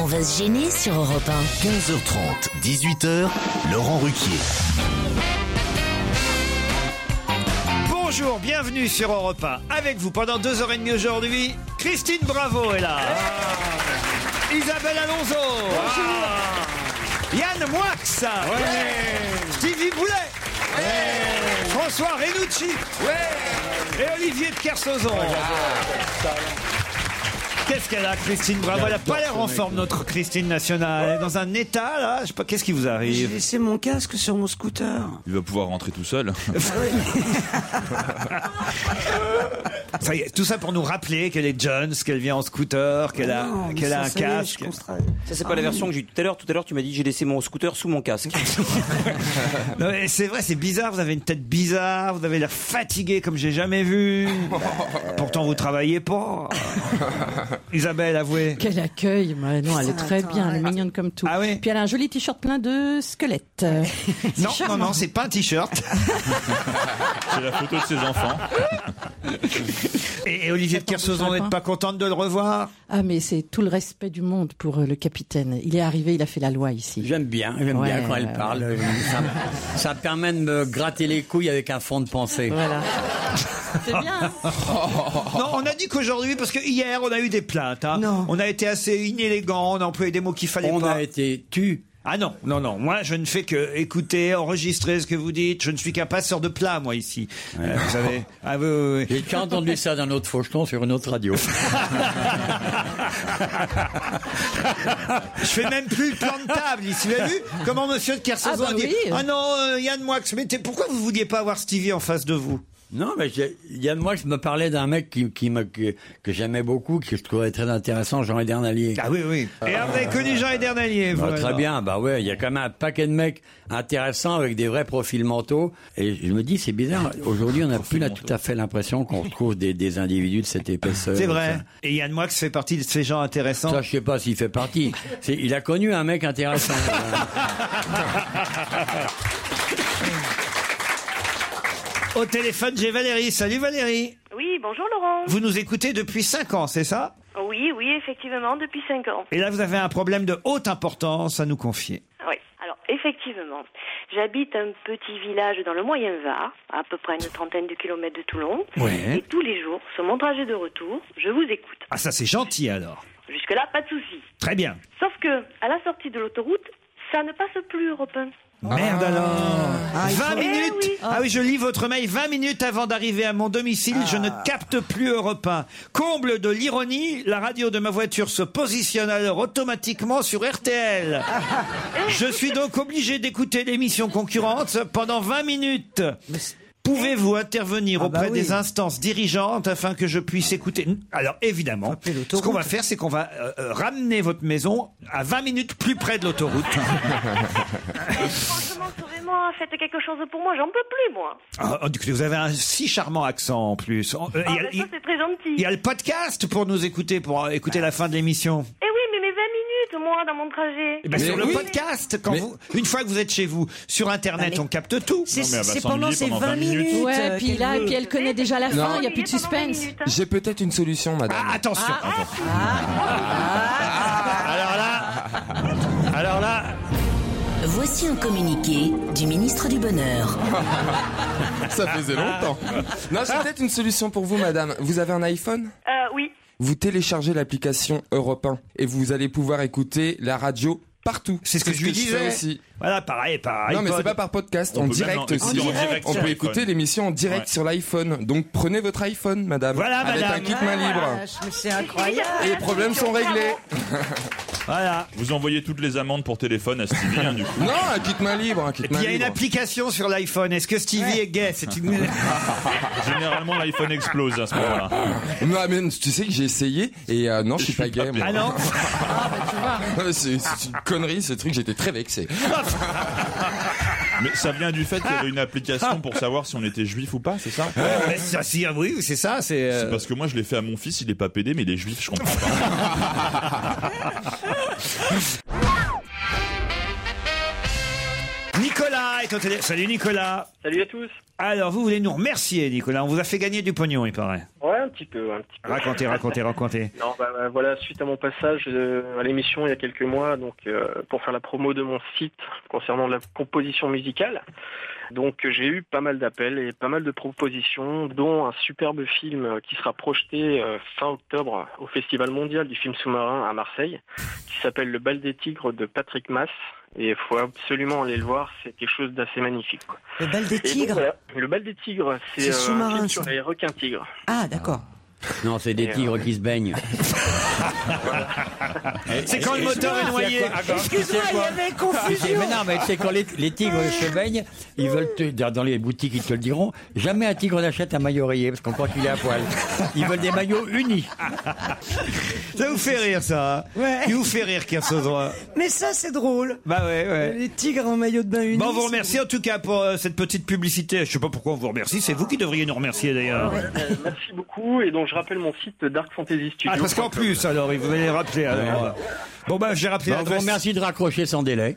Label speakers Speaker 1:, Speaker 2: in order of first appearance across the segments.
Speaker 1: On va se gêner sur Europe 1.
Speaker 2: 15h30, 18h, Laurent Ruquier.
Speaker 3: Bonjour, bienvenue sur Europe 1. Avec vous pendant deux heures et demie aujourd'hui, Christine Bravo est là. Isabelle Alonso. Ah. Yann Moix. Stevie Boulet. François Renucci. Et Olivier de Kersauzon. Qu'est-ce qu'elle a, Christine Bravo Elle a pas l'air en forme, notre Christine nationale. Elle est dans un état, là. Je sais pas, qu'est-ce qui vous
Speaker 4: J'ai
Speaker 3: arrive
Speaker 4: laissé mon casque sur mon scooter.
Speaker 5: Il va pouvoir rentrer tout seul.
Speaker 4: Ah
Speaker 3: Ça y est, Tout ça pour nous rappeler qu'elle est Jones, qu'elle vient en scooter, qu'elle a,
Speaker 4: Ah Non, mais
Speaker 3: Ah, qu'elle
Speaker 4: ça,
Speaker 3: a un
Speaker 4: ça y est,
Speaker 3: casque.
Speaker 4: je constate.
Speaker 6: Ça, c'est pas la version que j'ai eue tout à l'heure. Tout à l'heure, tu m'as dit j'ai laissé mon scooter sous mon casque.
Speaker 3: Non, mais c'est vrai, c'est bizarre. Vous avez une tête bizarre. Vous avez l'air fatigué comme j'ai jamais vu. Pourtant, vous travaillez pas. Isabelle, avouez.
Speaker 7: Quel accueil mais Non, elle est très bien, elle est mignonne comme tout.
Speaker 3: Ah oui
Speaker 7: Puis elle a un joli t-shirt plein de squelettes. Euh, c'est
Speaker 3: Non, non,
Speaker 7: charmant.
Speaker 3: non, c'est pas un t-shirt.
Speaker 5: C'est la photo de ses enfants.
Speaker 3: Et, et Olivier de Kersauzon, vous n'êtes pas contente de le revoir
Speaker 7: Ah mais c'est tout le respect du monde pour euh, le capitaine. Il est arrivé, il a fait la loi ici.
Speaker 8: J'aime bien, j'aime
Speaker 7: Ouais,
Speaker 8: bien quand elle
Speaker 7: ouais,
Speaker 8: parle.
Speaker 3: Ah, bah
Speaker 8: Ça, me- ça me permet de me gratter les couilles avec un fond de pensée.
Speaker 7: Voilà. C'est bien.
Speaker 3: Non, on a dit qu'aujourd'hui, parce que hier, on a eu des plaintes. hein.
Speaker 4: Non.
Speaker 3: On a été assez inélégant, on a employé des mots qu'il fallait
Speaker 8: On
Speaker 3: pas.
Speaker 8: a été tu.
Speaker 3: Ah non, non, non. Moi, je ne fais que écouter, enregistrer ce que vous dites. Je ne suis qu'un passeur de plat, moi, ici. Euh, vous savez. Ah oui, oui, oui.
Speaker 8: J'ai déjà entendu ça d'un autre faucheton sur une autre radio.
Speaker 3: Je fais même plus le plan de table ici. Vous avez vu comment Monsieur de Kersauzon
Speaker 7: Ah bah
Speaker 3: a dit
Speaker 7: oui.
Speaker 3: Ah non, euh, Yann Moix, mais t'es- pourquoi vous vouliez pas avoir Stevie en face de vous
Speaker 8: Non, mais j'ai- Yann, moi, je me parlais d'un mec qui, qui me, que, que j'aimais beaucoup, que je trouvais très intéressant, Jean Edernalier.
Speaker 3: Ah oui, oui. Et alors, vous avez connu Jean Edernalier, vous
Speaker 8: Bah, très
Speaker 3: alors
Speaker 8: bien, bah ouais, il y a quand même un paquet de mecs intéressants avec des vrais profils mentaux. Et je me dis, c'est bizarre, aujourd'hui, on n'a plus là tout à fait l'impression qu'on retrouve des, des individus de cette épaisseur.
Speaker 3: C'est vrai. Et Yann Moix fait partie de ces gens intéressants.
Speaker 8: Ça, je sais pas s'il fait partie. C'est- il a connu un mec intéressant.
Speaker 3: Au téléphone, j'ai Valérie. Salut Valérie.
Speaker 9: Oui, bonjour Laurent.
Speaker 3: Vous nous écoutez depuis 5 ans, c'est ça
Speaker 9: Oui, oui, effectivement, depuis 5 ans.
Speaker 3: Et là, vous avez un problème de haute importance à nous confier.
Speaker 9: Oui. Alors, effectivement, j'habite un petit village dans le Moyen-Var, à peu près une trentaine de kilomètres de Toulon.
Speaker 3: Ouais.
Speaker 9: Et tous les jours, sur mon trajet de retour, je vous écoute.
Speaker 3: Ah, ça, c'est gentil alors.
Speaker 9: Jusque-là, pas de souci.
Speaker 3: Très bien.
Speaker 9: Sauf que, à la sortie de l'autoroute, ça ne passe plus, Europe 1.
Speaker 4: Ah.
Speaker 3: Merde alors 20
Speaker 9: Eh
Speaker 3: minutes
Speaker 9: oui.
Speaker 3: Ah oui, je lis votre mail 20 minutes avant d'arriver à mon domicile, je ne
Speaker 4: Ah.
Speaker 3: capte plus Europe 1. Comble de l'ironie, la radio de ma voiture se positionne alors automatiquement sur RTL. Je suis donc obligé d'écouter l'émission concurrente pendant 20 minutes. Pouvez-vous intervenir
Speaker 4: Ah bah
Speaker 3: auprès
Speaker 4: oui.
Speaker 3: des instances dirigeantes afin que je puisse écouter Alors évidemment,
Speaker 4: Appelez
Speaker 3: ce
Speaker 4: l'autoroute.
Speaker 3: qu'on va faire, c'est qu'on va euh, euh, ramener votre maison à 20 minutes plus près de l'autoroute.
Speaker 9: Franchement, sauvez-moi, faites quelque chose pour moi, j'en peux plus, moi.
Speaker 3: Ah, écoutez, vous avez un si charmant accent en plus. Oh, euh,
Speaker 9: Ah,
Speaker 10: bah,
Speaker 3: Il y
Speaker 9: ben,
Speaker 3: a-
Speaker 9: ça,
Speaker 3: il-
Speaker 9: c'est très gentil.
Speaker 3: il y a le podcast pour nous écouter, pour euh, écouter la fin de l'émission.
Speaker 9: Eh oui, mais mes 20 moi dans mon trajet.
Speaker 3: Eh ben, sur le podcast, quand vous, une fois que vous êtes chez vous, sur Internet, on capte tout.
Speaker 10: Ah, C'est- Non, mais elle va c'est pendant s'ennuyer ces pendant 20 minutes, minutes, Ouais, euh, puis qu'elle là, veut. et puis elle connaît déjà la fin, il y a plus de suspense.
Speaker 11: J'ai peut-être une solution, madame.
Speaker 9: Ah.
Speaker 3: attention.
Speaker 7: Ah,
Speaker 3: Alors là, alors là.
Speaker 1: Voici un communiqué du ministre du Bonheur.
Speaker 11: Ça faisait longtemps. Non, j'ai peut-être une solution pour vous, madame. Vous avez un iPhone
Speaker 9: Ah. Euh, oui.
Speaker 11: Vous téléchargez l'application Europe 1 et vous allez pouvoir écouter la radio partout.
Speaker 3: C'est ce que je lui
Speaker 11: fais
Speaker 3: disais. Ah,
Speaker 11: aussi.
Speaker 3: Voilà, pareil, pareil.
Speaker 11: Non, mais c'est pas par podcast, en direct aussi. On peut écouter l'émission en direct sur l'iPhone. Donc prenez votre iPhone, madame.
Speaker 3: Voilà,
Speaker 11: Avec
Speaker 3: madame. Ah,
Speaker 11: un kit main
Speaker 12: Ah,
Speaker 11: libre.
Speaker 12: C'est incroyable.
Speaker 11: Et les problèmes sont réglés.
Speaker 3: Voilà.
Speaker 5: Vous envoyez toutes les amendes pour téléphone à Stevie, hein, du coup.
Speaker 11: Non, un kit main libre, hein, un kit
Speaker 3: Puis il y
Speaker 5: hein.
Speaker 3: a une application sur l'iPhone. Est-ce que Stevie est gay C'est une.
Speaker 5: Généralement, l'iPhone explose à ce moment-là.
Speaker 11: Ah, Non, mais tu sais que j'ai essayé et euh, non, je suis pas gay. moi.
Speaker 5: Ah non
Speaker 11: C'est c'est une connerie ce truc, j'étais très vexé.
Speaker 5: Mais ça vient du fait qu'il y avait une application pour savoir si on était juif ou pas, c'est ça
Speaker 3: Ah. mais ça, si, ah oui, c'est ça. C'est
Speaker 5: parce que moi, je l'ai fait à mon fils, il est pas pédé, mais il est juif, je comprends pas.
Speaker 3: Nicolas est au téléphone. Salut Nicolas.
Speaker 13: Salut à tous.
Speaker 3: Alors, vous voulez nous remercier, Nicolas. On vous a fait gagner du pognon, il paraît.
Speaker 13: Ouais, un petit peu, un petit peu.
Speaker 3: Racontez, racontez, racontez.
Speaker 13: Non, bah, bah, voilà, suite à mon passage euh, à l'émission il y a quelques mois, donc euh, pour faire la promo de mon site concernant la composition musicale, donc euh, j'ai eu pas mal d'appels et pas mal de propositions, dont un superbe film euh, qui sera projeté euh, fin octobre au Festival mondial du film sous-marin à Marseille, qui s'appelle Le bal des tigres de Patrick Mass. Et il faut absolument aller le voir, c'est quelque chose d'assez magnifique. quoi.
Speaker 12: Le bal des
Speaker 13: Et donc,
Speaker 12: tigres.
Speaker 13: voilà, Le bal des tigres, c'est
Speaker 12: C'est
Speaker 13: euh, un
Speaker 12: sous-marin,
Speaker 13: film
Speaker 12: ça.
Speaker 13: sur les requins tigres.
Speaker 12: Ah, d'accord.
Speaker 14: Non, c'est des tigres qui se baignent.
Speaker 3: C'est quand le moteur est noyé.
Speaker 14: Ah,
Speaker 12: Excuse-moi, il y avait
Speaker 14: Mais
Speaker 12: confusion.
Speaker 14: non, mais c'est quand les, les tigres se baignent, ils veulent te- dans dans les boutiques, ils te le diront, jamais un tigre n'achète un maillot rayé parce qu'on croit qu'il est à poil. Ils veulent des maillots unis.
Speaker 3: Ça vous fait rire, ça. hein
Speaker 12: Ouais.
Speaker 3: Il vous fait rire, Kersozra.
Speaker 12: Mais ça, c'est drôle.
Speaker 3: Bah ouais, ouais.
Speaker 12: Les tigres en maillot de bain unis.
Speaker 3: Bon, on vous remercie en tout cas pour euh, cette petite publicité. Je sais pas pourquoi on vous remercie. C'est vous qui devriez nous remercier d'ailleurs.
Speaker 13: Euh, merci beaucoup. Et donc, je rappelle mon site Dark Fantasy Studio.
Speaker 3: Ah, parce qu'en plus, alors, il vous allez rappeler. hein. alors. Bon, bah, j'ai rappelé
Speaker 14: Bah, on vous
Speaker 3: l'adresse.
Speaker 14: remercie de raccrocher sans délai.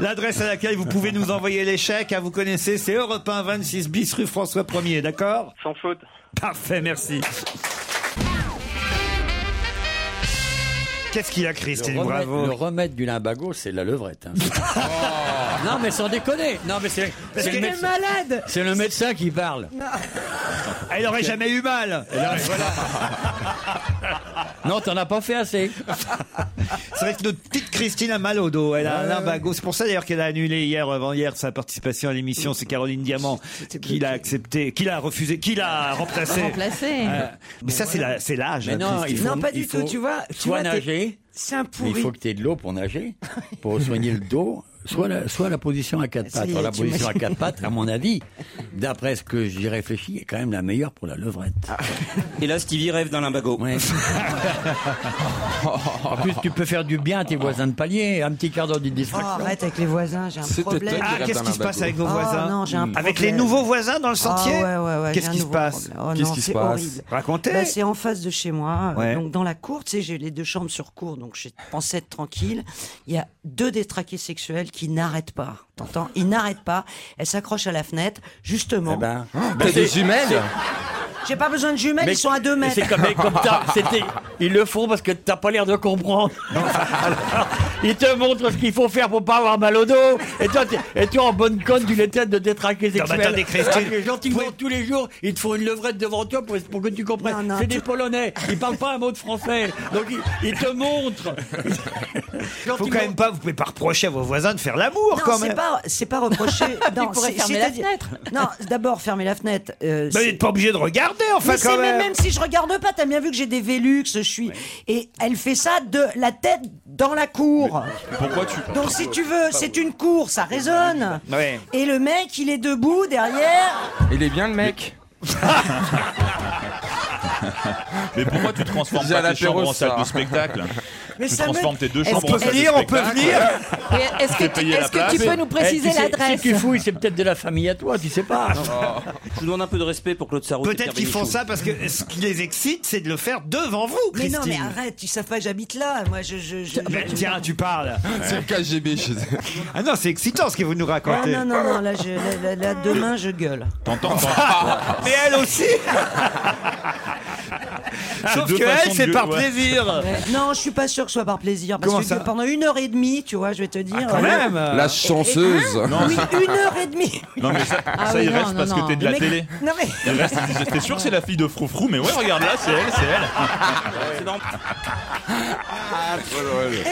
Speaker 3: L'adresse à laquelle vous pouvez nous envoyer les chèques, hein, vous connaissez, c'est Europe 1 26 bis rue François 1er, d'accord
Speaker 13: Sans faute.
Speaker 3: Parfait, merci. Qu'est-ce qu'il a, Christine
Speaker 14: le remède,
Speaker 3: Bravo
Speaker 14: le remède du limbago, c'est la levrette. hein. Non, mais sans déconner. Non, mais c'est
Speaker 12: Parce
Speaker 14: c'est
Speaker 12: qu'il
Speaker 14: le,
Speaker 12: est
Speaker 14: médecin-
Speaker 12: malade.
Speaker 14: c'est le médecin qui parle.
Speaker 3: Elle aurait jamais eu mal.
Speaker 14: Non, t'en as pas fait assez.
Speaker 3: C'est vrai que notre petite Christine a mal au dos. Elle a un limbago. C'est pour ça d'ailleurs qu'elle a annulé hier, avant-hier, sa participation à l'émission. C'est Caroline Diamant qui l'a accepté, qui l'a refusé, qui l'a remplacé. Euh,
Speaker 10: Remplacé.
Speaker 3: mais ça, c'est la- c'est l'âge.
Speaker 14: Mais
Speaker 3: hein,
Speaker 14: non,
Speaker 3: Christine.
Speaker 14: il faut,
Speaker 12: Non, pas du
Speaker 14: il faut
Speaker 12: tout, tu vois, tu
Speaker 14: soit
Speaker 12: vois, t'es-
Speaker 14: nager.
Speaker 12: C'est un
Speaker 14: mais
Speaker 12: pourri.
Speaker 14: il faut que tu aies de l'eau pour nager, pour soigner le dos. Soit la, soit la position à quatre
Speaker 12: Ça
Speaker 14: pattes.
Speaker 12: y est,
Speaker 14: Alors, la
Speaker 12: tu
Speaker 14: position à
Speaker 12: m'as-
Speaker 14: quatre pattes, à mon avis, d'après ce que j'y réfléchis, est quand même la meilleure pour la levrette.
Speaker 3: Ah.
Speaker 6: Et là, Stevie rêve d'un limbago.
Speaker 14: En plus, tu peux faire du bien à tes voisins de palier, un petit quart d'heure de
Speaker 12: Oh,
Speaker 14: distraction.
Speaker 12: arrête avec les voisins, j'ai un
Speaker 14: C'était
Speaker 12: problème.
Speaker 14: toi qui
Speaker 3: Ah, qu'est-ce qui se passe avec vos
Speaker 12: Oh,
Speaker 3: voisins
Speaker 12: non, j'ai un
Speaker 3: Avec les
Speaker 12: problème.
Speaker 3: nouveaux voisins dans le sentier
Speaker 12: Ah ouais, ouais, ouais,
Speaker 3: Qu'est-ce
Speaker 12: j'ai un
Speaker 3: qui se
Speaker 12: nouveau
Speaker 3: passe
Speaker 12: problème. Oh non, c'est horrible.
Speaker 3: Racontez.
Speaker 12: Bah, C'est en face de chez moi, euh,
Speaker 3: Ouais.
Speaker 12: donc dans la cour, tu sais, j'ai les deux chambres sur cour, donc je pensais être tranquille. Il y a deux détraqués sexuels qui n'arrêtent pas, t'entends Ils n'arrêtent pas, elles s'accrochent à la fenêtre, justement.
Speaker 11: T'as des jumelles
Speaker 12: J'ai pas besoin de jumelles,
Speaker 14: Mais-
Speaker 12: ils sont à deux
Speaker 14: mais
Speaker 12: mètres.
Speaker 14: c'est comme, mais comme t'as- c'était- ils le font parce que t'as pas l'air de comprendre. Alors, ils te montrent ce qu'il faut faire pour pas avoir mal au dos. Et toi, t'es- et toi en bonne conne, tu les têtes de détraquer
Speaker 3: mais
Speaker 14: sexuels.
Speaker 3: attendez, Christine.
Speaker 14: Alors que gentiment, tous les jours, ils te font une levrette devant toi pour, pour que tu comprennes.
Speaker 12: Non, non,
Speaker 14: c'est
Speaker 12: tu-
Speaker 14: des Polonais. Ils parlent pas un mot de français. Donc, ils, ils te montrent.
Speaker 3: Faut quand même pas, vous pouvez pas reprocher à vos voisins de faire l'amour
Speaker 12: Non,
Speaker 3: quand
Speaker 12: c'est
Speaker 3: même.
Speaker 12: pas, c'est pas reproché. non,
Speaker 10: pourraient
Speaker 12: c'est-
Speaker 10: fermer la
Speaker 12: c'est-à-dire-
Speaker 10: fenêtre.
Speaker 12: Non, d'abord fermer la fenêtre. euh,
Speaker 3: Bah, vous
Speaker 12: c'est-
Speaker 3: n'êtes pas obligé de regarder enfin
Speaker 12: mais c'est
Speaker 3: quand
Speaker 12: même,
Speaker 3: même.
Speaker 12: même si je regarde pas, t'as bien vu que j'ai des Velux, je suis. Et elle fait ça de la tête dans la cour.
Speaker 5: Pourquoi tu.
Speaker 12: Donc si tu veux, c'est une cour, ça résonne.
Speaker 3: Ouais.
Speaker 12: Et le mec, il est debout derrière.
Speaker 11: Il est bien le mec.
Speaker 5: Mais pourquoi tu transformes
Speaker 11: J'ai
Speaker 5: pas
Speaker 11: la
Speaker 5: tes chambres en
Speaker 11: Pérouse,
Speaker 5: salle
Speaker 11: ça.
Speaker 5: de spectacle tu
Speaker 8: ça me-
Speaker 5: transformes tes deux
Speaker 8: Est-ce
Speaker 5: chambres
Speaker 8: qu'on
Speaker 5: en salle
Speaker 8: peut
Speaker 5: de
Speaker 8: venir, on peut
Speaker 5: spectacle.
Speaker 8: venir
Speaker 10: Et est-ce que
Speaker 5: J'ai
Speaker 10: tu-
Speaker 5: payé la
Speaker 10: est-ce que tu
Speaker 5: place.
Speaker 10: peux nous
Speaker 8: Eh,
Speaker 10: préciser
Speaker 8: tu sais-
Speaker 10: l'adresse
Speaker 8: Si tu fouilles, c'est peut-être de la famille à toi, tu sais pas.
Speaker 5: Oh.
Speaker 6: Je vous demande un peu de respect pour Claude Sarraud. et
Speaker 3: Peut-être
Speaker 6: Pierre
Speaker 3: qu'ils font
Speaker 6: Bénichou.
Speaker 3: ça parce que ce qui les excite, c'est de le faire devant vous,
Speaker 12: Mais
Speaker 3: Christine.
Speaker 12: non, mais arrête, ils savent pas que j'habite là. Moi, je. je, je-
Speaker 3: Ben,
Speaker 12: je-
Speaker 3: tiens, tu parles.
Speaker 12: C'est le
Speaker 3: KGB chez eux. Ah non, c'est excitant ce que vous nous
Speaker 12: Ah,
Speaker 3: racontez.
Speaker 12: non, non, non, là, je, là, là, là, demain, je gueule.
Speaker 5: T'entends
Speaker 3: Mais elle aussi Sauf que elle, c'est par plaisir.
Speaker 12: Ouais. Non, je suis pas sûr que ce soit par plaisir. Parce
Speaker 3: Comment
Speaker 12: que
Speaker 3: ça
Speaker 12: pendant une heure et demie, tu vois, je vais te dire.
Speaker 5: Ah, quand même. La chanceuse.
Speaker 12: Et- et- hein
Speaker 5: Non,
Speaker 12: Oui,
Speaker 5: c'est-
Speaker 12: une heure et demie.
Speaker 5: Non, mais ça,
Speaker 12: Ah
Speaker 5: ça
Speaker 12: oui,
Speaker 5: il
Speaker 12: non,
Speaker 5: reste
Speaker 12: non,
Speaker 5: parce
Speaker 12: non.
Speaker 5: que t'es de la
Speaker 12: Mais-
Speaker 5: télé.
Speaker 12: non, mais-
Speaker 5: Il reste- J'étais sûr que c'est la fille de Froufrou, mais ouais, regarde là, c'est elle, c'est elle.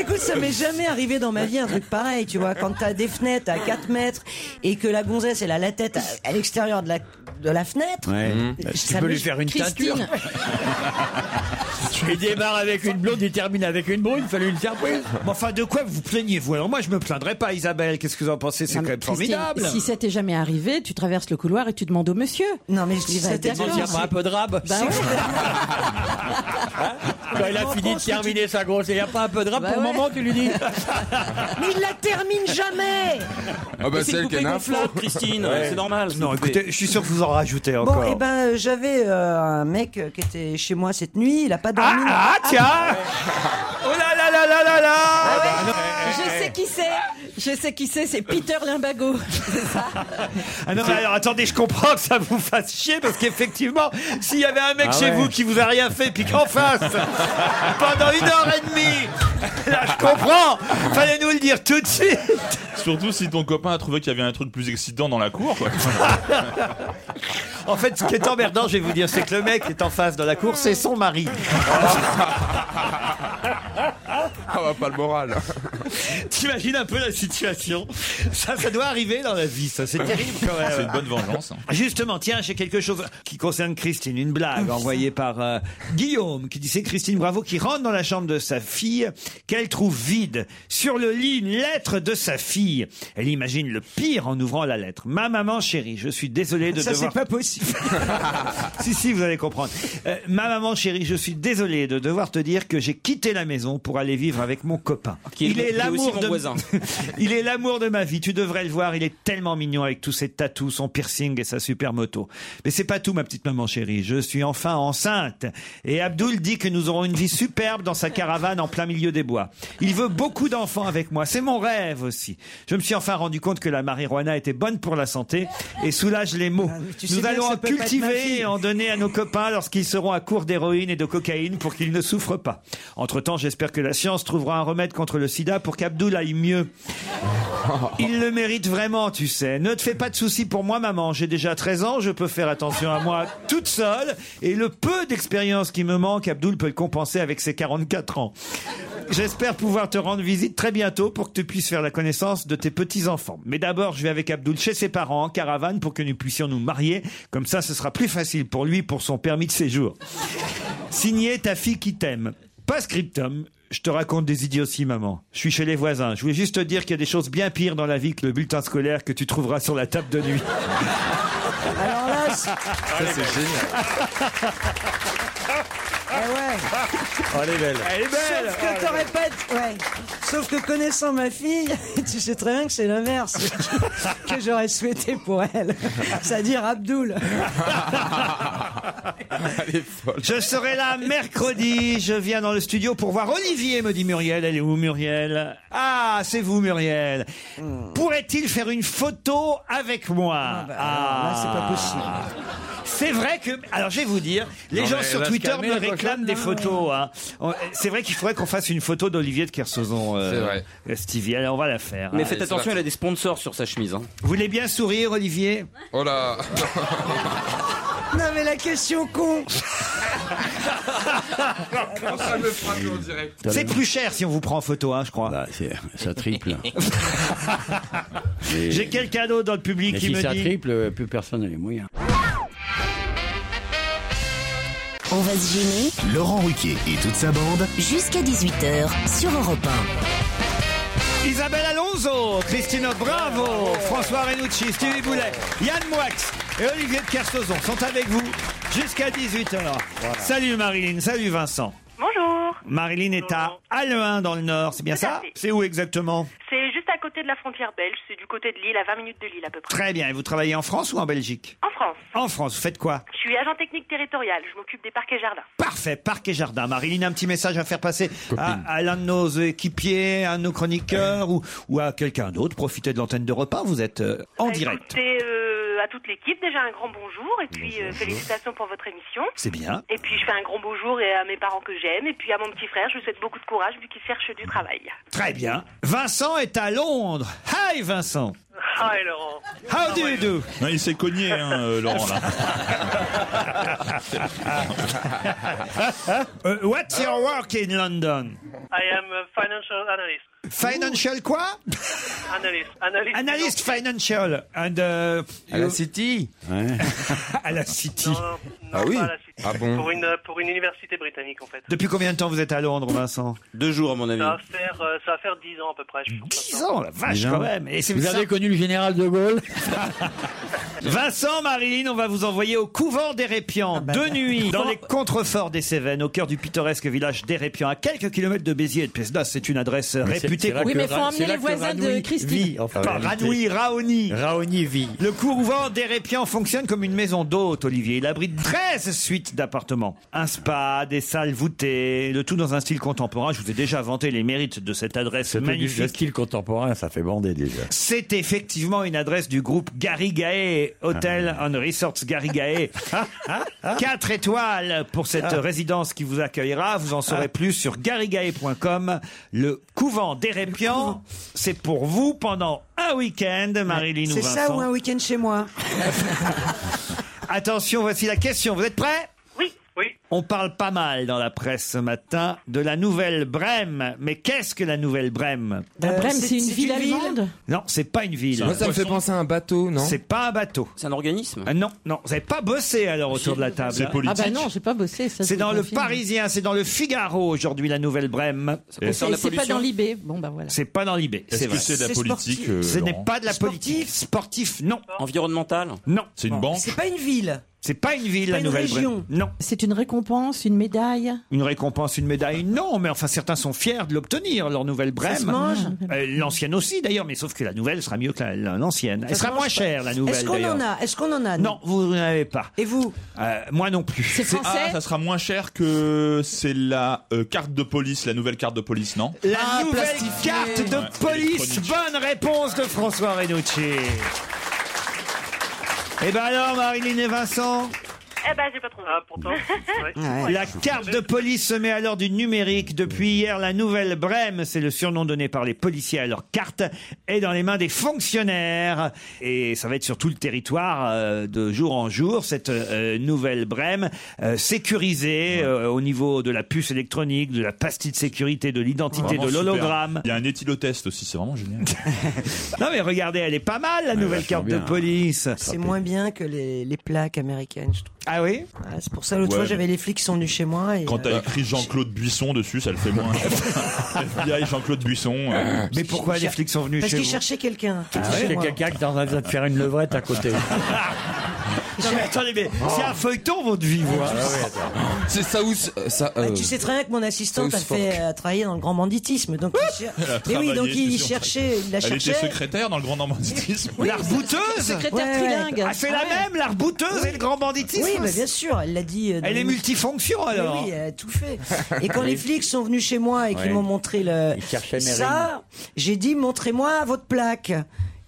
Speaker 12: Écoute, ça m'est jamais arrivé dans ma vie un truc pareil, tu vois. Quand t'as des fenêtres à 4 mètres et que la gonzesse, elle a la tête à, à l'extérieur de la, de la fenêtre.
Speaker 14: Mmh.
Speaker 8: Bah, Tu
Speaker 12: ça
Speaker 8: peux
Speaker 12: m'est-
Speaker 8: lui faire une teinture. Il démarre avec une blonde, il termine avec une brune, il fallait une surprise.
Speaker 3: Mais enfin, de quoi vous plaignez-vous Alors moi, je me plaindrais pas, Isabelle. Qu'est-ce que vous en pensez C'est quand même
Speaker 7: Christine,
Speaker 3: formidable.
Speaker 7: Si ça t'est jamais arrivé, tu traverses le couloir et tu demandes au monsieur.
Speaker 12: Non, mais je
Speaker 8: dis ça, t'es gentil, moi, un peu de rab.
Speaker 7: Bah ouais.
Speaker 8: Quand il a fini de terminer sa grosse, il n'y a pas un peu de
Speaker 14: Bah
Speaker 8: rap pour le moment, tu lui dis.
Speaker 12: Mais il la termine jamais
Speaker 11: Ah bah,
Speaker 8: Mais c'est
Speaker 11: c'est
Speaker 8: une
Speaker 11: elle qui a
Speaker 8: poupée
Speaker 11: l'info.
Speaker 8: gonflable,
Speaker 6: Christine,
Speaker 8: Ouais.
Speaker 6: c'est normal.
Speaker 3: Non, écoutez, je suis sûr que vous en rajoutez
Speaker 12: Bon,
Speaker 3: encore.
Speaker 12: et ben, euh, j'avais euh, un mec euh, qui était chez moi cette nuit, il a Ah pas dormi.
Speaker 3: Ah, ah, tiens Oh là là là là là Ah, là
Speaker 10: Je sais qui c'est. Je sais qui c'est. C'est Peter Limbago. C'est ça.
Speaker 3: Ah non, mais alors attendez, je comprends que ça vous fasse chier parce qu'effectivement, s'il y avait un mec
Speaker 8: Ah
Speaker 3: chez
Speaker 8: ouais.
Speaker 3: vous qui vous a rien fait, puis qu'en face, pendant une heure et demie, là Ah, je comprends, fallait nous le dire tout de suite.
Speaker 5: Surtout si ton copain a trouvé qu'il y avait un truc plus excitant dans la cour. Quoi.
Speaker 3: En fait, ce qui est emmerdant, je vais vous dire, c'est que le mec qui est en face dans la cour, c'est son mari.
Speaker 11: Ah bah, pas le moral.
Speaker 3: T'imagines un peu la situation Ça, ça doit arriver dans la vie, ça, c'est terrible quand même.
Speaker 5: C'est une bonne vengeance. hein.
Speaker 3: Justement, tiens, j'ai quelque chose qui concerne Christine, une
Speaker 4: Ah,
Speaker 3: blague envoyée par euh, Guillaume qui dit c'est Christine Bravo qui rentre dans la chambre de sa fille qu'elle trouve vide. Sur le lit, une lettre de sa fille. Elle imagine le pire en ouvrant la lettre. Ma maman chérie, je suis désolé de
Speaker 4: Ah, Ça,
Speaker 3: devoir...
Speaker 4: c'est pas
Speaker 3: possible. si, si, vous allez comprendre. Euh, ma maman chérie, je suis désolé de devoir te dire que j'ai quitté la maison pour aller vivre avec mon copain.
Speaker 6: Qui est- qui est aussi mon
Speaker 3: de...
Speaker 6: voisin.
Speaker 3: Il est l'amour de ma vie, tu devrais le voir, il est tellement mignon avec tous ses tatous, son piercing et sa super moto. Mais c'est pas tout ma petite maman chérie, je suis enfin enceinte et Abdoul dit que nous aurons une vie superbe dans sa caravane en plein milieu des bois. Il veut beaucoup d'enfants avec moi, c'est mon rêve aussi. Je me suis enfin rendu compte que la marijuana était bonne pour la santé et soulage les maux.
Speaker 4: tu sais
Speaker 3: Nous
Speaker 4: bien
Speaker 3: allons
Speaker 4: que ça
Speaker 3: en
Speaker 4: peut pas être ma
Speaker 3: cultiver
Speaker 4: fille.
Speaker 3: et en donner à nos copains lorsqu'ils seront à court d'héroïne et de cocaïne pour qu'ils ne souffrent pas. Entre-temps, j'espère que la science trouvera un remède contre le sida pour qu'Abdoul aille mieux. Il le mérite vraiment, tu sais. Ne te fais pas de soucis pour moi, maman. J'ai déjà 13 ans, je peux faire attention à moi toute seule. Et le peu d'expérience qui me manque, Abdoul peut le compenser avec ses 44 ans. J'espère pouvoir te rendre visite très bientôt pour que tu puisses faire la connaissance de tes petits-enfants. Mais d'abord, je vais avec Abdoul chez ses parents en caravane pour que nous puissions nous marier. Comme ça, ce sera plus facile pour lui pour son permis de séjour. Signé ta fille qui t'aime. Pas scriptum. Je te raconte des idioties, maman. Je suis chez les voisins. Je voulais juste te dire qu'il y a des choses bien pires dans la vie que le bulletin scolaire que tu trouveras sur la table de nuit.
Speaker 12: Alors là, c'est-
Speaker 5: Ça, c'est génial.
Speaker 12: Ah ouais.
Speaker 3: Oh, elle est belle. Ah, Elle est belle.
Speaker 12: Sauf que t'aurais pas. été- Ouais. Sauf que connaissant ma fille, tu sais très bien que c'est l'inverse que j'aurais souhaité pour elle. C'est-à-dire Abdoul.
Speaker 3: Je serai là mercredi. Je viens dans le studio pour voir Olivier, me dit Muriel. Elle est où, Muriel Ah, c'est vous, Muriel.
Speaker 4: Hmm.
Speaker 3: Pourrait-il faire une photo avec moi Ah,
Speaker 4: bah, là, c'est
Speaker 3: C'est vrai que. Alors, je vais vous dire, les
Speaker 4: Non,
Speaker 3: gens
Speaker 4: mais
Speaker 3: sur
Speaker 4: va se
Speaker 3: Twitter
Speaker 4: calmer,
Speaker 3: me
Speaker 4: la prochaine, Ah,
Speaker 3: réclament des
Speaker 4: là.
Speaker 3: photos. hein. On- C'est vrai qu'il faudrait qu'on fasse une photo d'Olivier de Kersauzon, euh, Stevie. Allez, on va la faire.
Speaker 6: Mais
Speaker 3: hein.
Speaker 6: faites attention, elle a des sponsors sur sa chemise. hein.
Speaker 3: Vous voulez bien sourire, Olivier
Speaker 11: Oh là
Speaker 12: Non mais la question con.
Speaker 11: Ça me frappe en direct.
Speaker 3: C'est plus cher si on vous prend en photo, hein, je crois.
Speaker 14: Bah, Ça triple. Mais-
Speaker 3: J'ai quelqu'un d'autre dans le public
Speaker 14: mais
Speaker 3: qui
Speaker 14: si
Speaker 3: me
Speaker 14: ça
Speaker 3: dit.
Speaker 14: triple, euh, plus personne n'a les moyens.
Speaker 1: On va se gêner.
Speaker 2: Laurent Ruquier et toute sa bande.
Speaker 1: Jusqu'à 18h sur Europe
Speaker 3: Isabelle Alonso, Christine Bravo, François Renucci, Stevie Boulet, Yann Moix et Olivier de Kersauzon sont avec vous jusqu'à 18h. Salut Marilyn, salut Vincent.
Speaker 9: Bonjour.
Speaker 3: Marilyn est à Halluin dans le Nord, c'est bien
Speaker 9: Tout à
Speaker 3: ça
Speaker 9: fait.
Speaker 3: C'est où exactement
Speaker 9: C'est juste à côté de la frontière belge, c'est du côté de Lille, à 20 minutes de Lille à peu près.
Speaker 3: Très bien. Et vous travaillez en France ou en Belgique
Speaker 9: En France,
Speaker 3: En France, vous faites quoi
Speaker 9: je suis agent technique territorial, je m'occupe des parcs et jardins.
Speaker 3: Parfait, parc et jardin. Marilyn, un petit message à faire passer à, à l'un de nos équipiers, à un de nos chroniqueurs ou, ou à quelqu'un d'autre. Profitez de l'antenne de repas, vous êtes euh, en
Speaker 9: Bah,
Speaker 3: direct.
Speaker 9: écoutez, euh, à toute l'équipe, déjà un grand bonjour et puis euh, félicitations pour votre émission.
Speaker 3: C'est bien.
Speaker 9: Et puis je fais un grand bonjour et à mes parents que j'aime et puis à mon petit frère, je lui souhaite beaucoup de courage vu qu'il cherche du travail.
Speaker 3: Très bien. Vincent est à Londres. Hi Vincent.
Speaker 9: Hi Laurent.
Speaker 3: How do you do
Speaker 5: Non, il s'est cogné, hein, euh, Laurent, là.
Speaker 3: Euh, what's your work in London
Speaker 15: I am a financial analyst.
Speaker 3: Financial quoi
Speaker 15: Analyst. Analyst.
Speaker 3: Analyst financial and uh,
Speaker 11: À la City
Speaker 3: À la City.
Speaker 11: Ah oui
Speaker 15: pas à la City.
Speaker 11: Ah bon
Speaker 15: euh, Pour une, euh, pour une université britannique, en fait.
Speaker 3: Depuis combien de temps vous êtes à Londres, Vincent
Speaker 6: Deux jours, à mon
Speaker 15: Ça
Speaker 10: Ah.
Speaker 15: va faire, euh, ça va faire 10 ans à peu près. Je pense.
Speaker 3: 10 ans, la vache
Speaker 15: Déjà.
Speaker 3: quand même. Et c'est
Speaker 15: Vous
Speaker 3: ça-
Speaker 15: avez
Speaker 8: connu le général de Gaulle
Speaker 3: Vincent, Marilyn, on va vous envoyer au couvent
Speaker 10: Ah,
Speaker 3: d'Hérépian,
Speaker 10: bah,
Speaker 3: deux nuits, dans les contreforts des Cévennes, au cœur du pittoresque village d'Hérépian, à quelques kilomètres de Béziers et de Pesdas. C'est une adresse réputée.
Speaker 10: Oui, mais faut emmener les voisins de Christine.
Speaker 3: Vit, enfin, Pas Ranouille, Raoni.
Speaker 8: Raoni vit.
Speaker 3: Le couvent d'Hérépian fonctionne comme une maison d'hôte, Olivier. Il abrite 13 suites d'appartements. Un spa, des salles voûtées, le tout dans un style contemporain. Je vous ai déjà vanté les mérites de cette adresse magnifique.
Speaker 14: Le style contemporain, ça fait bander déjà.
Speaker 3: C'est effectivement une adresse du groupe Garigae, Hotel and Resorts Garigae. 4 étoiles pour cette
Speaker 8: Ah.
Speaker 3: résidence qui vous accueillera. Vous en saurez plus sur garigae.com. Le couvent d'Hérépian, c'est pour vous pendant un week-end, Marilyn ou
Speaker 12: C'est ça
Speaker 3: Vincent.
Speaker 12: ou un week-end chez moi
Speaker 3: Attention, voici la question. Vous êtes prêts
Speaker 15: Oui. Oui.
Speaker 3: On parle pas mal dans la presse ce matin de la Nouvelle Brême. Mais qu'est-ce que la Nouvelle Brême
Speaker 7: La
Speaker 6: Euh,
Speaker 7: Brême, c'est une ville allemande
Speaker 3: Non, c'est pas une ville.
Speaker 11: Moi, ça me fait penser à un bateau, non
Speaker 3: C'est pas un bateau. C'est un organisme Non, non. Vous n'avez pas bossé alors autour de la table. hein.
Speaker 7: Ah bah non, j'ai pas bossé. ça, je
Speaker 3: C'est
Speaker 7: vous
Speaker 3: dans le
Speaker 7: confirme.
Speaker 3: Parisien, c'est dans le Figaro aujourd'hui, la Nouvelle-Brême.
Speaker 7: Et C'est pas dans l'IB. Bon bah voilà.
Speaker 3: C'est pas dans l'IB.
Speaker 5: Est-ce que
Speaker 3: vrai.
Speaker 5: c'est de la C'est politique, sportif. euh,
Speaker 3: Ce n'est
Speaker 5: Laurent
Speaker 3: pas de la politique. Sportif, non. Environnemental Non.
Speaker 5: C'est une banque
Speaker 3: pas une ville. C'est pas une ville, la Nouvelle-Brême. Non.
Speaker 7: C'est une récompense, une médaille.
Speaker 3: Une récompense, une médaille, non, mais enfin certains sont fiers de l'obtenir, leur nouvelle brème.
Speaker 7: se mange
Speaker 3: Euh, l'ancienne aussi d'ailleurs, mais sauf que la nouvelle sera mieux que la- la- l'ancienne. Elle
Speaker 12: Ça
Speaker 3: sera
Speaker 12: se
Speaker 3: moins
Speaker 12: mange pas.
Speaker 3: chère, la nouvelle.
Speaker 12: Est-ce qu'on
Speaker 3: d'ailleurs.
Speaker 12: en a Est-ce qu'on en a
Speaker 3: Non, vous n'en avez pas.
Speaker 12: Et vous
Speaker 3: Euh, moi non plus.
Speaker 12: C'est français
Speaker 5: Ah, ça sera moins cher que c'est la euh, carte de police, la nouvelle carte de police, non
Speaker 3: La nouvelle carte de
Speaker 5: Ah, Ouais,
Speaker 3: police.
Speaker 5: électronique.
Speaker 3: Bonne réponse de François Renucci. Eh ben alors, Marilyn et Vincent,
Speaker 15: Eh ben, j'ai pas trouvé. Ah, pourtant. ouais.
Speaker 3: la carte de police se met à l'heure du numérique. Depuis hier, la nouvelle Brème, c'est le surnom donné par les policiers à leur carte, est dans les mains des fonctionnaires. Et ça va être sur tout le territoire euh, de jour en jour, cette euh, nouvelle Brème, euh, sécurisée euh, au niveau de la puce électronique, de la pastille de sécurité, de l'identité,
Speaker 5: Vraiment
Speaker 3: de
Speaker 5: super.
Speaker 3: l'hologramme.
Speaker 5: Il y a un éthylotest aussi, c'est vraiment génial.
Speaker 3: Non mais regardez, elle est pas mal la nouvelle
Speaker 5: vachement
Speaker 3: carte de
Speaker 5: bien.
Speaker 8: hein.
Speaker 3: police.
Speaker 12: C'est moins bien que les, les plaques américaines, je trouve.
Speaker 3: Ah oui
Speaker 12: Ouais, C'est pour ça, l'autre
Speaker 5: Ouais,
Speaker 12: fois,
Speaker 5: mais-
Speaker 12: j'avais les flics qui sont venus chez moi. Et,
Speaker 5: Quand t'as
Speaker 12: euh,
Speaker 5: écrit Jean-Claude Buisson dessus, ça le fait moins. FBI Jean-Claude Buisson. euh.
Speaker 3: Mais pourquoi les flics sont venus Ah
Speaker 12: Parce
Speaker 5: chez
Speaker 12: qu'ils
Speaker 5: vous
Speaker 12: cherchaient quelqu'un.
Speaker 8: Il y a quelqu'un qui est en train de faire une levrette à côté.
Speaker 3: Non, mais attendez, mais c'est un feuilleton votre vie, vous. hein.
Speaker 11: Ah C'est ça où ça, euh,
Speaker 12: Tu sais très bien que mon assistante a
Speaker 11: South
Speaker 12: fait euh, travailler dans le grand banditisme. Donc il cher-
Speaker 5: Elle a
Speaker 12: Mais oui,
Speaker 5: travaillé,
Speaker 12: donc
Speaker 5: je
Speaker 12: il
Speaker 5: suis sûr.
Speaker 12: cherchait, il la
Speaker 5: Elle était
Speaker 12: cherchait.
Speaker 5: secrétaire dans le grand normanditisme.
Speaker 3: la rebouteuse
Speaker 12: secrétaire trilingue.
Speaker 3: Ah, c'est
Speaker 12: Ah
Speaker 3: la
Speaker 12: ouais.
Speaker 3: même, la rebouteuse et le grand banditisme
Speaker 12: Oui, bah, bien sûr, elle l'a dit. euh, dans
Speaker 3: Elle est
Speaker 12: l'émission.
Speaker 3: multifonction, alors.
Speaker 12: Mais Oui, elle a tout fait. Et quand
Speaker 3: Oui.
Speaker 12: les flics sont venus chez moi et qu'ils
Speaker 3: Ouais.
Speaker 12: m'ont montré le
Speaker 3: Ils cherchaient mes
Speaker 12: ça, j'ai dit montrez-moi votre plaque.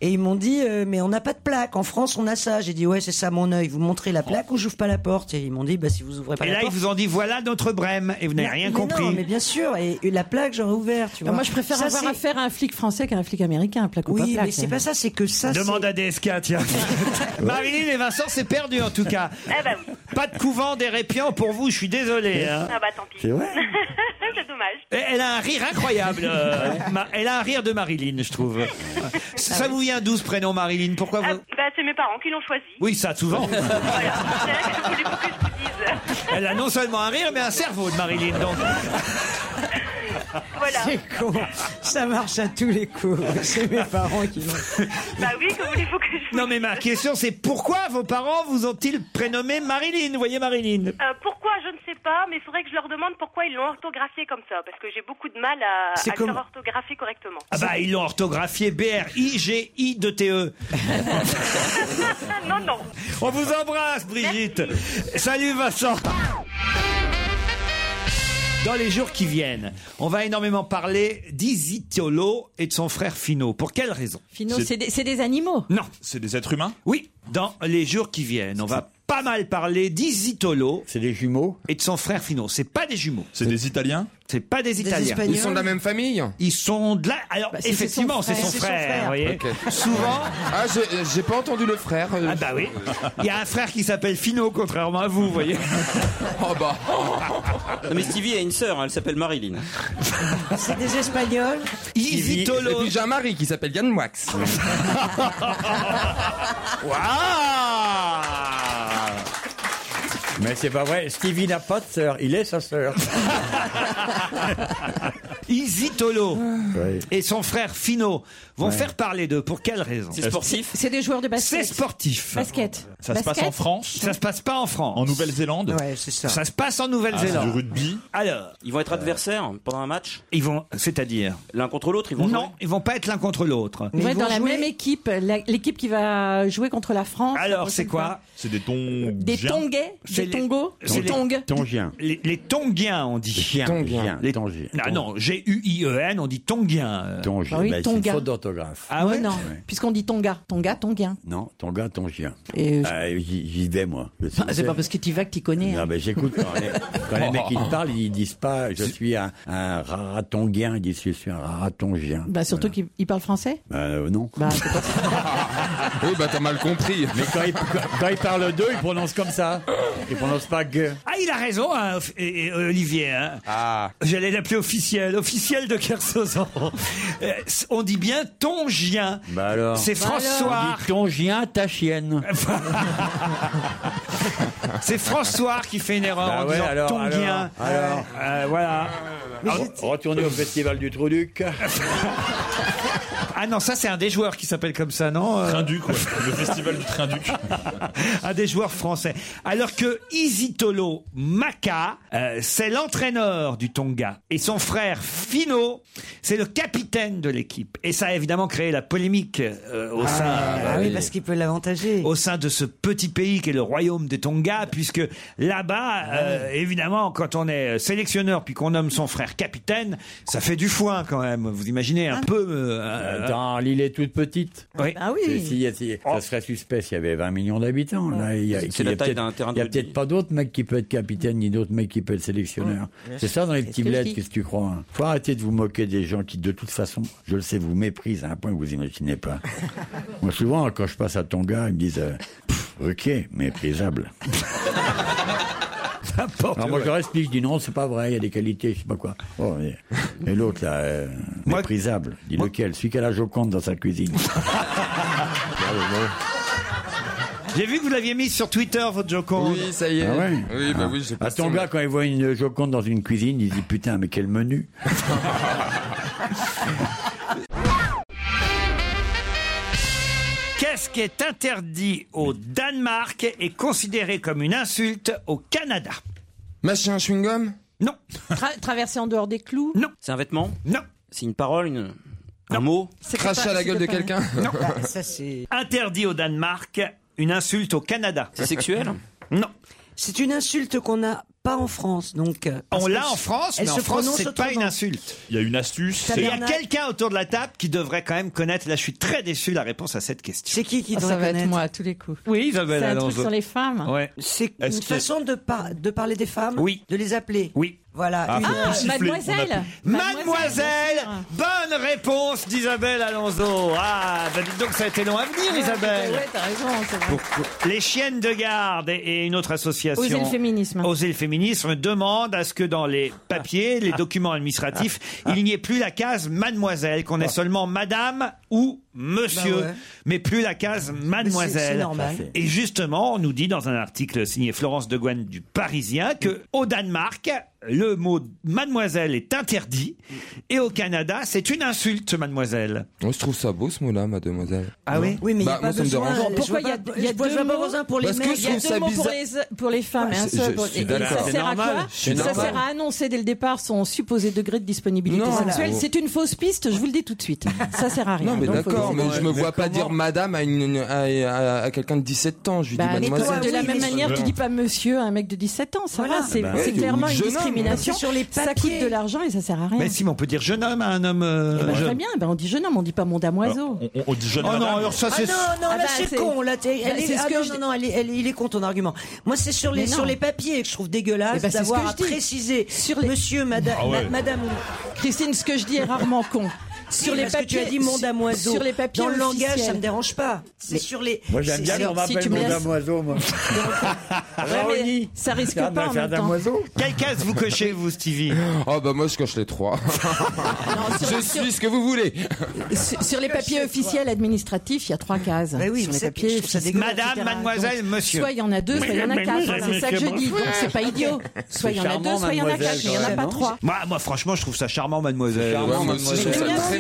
Speaker 12: Et ils m'ont dit euh, mais on n'a pas de plaque. En France on a ça. J'ai dit ouais c'est ça mon œil. Vous montrez la plaque ou j'ouvre pas la porte. Et ils m'ont dit bah si vous ouvrez pas
Speaker 3: Et
Speaker 12: la
Speaker 3: là, ils
Speaker 12: porte.
Speaker 3: vous ont dit voilà notre brème et vous n'avez
Speaker 12: Mais-
Speaker 3: rien
Speaker 12: mais
Speaker 3: compris.
Speaker 12: Non mais bien sûr. Et, et la plaque j'aurais ouvert. Tu vois.
Speaker 7: Ah, moi, je préfère
Speaker 12: Ça,
Speaker 7: avoir
Speaker 12: c'est-
Speaker 7: affaire à un flic français qu'à un flic américain, plaque ou pas
Speaker 12: Oui
Speaker 7: plaque.
Speaker 12: mais c'est pas ça. C'est que ça.
Speaker 3: Demande à DSK, tiens. Marilyn et Vincent, c'est perdu en tout cas.
Speaker 9: Eh ben
Speaker 3: Pas de couvent des répiants pour vous, je suis désolé. hein.
Speaker 9: Ah bah tant pis.
Speaker 3: C'est vrai
Speaker 9: c'est dommage.
Speaker 3: Et Elle a un rire incroyable. euh, Ma- Elle a un rire de Marilyn, je trouve. Ça
Speaker 9: Ah
Speaker 3: ça vous vient d'où ce prénom, Marilyn Pourquoi vous...
Speaker 9: Bah c'est mes parents qui l'ont choisi.
Speaker 3: Oui, ça, souvent. Elle a non seulement un rire, mais un cerveau de Marilyn. Donc,
Speaker 12: C'est con. Ça marche à tous les coups. C'est mes parents qui l'ont.
Speaker 9: Bah oui, que voulez-vous que je
Speaker 3: non, mais ma question, c'est pourquoi vos parents vous ont-ils prénommé Marilyn Vous voyez, Marilyn
Speaker 9: Euh, pourquoi je ne sais pas
Speaker 15: pas, mais il faudrait que je leur demande pourquoi ils l'ont orthographié comme ça, parce que j'ai beaucoup de mal à,
Speaker 3: C'est
Speaker 15: à le
Speaker 3: comme-
Speaker 15: faire orthographier correctement.
Speaker 3: Ah bah ils l'ont orthographié B-R-I-G-I-D-T-E.
Speaker 15: non, non.
Speaker 3: On vous embrasse Brigitte. Salut Vincent. Dans les jours qui viennent, on va énormément parler d'Isitiolo et de son frère Fino. Pour quelle raison
Speaker 10: Fino, c'est des, c'est des animaux.
Speaker 3: Non. C'est des êtres humains Oui, dans les jours qui viennent. On va pas mal parler d'Isitolo. C'est des jumeaux Et de son frère Fino. C'est pas des jumeaux. C'est des Italiens C'est pas des
Speaker 11: Des
Speaker 3: Italiens.
Speaker 11: Espagnols Ils sont de la même
Speaker 3: famille Ils sont de la... Alors,
Speaker 11: Bah, si, c'est son
Speaker 3: effectivement, c'est
Speaker 11: frère.
Speaker 3: son,
Speaker 11: C'est son
Speaker 3: frère,
Speaker 11: frère.
Speaker 3: vous voyez.
Speaker 11: Ok.
Speaker 3: Souvent...
Speaker 11: Ah, j'ai- j'ai pas entendu le frère. euh,
Speaker 3: Ah bah oui. Il y a un frère qui s'appelle Fino, contrairement à vous, vous voyez. oh bah.
Speaker 6: Non, mais Stevie a une sœur, hein, elle s'appelle Marilyn.
Speaker 12: C'est des Espagnols.
Speaker 11: Et puis j'ai un mari qui s'appelle Yann Wax.
Speaker 14: Mais c'est pas vrai, Stevie n'a pas de sœur, il est sa sœur.
Speaker 3: Isitolo et son frère Fino vont faire parler d'eux. Pour quelle raison
Speaker 10: C'est des joueurs de basket.
Speaker 3: C'est sportif.
Speaker 10: Basket.
Speaker 3: Ça se passe
Speaker 10: Basket
Speaker 3: en France Ça se passe pas en France. En Nouvelle-Zélande Ah, Ouais, c'est ça. Ça se passe en Nouvelle-Zélande.
Speaker 6: rugby.
Speaker 3: Alors.
Speaker 6: Ils vont être adversaires pendant un match
Speaker 3: Euh. Ils vont, c'est-à-dire
Speaker 6: L'un contre l'autre, ils vont
Speaker 3: Non, ils vont pas être l'un contre l'autre.
Speaker 7: Ils vont être dans la même équipe, la- l'équipe qui va jouer contre la France. la
Speaker 3: Alors, c'est
Speaker 7: prochaine
Speaker 3: quoi C'est des Tongiens.
Speaker 7: Des Tongais Des Tongos Des Tongues
Speaker 3: Tongiens. Les, les Tongiens, on dit.
Speaker 14: Tongiens.
Speaker 3: Les Tongiens. Ah non, G-U-I-E-N, E on dit Tongiens.
Speaker 14: Tongiens.
Speaker 7: Ah oui,
Speaker 14: Bah, c'est une
Speaker 7: Tonga.
Speaker 14: faute d'orthographe.
Speaker 3: Ah
Speaker 7: fois. Non, puisqu'on dit Tonga. Tonga, Tonguien.
Speaker 14: Non, ton gars, ton chien.
Speaker 7: Et
Speaker 14: Euh, j'y j'y vais, moi. Je sais
Speaker 7: Ah, c'est
Speaker 14: où
Speaker 7: pas parce que tu vas que tu connais.
Speaker 14: Non,
Speaker 7: hein.
Speaker 14: mais j'écoute quand les, quand les mecs ils parlent, ils disent pas je suis un, un raratonguien, ils disent je suis un raratonguien.
Speaker 7: Bah, surtout qu'il il parle français.
Speaker 14: Euh, non.
Speaker 7: Bah,
Speaker 14: oui, bah t'as mal compris. Mais quand ils quand ils parlent d'eux, ils prononcent comme ça. Ils prononcent pas gueux.
Speaker 3: Ah, il a raison, hein, et- et Olivier. hein.
Speaker 14: Ah.
Speaker 3: J'allais l'appeler officiel, officiel de Kersosan. Euh, on dit bien Tongien.
Speaker 14: Bah alors.
Speaker 3: C'est
Speaker 14: Bah
Speaker 3: François.
Speaker 14: alors. On dit ton chien, ta chienne.
Speaker 3: C'est François qui fait une erreur
Speaker 14: Bah
Speaker 3: en
Speaker 14: ouais,
Speaker 3: disant
Speaker 14: alors,
Speaker 3: Tonguien.
Speaker 14: alors,
Speaker 3: Euh, voilà.
Speaker 14: Mais j'ai- Retournez au festival du Trouduc.
Speaker 3: Ah non, ça c'est un des joueurs qui s'appelle comme ça, non Euh,
Speaker 5: Trinduc, ouais. Le festival du Trinduc.
Speaker 3: Un des joueurs français. Alors que Isitolo Maka, euh, c'est l'entraîneur du Tonga. Et son frère Fino, c'est le capitaine de l'équipe. Et ça a évidemment créé la polémique euh, au sein...
Speaker 12: Ah, oui, parce qu'il peut l'avantager.
Speaker 3: au sein de ce petit pays qui est le royaume des Tonga, puisque là-bas, euh, évidemment, quand on est euh, sélectionneur puis qu'on nomme son frère capitaine, ça fait du foin quand même. Vous imaginez un peu. euh,
Speaker 14: Attends, l'île est toute petite.
Speaker 3: Oui.
Speaker 14: Ah
Speaker 3: oui.
Speaker 14: Ça serait suspect s'il y avait 20 millions
Speaker 3: Oh
Speaker 14: d'habitants. Là, il y a-
Speaker 6: C'est
Speaker 14: qu'il y
Speaker 6: la
Speaker 14: a
Speaker 6: taille
Speaker 14: peut-être-
Speaker 6: d'un terrain
Speaker 14: Il n'y a
Speaker 6: de
Speaker 14: peut-être pas d'autres mecs qui peut être capitaine, ni d'autres mecs qui peut être sélectionneur.
Speaker 6: Ouais.
Speaker 14: C'est ça dans les
Speaker 6: C'est ce
Speaker 14: petits
Speaker 6: que je
Speaker 14: bleds,
Speaker 6: dis.
Speaker 14: qu'est-ce que tu crois hein Faut arrêter de vous moquer des gens qui, de toute façon, je le sais, vous méprisent à un point que vous imaginez pas. Moi, souvent, quand je passe à Tonga, ils me disent euh, Pff, Ok, méprisable. » Alors moi je leur explique, je dis non, c'est pas vrai, il y a des qualités, je sais pas quoi. Oh, et et l'autre là, euh, méprisable, dit lequel Celui qui a la Joconde dans sa cuisine.
Speaker 11: Ah,
Speaker 3: J'ai vu que vous l'aviez mis sur Twitter, votre Joconde.
Speaker 11: Oui, ça y est.
Speaker 14: Ah ouais
Speaker 11: Oui, bah
Speaker 14: Ah.
Speaker 11: oui, j'ai
Speaker 14: À
Speaker 11: posté
Speaker 14: ton gars, quand il voit une Joconde dans une cuisine, il dit putain, mais quel menu
Speaker 3: Qu'est-ce qui est interdit au Danemark et considéré comme une insulte au Canada
Speaker 11: Machin chewing-gum
Speaker 3: Non.
Speaker 7: Tra- traverser en dehors des clous
Speaker 3: Non.
Speaker 6: C'est un vêtement
Speaker 3: Non.
Speaker 6: C'est une parole, une- un mot
Speaker 11: Cracher à la gueule de quelqu'un
Speaker 3: Non.
Speaker 12: Bah, Ça, c'est.
Speaker 3: Interdit au Danemark, une insulte au Canada.
Speaker 6: C'est sexuel
Speaker 3: Non.
Speaker 12: C'est une insulte qu'on n'a pas en France, donc. euh, parce
Speaker 3: On
Speaker 12: que
Speaker 3: l'a en
Speaker 12: c'est-
Speaker 3: France,
Speaker 12: elle
Speaker 3: mais en
Speaker 12: se
Speaker 3: France,
Speaker 12: prononce
Speaker 3: c'est pas
Speaker 12: autrement.
Speaker 3: une insulte.
Speaker 5: Il y a une astuce.
Speaker 3: Et Il y a
Speaker 12: Tabernacle.
Speaker 3: quelqu'un autour de la table qui devrait quand même connaître. Là, je suis très déçu de la réponse à cette question.
Speaker 12: C'est qui qui
Speaker 7: Ah,
Speaker 12: doit
Speaker 7: ça va être
Speaker 12: connaître
Speaker 7: moi à tous les coups.
Speaker 3: Oui, Isabelle
Speaker 7: C'est un truc
Speaker 3: Alonso.
Speaker 7: sur les femmes.
Speaker 3: Ouais.
Speaker 12: C'est une
Speaker 3: Est-ce qu'il-
Speaker 12: façon de, par- de parler des femmes
Speaker 3: Oui.
Speaker 12: De les appeler
Speaker 3: Oui.
Speaker 12: Voilà.
Speaker 3: Ah,
Speaker 12: une-
Speaker 3: faut plus siffler.
Speaker 7: Mademoiselle.
Speaker 3: On a- Mademoiselle, bonne réponse d'Isabelle Alonso. Ah, bah dites donc ça a été long à venir, Isabelle.
Speaker 7: Ouais, t'as raison,
Speaker 12: hein,
Speaker 7: c'est vrai.
Speaker 3: Les chiennes de garde et et une autre association.
Speaker 7: Oser le féminisme.
Speaker 3: Oser le féminisme demande à ce que dans les papiers, les documents administratifs, il n'y ait plus la case mademoiselle, qu'on ait seulement madame ou monsieur,
Speaker 4: Ah. Bah ouais.
Speaker 3: mais plus la case mademoiselle.
Speaker 4: c'est normal.
Speaker 3: Et justement, on nous dit dans un article signé Florence de Gouane du Parisien que au Danemark, le mot mademoiselle est interdit et au Canada, c'est une insulte, mademoiselle.
Speaker 11: Moi, Oh, je trouve ça beau ce mot-là, mademoiselle.
Speaker 3: Ah oui
Speaker 11: Oui, mais bah, moi, ça me dérange.
Speaker 10: Bon, Pourquoi il y a, il y a
Speaker 12: je vois
Speaker 10: deux
Speaker 12: pas
Speaker 10: mots
Speaker 12: besoin pour les
Speaker 10: Parce que
Speaker 12: mecs,
Speaker 10: je trouve ça bizarre. pour les, euh, pour les femmes et un
Speaker 11: Je-
Speaker 10: seul
Speaker 11: je
Speaker 10: pour-
Speaker 11: suis
Speaker 10: et- et
Speaker 11: d'accord.
Speaker 10: Ça
Speaker 11: C'est
Speaker 10: sert à
Speaker 11: normal,
Speaker 10: quoi
Speaker 11: c'est
Speaker 10: Ça
Speaker 11: normal.
Speaker 10: sert à annoncer dès le départ son supposé degré de disponibilité
Speaker 11: Non.
Speaker 10: sexuelle.
Speaker 11: Voilà.
Speaker 10: C'est une fausse piste, je vous le dis tout de suite. Ça sert à rien.
Speaker 11: Non, mais
Speaker 10: Donc, faut
Speaker 11: d'accord,
Speaker 10: laisser.
Speaker 11: mais je me vois pas dire madame à, une, à, à- à quelqu'un de 17 ans. Je lui
Speaker 10: Bah, mais
Speaker 11: dis
Speaker 10: toi,
Speaker 11: mademoiselle.
Speaker 10: de la même manière, tu dis pas monsieur à un mec de 17 ans. Ça va, c'est
Speaker 11: Bah,
Speaker 10: c'est
Speaker 11: ouais,
Speaker 10: clairement
Speaker 11: ou
Speaker 10: une
Speaker 11: jeune homme.
Speaker 10: discrimination.
Speaker 11: C'est sur les
Speaker 10: ça coûte de l'argent et ça sert à rien.
Speaker 3: Mais si, mais on peut dire jeune homme à un homme euh,
Speaker 10: Eh ben,
Speaker 3: jeune.
Speaker 10: très bien, ben, on dit jeune homme, on dit pas mon dame
Speaker 3: Bah,
Speaker 10: oiseau.
Speaker 5: On, on dit jeune
Speaker 3: Oh
Speaker 5: madame.
Speaker 3: non, alors ça,
Speaker 12: Ah non, non,
Speaker 10: Ah
Speaker 12: là
Speaker 10: bah,
Speaker 12: c'est
Speaker 10: c'est-
Speaker 12: con, là t'es-
Speaker 10: Bah,
Speaker 12: elle est-
Speaker 10: c'est ce
Speaker 12: ah
Speaker 10: que
Speaker 12: non,
Speaker 10: je-
Speaker 12: non, non, elle est- elle est- il est con ton argument. Moi c'est sur les
Speaker 10: Mais non.
Speaker 12: sur les papiers que je trouve
Speaker 10: Eh
Speaker 12: dégueulasse
Speaker 10: ben, c'est ce
Speaker 12: d'avoir
Speaker 10: que
Speaker 12: à
Speaker 10: je dis.
Speaker 12: préciser
Speaker 10: Sur les-
Speaker 12: monsieur, madame,
Speaker 10: Ah ouais.
Speaker 12: ma- madame.
Speaker 10: Christine, ce que je dis est rarement con. Sur les
Speaker 12: parce que tu
Speaker 10: papiers,
Speaker 12: as dit mon
Speaker 10: sur-
Speaker 12: damoiseau.
Speaker 10: sur les papiers
Speaker 12: Dans le langage,
Speaker 10: officiels.
Speaker 12: ça me dérange pas. C'est
Speaker 10: Mais-
Speaker 12: sur les.
Speaker 14: Moi, j'aime
Speaker 12: c'est-
Speaker 14: bien
Speaker 12: c'est-
Speaker 14: qu'on
Speaker 12: si
Speaker 14: m'appelle
Speaker 12: tu me
Speaker 14: mon
Speaker 12: laisses-
Speaker 14: dame oiseau, moi.
Speaker 10: Ouais, mais ça risque
Speaker 14: C'est un-
Speaker 10: pas en
Speaker 14: c'est un
Speaker 10: même
Speaker 14: dame
Speaker 10: temps.
Speaker 14: oiseau.
Speaker 3: Quelle case vous cochez, vous, Stevie
Speaker 11: Oh, bah, moi, je coche les trois.
Speaker 10: sur-
Speaker 11: je
Speaker 10: sur-
Speaker 11: suis ce que vous voulez.
Speaker 10: Sur, sur les papiers officiels administratifs, il y a trois cases.
Speaker 12: oui,
Speaker 10: sur
Speaker 12: mais
Speaker 10: les
Speaker 12: ça, je
Speaker 10: papiers
Speaker 12: trouve ça
Speaker 10: officiels,
Speaker 12: dégueulasse,
Speaker 10: etc.
Speaker 3: Madame, mademoiselle,
Speaker 10: Donc,
Speaker 3: monsieur.
Speaker 10: Soit il y en a deux, soit il y en a
Speaker 3: Madame,
Speaker 10: quatre. Voilà, c'est ça que je
Speaker 3: monsieur,
Speaker 10: dis. Donc
Speaker 3: monsieur.
Speaker 10: c'est pas idiot. Soit il y en a deux, soit il y en a quatre. Il y en a pas trois.
Speaker 3: Moi, Bah, moi, franchement, je trouve ça charmant, mademoiselle.
Speaker 11: charmant, Ouais, moi, mademoiselle. je trouve ça
Speaker 10: très mignon.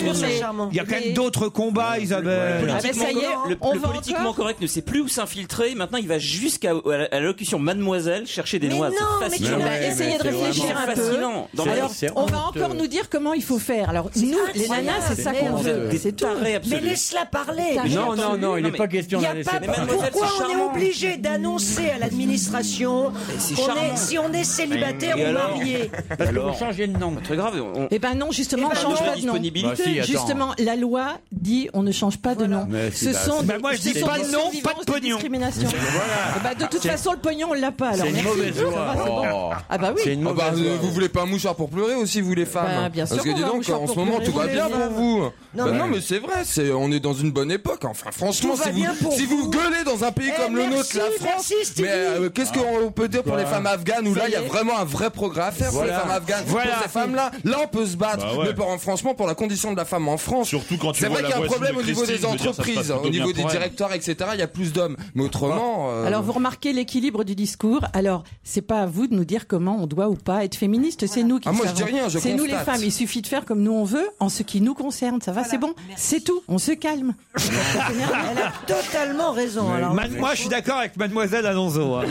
Speaker 3: Il y a quand même d'autres combats, Isabelle.
Speaker 10: Ah bah, ça y est,
Speaker 6: Euh, le,
Speaker 10: on
Speaker 6: le
Speaker 10: va
Speaker 6: politiquement
Speaker 10: encore
Speaker 6: correct ne sait plus où s'infiltrer. Maintenant, il va jusqu'à à la- à l'allocution mademoiselle chercher des
Speaker 10: Mais
Speaker 6: noises.
Speaker 10: non,
Speaker 6: C'est
Speaker 10: mais tu
Speaker 6: fascinant.
Speaker 10: vas Ouais, essayer mais de c'est réfléchir vraiment- un
Speaker 6: C'est
Speaker 10: peu.
Speaker 6: fascinant. Dans
Speaker 10: Alors,
Speaker 6: le-
Speaker 10: on va encore nous dire comment il faut faire. Alors, nous, les
Speaker 12: incroyable.
Speaker 10: nanas, c'est ça
Speaker 12: C'est
Speaker 10: qu'on
Speaker 12: honteux.
Speaker 10: veut. C'est tout.
Speaker 12: Mais laisse-la parler.
Speaker 10: T'as
Speaker 8: Non, non, non, il
Speaker 6: Non,
Speaker 8: n'est
Speaker 6: mais-
Speaker 8: pas question
Speaker 12: Il
Speaker 8: de
Speaker 12: y
Speaker 8: la
Speaker 12: a
Speaker 8: laisser
Speaker 12: pas
Speaker 8: parler.
Speaker 12: pourquoi
Speaker 6: c'est
Speaker 12: on est
Speaker 6: charmant.
Speaker 12: obligé d'annoncer à l'administration
Speaker 6: c'est
Speaker 12: qu'on
Speaker 6: charmant.
Speaker 12: est, si on est célibataire
Speaker 6: Et
Speaker 12: ou
Speaker 6: alors
Speaker 12: marié.
Speaker 8: Parce que vous
Speaker 6: Alors
Speaker 8: changez de nom.
Speaker 6: Pas très grave. on-
Speaker 10: Eh ben non, justement,
Speaker 12: Eh
Speaker 10: on
Speaker 12: ben
Speaker 10: change
Speaker 12: non.
Speaker 10: pas de nom.
Speaker 6: Disponibilité.
Speaker 8: Bah si, attends.
Speaker 10: Justement, la loi dit on ne change pas de nom.
Speaker 14: Mais si,
Speaker 10: Ce
Speaker 14: bah,
Speaker 10: sont
Speaker 14: c'est-
Speaker 3: Bah, moi, je
Speaker 10: ce
Speaker 3: dis
Speaker 10: sont
Speaker 3: pas
Speaker 10: des
Speaker 3: de nom,
Speaker 10: survivances
Speaker 3: pas de pognon.
Speaker 10: discrimination. Eh ben, de toute façon, le pognon, on l'a pas. Alors,
Speaker 8: C'est une
Speaker 10: merci.
Speaker 8: mauvaise
Speaker 10: Ça va, c'est bon.
Speaker 8: loi.
Speaker 11: Oh.
Speaker 10: Ah bah
Speaker 8: C'est
Speaker 10: oui.
Speaker 8: une
Speaker 11: Ah bah,
Speaker 8: mauvaise
Speaker 11: euh,
Speaker 8: loi.
Speaker 11: vous voulez pas un mouchoir pour pleurer aussi, vous les femmes
Speaker 10: Bah, bien sûr
Speaker 11: Parce que
Speaker 10: qu'on
Speaker 11: dis
Speaker 10: veut un
Speaker 11: donc,
Speaker 10: mouchoir
Speaker 11: en ce
Speaker 10: pour
Speaker 11: moment,
Speaker 10: pleurer.
Speaker 11: tout va
Speaker 10: Vous
Speaker 11: bien
Speaker 10: voulez
Speaker 11: pour
Speaker 10: pas.
Speaker 11: vous. Bah,
Speaker 12: Non,
Speaker 11: Non,
Speaker 12: mais-
Speaker 11: non mais c'est vrai, c'est on est dans une bonne époque. Enfin, franchement,
Speaker 12: Tout va
Speaker 11: si vous,
Speaker 12: bien pour
Speaker 11: si vous
Speaker 12: vous.
Speaker 11: gueulez dans un pays
Speaker 12: Eh,
Speaker 11: comme le nôtre,
Speaker 12: merci,
Speaker 11: la France,
Speaker 12: merci, Stevie.
Speaker 11: mais euh, qu'est-ce
Speaker 5: Ah.
Speaker 11: qu'on peut dire pour les femmes afghanes où là, il y a vraiment un vrai progrès à faire pour les femmes afghanes. Pour ces femmes-là, là, on peut se battre.
Speaker 5: Bah ouais.
Speaker 11: Mais pour, en- franchement, pour la condition de la femme en France,
Speaker 5: Surtout quand tu
Speaker 11: c'est
Speaker 5: vois
Speaker 11: vrai
Speaker 5: la
Speaker 11: qu'il y a un
Speaker 5: voisine
Speaker 11: problème
Speaker 5: de
Speaker 11: au niveau des
Speaker 5: Christine, je veux dire, ça se
Speaker 11: entreprises,
Speaker 5: passe
Speaker 11: au
Speaker 5: plutôt bien
Speaker 11: niveau des
Speaker 5: pour elle.
Speaker 11: directeurs, etc. Il y a plus d'hommes. Mais autrement, euh,
Speaker 10: Alors vous remarquez l'équilibre du discours. Alors c'est pas à vous de nous dire comment on doit ou pas être féministe. C'est nous qui
Speaker 11: Ah,
Speaker 10: le
Speaker 11: moi, je
Speaker 10: savons.
Speaker 11: dis rien, je
Speaker 10: C'est nous les
Speaker 11: constate.
Speaker 10: femmes. Il suffit de faire comme nous on veut en ce qui nous concerne. Ça va, c'est bon, c'est tout. On se calme.
Speaker 12: Elle a totalement raison. alors.
Speaker 3: Ma- Moi, je suis d'accord avec mademoiselle Alonso. hein.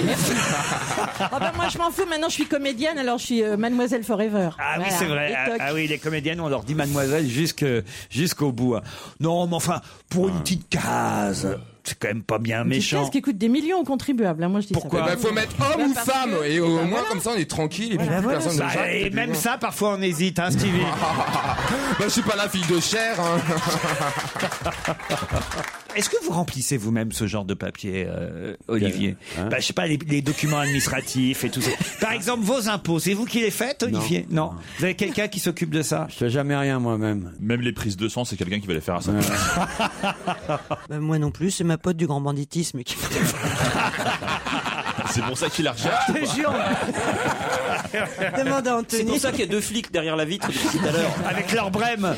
Speaker 10: Ah ben, moi je m'en fous. Maintenant je suis comédienne. Alors je suis euh, Mademoiselle Forever.
Speaker 3: Ah oui,
Speaker 10: Voilà.
Speaker 3: c'est vrai.
Speaker 10: Et
Speaker 3: Ah,
Speaker 10: toc.
Speaker 3: ah oui, les comédiennes, on leur dit mademoiselle jusque- jusqu'au bout. hein. Non, mais enfin, pour une petite case, c'est quand même pas bien
Speaker 10: Une petite
Speaker 3: méchant.
Speaker 10: case qui coûte des millions aux contribuables. hein. Moi je dis
Speaker 3: Pourquoi
Speaker 10: ça. Bah,
Speaker 11: Eh ben, faut mettre homme ou femme et
Speaker 10: Eh ben,
Speaker 11: au moins comme ça on est tranquille et puis plus personne ne
Speaker 3: Bah,
Speaker 11: jacte,
Speaker 3: et
Speaker 11: plus
Speaker 3: même
Speaker 11: rien.
Speaker 3: ça, parfois, on hésite, hein, Stevie.
Speaker 11: Bah, je suis pas la fille de chair. hein.
Speaker 3: Est-ce que vous remplissez vous-même ce genre de papier, euh, Olivier
Speaker 8: hein
Speaker 3: bah, Je sais pas, les, les documents administratifs et tout ça.
Speaker 8: Ah.
Speaker 3: Par exemple, vos impôts, c'est vous qui les faites, Olivier non. Vous avez quelqu'un qui s'occupe de ça
Speaker 8: Je fais jamais rien moi-même.
Speaker 5: Même les prises de sang, c'est quelqu'un qui va les faire à sa place.
Speaker 12: Bah, moi non plus, c'est ma pote du grand banditisme qui.
Speaker 5: C'est pour ça qu'il a recherché.
Speaker 3: Je te jure,
Speaker 12: Demande à
Speaker 6: C'est
Speaker 12: Anthony.
Speaker 6: pour ça qu'il y a deux flics derrière la vitre depuis tout à l'heure.
Speaker 3: avec leur brème.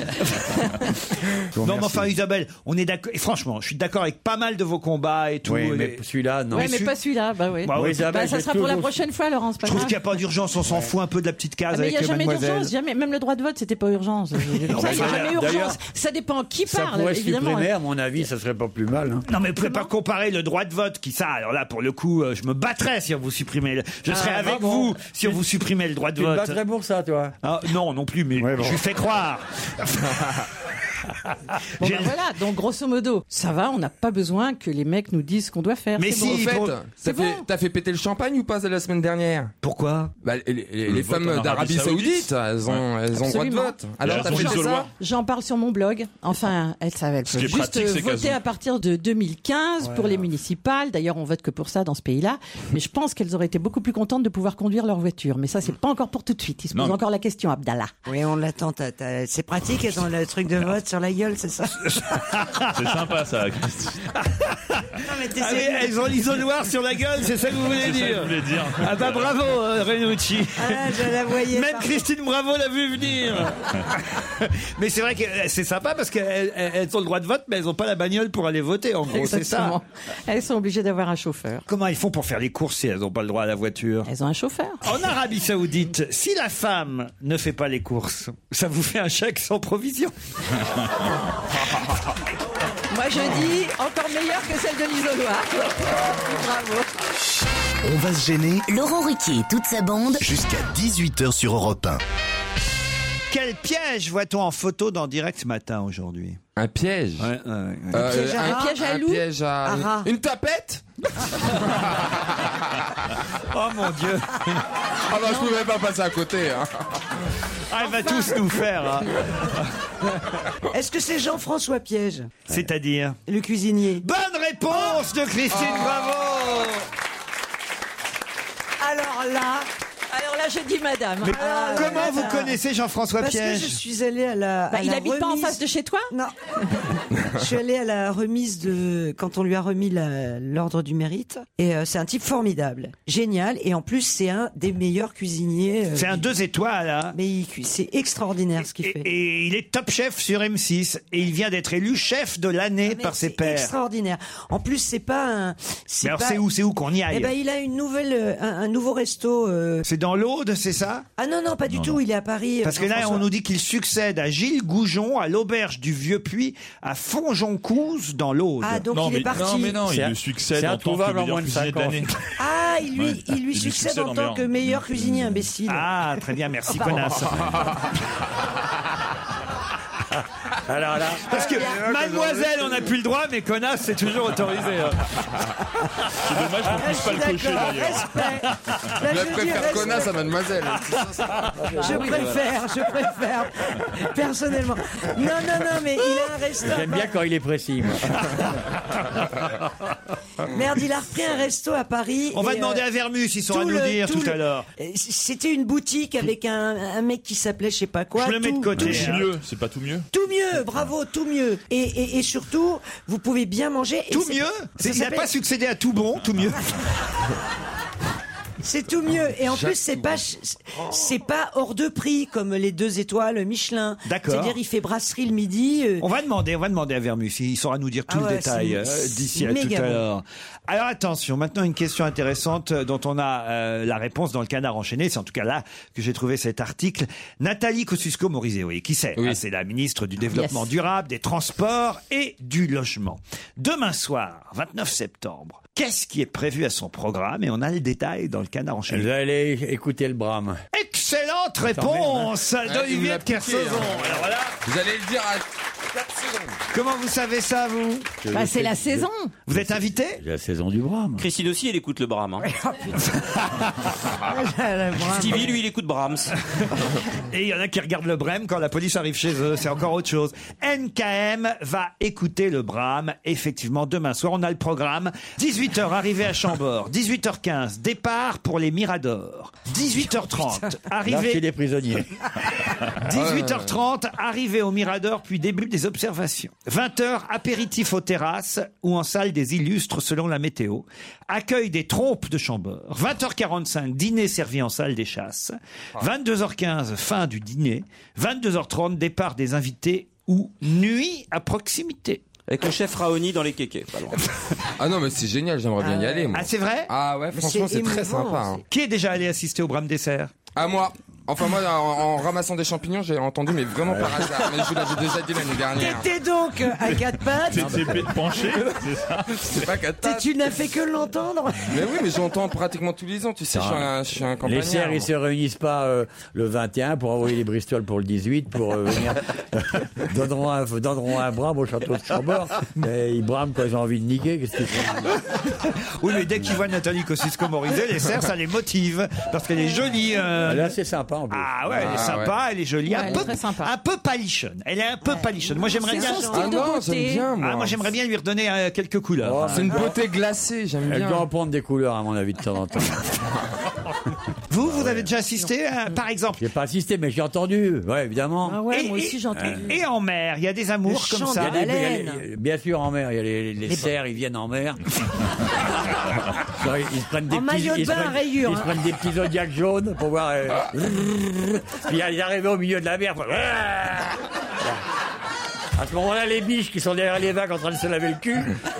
Speaker 3: Non, mais enfin, Isabelle, on est d'accord. et Franchement, je suis d'accord avec pas mal de vos combats et tout.
Speaker 8: Oui,
Speaker 3: et-
Speaker 8: mais celui-là, non.
Speaker 10: Ouais, mais pas celui-là. Bah oui.
Speaker 3: Bah oui,
Speaker 8: Isabelle,
Speaker 10: Bah, ça
Speaker 8: j'ai
Speaker 10: sera pour la
Speaker 8: toujours-
Speaker 10: prochaine fois, Laurence. pas
Speaker 3: Je trouve
Speaker 10: grave.
Speaker 3: qu'il n'y a pas d'urgence, on s'en fout un peu de la petite case
Speaker 10: Ah, mais il n'y a
Speaker 3: avec
Speaker 10: jamais
Speaker 3: mademoiselle.
Speaker 10: d'urgence, jamais. Même le droit de vote, c'était pas urgence. Ça, il y a jamais
Speaker 8: d'ailleurs-
Speaker 10: urgence. Ça dépend qui
Speaker 8: Ça
Speaker 10: parle,
Speaker 8: pourrait
Speaker 10: évidemment.
Speaker 8: supprimer, à mon avis, ça serait pas plus mal. hein.
Speaker 3: Non mais vous pouvez pas comparer le droit de vote qui ça alors là pour le coup euh, je me battrais si on vous supprimez le... je serais avec
Speaker 8: ah bon.
Speaker 3: vous si on vous supprimez le droit de
Speaker 8: Tu te
Speaker 3: vote
Speaker 8: battrais pour ça, toi
Speaker 3: Ah, non non plus mais
Speaker 14: Ouais, bon.
Speaker 3: je lui fais croire Ah,
Speaker 10: Bon,
Speaker 3: J'ai-
Speaker 10: ben voilà, donc grosso modo, ça va, on n'a pas besoin que les mecs nous disent ce qu'on doit faire.
Speaker 3: Mais
Speaker 10: c'est
Speaker 3: si,
Speaker 10: bon.
Speaker 11: Au fait,
Speaker 3: bon.
Speaker 11: t'as
Speaker 10: C'est bon.
Speaker 11: fait, t'as fait péter le champagne ou pas la semaine dernière
Speaker 3: pourquoi
Speaker 11: Bah, Les, les- les
Speaker 5: Le vote en
Speaker 11: femmes
Speaker 5: Arabie
Speaker 11: d'Arabie Saoudite,
Speaker 5: Saoudite.
Speaker 11: elles ont, elles ont droit de
Speaker 10: Absolument.
Speaker 11: vote. Ah, Alors
Speaker 5: Elles
Speaker 11: t'as
Speaker 5: sont
Speaker 11: fait
Speaker 5: juste de
Speaker 11: ça
Speaker 5: loi.
Speaker 10: J'en parle sur mon blog. Enfin, elle savait.
Speaker 5: Ce qui est
Speaker 10: juste euh,
Speaker 5: pratique, c'est
Speaker 10: voter
Speaker 5: qu'elles ont-
Speaker 10: à partir de 2015 pour les municipales. D'ailleurs, on vote que pour ça dans ce pays-là. Mais je pense qu'elles auraient été beaucoup plus contentes de pouvoir conduire leur voiture. Mais ça, c'est pas encore pour tout de suite. Ils se
Speaker 5: Non,
Speaker 10: posent
Speaker 5: mais-
Speaker 10: encore la question, Abdallah.
Speaker 12: Oui, on l'attend. t'as- t'as- C'est pratique, elles ont le truc de vote. sur la gueule, c'est ça
Speaker 5: C'est sympa ça, Christine.
Speaker 3: Ah oui, elles ont l'isoloir sur la gueule, c'est ça que vous voulez
Speaker 5: C'est ça
Speaker 3: dire
Speaker 5: que je voulais dire.
Speaker 3: Ah bah bravo, euh, Renucci.
Speaker 12: Ah, je la voyais
Speaker 3: Même
Speaker 12: pas.
Speaker 3: Christine Bravo l'a vu venir. mais c'est vrai que euh, c'est sympa parce qu'elles elles- elles ont le droit de vote, mais elles n'ont pas la bagnole pour aller voter, en gros, c'est ça.
Speaker 10: Exactement. Elles sont obligées d'avoir un chauffeur.
Speaker 3: Comment elles font pour faire les courses si elles n'ont pas le droit à la voiture
Speaker 10: Elles ont un chauffeur.
Speaker 3: En Arabie Saoudite, si la femme ne fait pas les courses, ça vous fait un chèque sans provision.
Speaker 10: Moi, je dis encore meilleure que celle de l'isoloir. Bravo.
Speaker 2: On va se gêner.
Speaker 1: Laurent Ruquier et toute sa bande.
Speaker 2: Jusqu'à 18h sur Europe 1.
Speaker 3: Quel piège voit-on en photo dans Direct ce matin aujourd'hui
Speaker 11: Un piège
Speaker 3: Euh,
Speaker 11: un, piège à Ah, loup
Speaker 3: À rat.
Speaker 11: Une tapette
Speaker 3: Oh mon dieu
Speaker 11: Ah bah je pouvais pas passer à côté. hein.
Speaker 3: Ah, elle va tous nous faire. hein.
Speaker 12: Est-ce que c'est Jean-François Piège
Speaker 3: C'est-à-dire
Speaker 12: Le cuisinier. Ah.
Speaker 3: Bonne réponse de Christine Bravo
Speaker 12: Alors là,
Speaker 10: Alors là, je dis madame.
Speaker 3: Mais
Speaker 10: Ah,
Speaker 3: comment
Speaker 10: ouais,
Speaker 3: vous
Speaker 10: là.
Speaker 3: connaissez Jean-François
Speaker 12: parce que
Speaker 3: Piège
Speaker 12: je suis allée à la.
Speaker 10: Bah,
Speaker 12: à
Speaker 10: il
Speaker 12: la
Speaker 10: habite pas en
Speaker 12: remise-
Speaker 10: face de chez toi
Speaker 12: Non. bah, Je suis allée à la remise de quand on lui a remis la- l'ordre du mérite et euh, c'est un type formidable, génial et en plus c'est un des meilleurs cuisiniers. euh,
Speaker 3: C'est un deux étoiles, hein.
Speaker 12: Mais il cuit- c'est extraordinaire ce qu'il
Speaker 3: Et,
Speaker 12: fait.
Speaker 3: et il est top chef sur M6 et il vient d'être élu chef de l'année par ses pairs.
Speaker 12: Ah, Extraordinaire. En plus c'est pas un. c'est
Speaker 3: Mais alors
Speaker 12: pas-
Speaker 3: c'est où, c'est où qu'on y aille
Speaker 12: Eh ben il a une nouvelle, euh, un, un nouveau resto. euh,
Speaker 3: C'est dans l'Aude, c'est ça
Speaker 12: Ah non non pas du tout, il est à Paris. euh,
Speaker 3: Parce que là,
Speaker 12: Jean-François.
Speaker 3: on nous dit qu'il succède à Gilles Goujon à l'auberge du Vieux Puy à Fonjoncouze dans l'Aude.
Speaker 12: Ah, donc il est parti.
Speaker 5: Non, mais non,
Speaker 3: C'est
Speaker 5: il
Speaker 3: un-
Speaker 5: lui succède
Speaker 3: c'est
Speaker 5: en tant que
Speaker 3: introuvable en
Speaker 5: meilleur
Speaker 3: moins de
Speaker 5: cuisinier de
Speaker 3: 50.
Speaker 5: l'année.
Speaker 12: Ah, il lui,
Speaker 5: Ouais.
Speaker 12: il lui
Speaker 5: Il lui
Speaker 12: succède
Speaker 5: succède
Speaker 12: en
Speaker 5: en
Speaker 12: tant
Speaker 5: meilleur.
Speaker 12: que meilleur cuisinier imbécile.
Speaker 3: Ah, très bien, merci,
Speaker 12: Ah, pardon.
Speaker 3: connasse. Alors là, parce
Speaker 12: Ah,
Speaker 3: que mademoiselle, on n'a plus le droit, mais connasse, c'est toujours autorisé. hein.
Speaker 5: C'est dommage qu'on puisse pas le cocher d'ailleurs.
Speaker 12: Là,
Speaker 11: je
Speaker 12: je
Speaker 11: préfère
Speaker 12: dirais-
Speaker 11: connasse à mademoiselle.
Speaker 12: Je préfère, je préfère, personnellement. Non, non, non, mais il a un resto. à
Speaker 8: J'aime bien quand il est précis. moi.
Speaker 12: Paris. Merde, il a repris un resto à Paris.
Speaker 3: On va
Speaker 12: et,
Speaker 3: demander
Speaker 12: euh,
Speaker 3: à Vermus, ils saura
Speaker 12: tout
Speaker 3: nous
Speaker 12: le-
Speaker 3: dire tout,
Speaker 12: le-
Speaker 3: à l'heure.
Speaker 12: Euh, C'était une boutique avec un, un mec qui s'appelait je sais pas quoi.
Speaker 3: Je le mets de
Speaker 12: tout- euh,
Speaker 3: côté,
Speaker 12: tout-
Speaker 3: hein.
Speaker 5: Mieux, c'est pas tout mieux
Speaker 12: Tout mieux, bravo, tout mieux. Et, et, et surtout, vous pouvez bien manger. et
Speaker 3: Tout
Speaker 12: c'est-
Speaker 3: mieux
Speaker 12: ça
Speaker 3: C'est- Il n'a
Speaker 12: s'appelle-
Speaker 3: pas succédé à tout bon, tout mieux.
Speaker 12: C'est tout mieux. Et en plus, c'est pas, c'est pas hors de prix comme les deux étoiles Michelin.
Speaker 3: D'accord.
Speaker 12: C'est-à-dire, il fait brasserie le midi. euh,
Speaker 3: On va demander, on va demander à Vermus, il saura nous dire tout
Speaker 12: Ah
Speaker 3: le
Speaker 12: ouais,
Speaker 3: détail
Speaker 12: c'est-
Speaker 3: euh, d'ici à
Speaker 12: c'est
Speaker 3: tout
Speaker 12: méga
Speaker 3: à
Speaker 12: bon.
Speaker 3: l'heure. Alors attention, maintenant une question intéressante euh, dont on a euh, la réponse dans le canard enchaîné, c'est en tout cas là que j'ai trouvé cet article. Nathalie Kosciusko-Morizet, oui, qui c'est Ah, C'est la ministre du Développement
Speaker 10: Yes.
Speaker 3: durable, des Transports et du Logement. Demain soir, 29 septembre, qu'est-ce qui est prévu à son programme Et on a le détail dans le canard enchaîné.
Speaker 8: Vous allez écouter le brame.
Speaker 3: Excellente réponse
Speaker 11: il me
Speaker 3: d'Olivier
Speaker 11: l'a
Speaker 3: de
Speaker 11: piqué,
Speaker 3: Kersauzon.
Speaker 11: hein.
Speaker 3: Alors voilà,
Speaker 11: Vous allez le dire à 4 secondes.
Speaker 3: comment vous savez ça, vous
Speaker 10: Bah, c'est la saison.
Speaker 3: Vous êtes invité
Speaker 14: La saison du brame.
Speaker 6: Christine aussi, elle écoute le Brahms. hein. Stevie, lui, il écoute Brahms.
Speaker 3: Et il y en a qui regardent le Brême quand la police arrive chez eux, c'est encore autre chose. NKM va écouter le Brahms, effectivement, demain soir. On a le programme. 18h, arrivée à Chambord. 18h15, départ pour les Miradors. 18h30,
Speaker 8: Là, c'est
Speaker 3: arrivée...
Speaker 8: des prisonniers.
Speaker 3: 18h30, arrivée au Mirador, puis début des observations. 20h, apéritif aux terrasses ou en salle des illustres selon la météo. Accueil des trompes de Chambord. 20h45, dîner servi en salle des chasses.
Speaker 11: Ah.
Speaker 3: 22h15, fin du dîner. 22h30, départ des invités ou nuit à proximité.
Speaker 6: Avec le chef Raoni dans les kékés. Pas loin.
Speaker 11: Ah non, mais c'est génial, j'aimerais bien y aller. moi.
Speaker 3: Ah, c'est vrai
Speaker 11: Ah ouais, franchement,
Speaker 12: c'est
Speaker 11: c'est très
Speaker 12: émouvant,
Speaker 11: sympa. hein.
Speaker 3: Qui est déjà allé assister au brame dessert
Speaker 11: À moi. Enfin, moi, en, en ramassant des champignons, j'ai entendu, mais vraiment par hasard. Mais je vous l'avais déjà dit l'année dernière.
Speaker 12: T'étais donc euh, à quatre pattes.
Speaker 5: C'est épée de pencher, c'est ça
Speaker 11: C'est pas
Speaker 12: t'es-
Speaker 11: catastrophe.
Speaker 12: Tu n'as fait que l'entendre.
Speaker 11: Mais oui, mais j'entends pratiquement tous les ans. Tu sais, je suis un, je suis un
Speaker 14: Ah. Les
Speaker 11: campagnard. hein.
Speaker 14: serres, ils
Speaker 11: moi.
Speaker 14: se réunissent pas euh, le 21 pour envoyer les Bristol pour le 18 pour euh, venir. donneront, un, donneront un brame au château de Chambord. Et ils brament quand ils ont envie de niquer. Qu'est-ce qu'ils font
Speaker 3: Oui, mais dès qu'ils voient Nathalie Kosciusko-Morizet, les serres, ça les motive. Parce qu'elle est jolie. euh,
Speaker 14: Là, c'est sympa en plus.
Speaker 3: Ah ouais, elle est
Speaker 11: Ah
Speaker 3: sympa, elle est jolie, un,
Speaker 10: elle est
Speaker 3: peu,
Speaker 10: très sympa.
Speaker 3: un peu palichonne. Elle est un peu palichonne. Moi
Speaker 10: C'est
Speaker 3: j'aimerais bien.
Speaker 10: son
Speaker 11: Ah
Speaker 10: style de
Speaker 11: non,
Speaker 10: beauté.
Speaker 11: j'aime bien. Moi,
Speaker 3: Ah, moi j'aimerais bien lui redonner euh, quelques
Speaker 14: Oh,
Speaker 3: couleurs. Ah.
Speaker 11: C'est une beauté glacée, j'aime
Speaker 14: Elle
Speaker 11: bien.
Speaker 14: doit en prendre des couleurs, à mon avis, de temps en temps.
Speaker 3: Vous, vous avez déjà assisté, à- par exemple
Speaker 14: J'ai pas assisté, mais j'ai entendu, ouais, évidemment. Euh,
Speaker 3: Ah ouais, Et- moi aussi, et- j'ai entendu. et en mer, il y a des amours comme ça.
Speaker 14: Il y a des- il y a les- Bien sûr, en mer, il y a les, les,
Speaker 3: Les-
Speaker 14: cerfs, ils viennent en mer. Ça, ils se prennent des
Speaker 3: En
Speaker 14: petits,
Speaker 3: maillot de
Speaker 14: ils se
Speaker 3: bain à
Speaker 14: prennent-
Speaker 3: rayures,
Speaker 14: Ils se
Speaker 3: hein.
Speaker 14: prennent des petits zodiacs jaunes pour voir. euh, Puis ils arrivent au milieu de la mer. faut- À ce moment-là, les biches qui sont derrière les vagues en train de se laver le cul.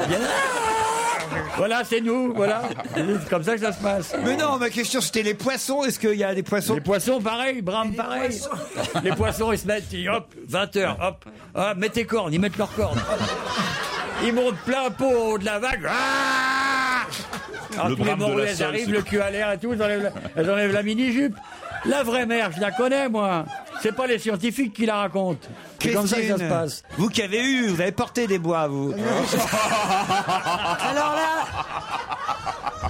Speaker 14: viennent- "Ah!" Voilà, c'est nous, voilà. C'est comme ça que ça se passe.
Speaker 3: Mais non, ma question c'était les poissons. Est-ce qu'il y a des poissons
Speaker 14: Les poissons, pareil, brame, pareil. Les poissons, ils se mettent, ils- hop, 20 heures, hop, hop, mets tes cornes, ils mettent leurs cornes. Ils montent plein pot au haut de la vague. Ah Alors
Speaker 5: Le
Speaker 14: tous les
Speaker 5: brame de la
Speaker 14: Morlaix
Speaker 5: Saône,
Speaker 14: arrivent,
Speaker 5: c'est-
Speaker 14: le cul à l'air et tout, elles enlèvent, la, elles enlèvent la mini-jupe. La vraie mer, je la connais, moi. C'est pas les scientifiques qui la racontent. C'est comme ça que ça se
Speaker 3: Christine,
Speaker 14: passe.
Speaker 3: Vous qui avez eu, vous avez porté des bois, vous.
Speaker 12: Alors là,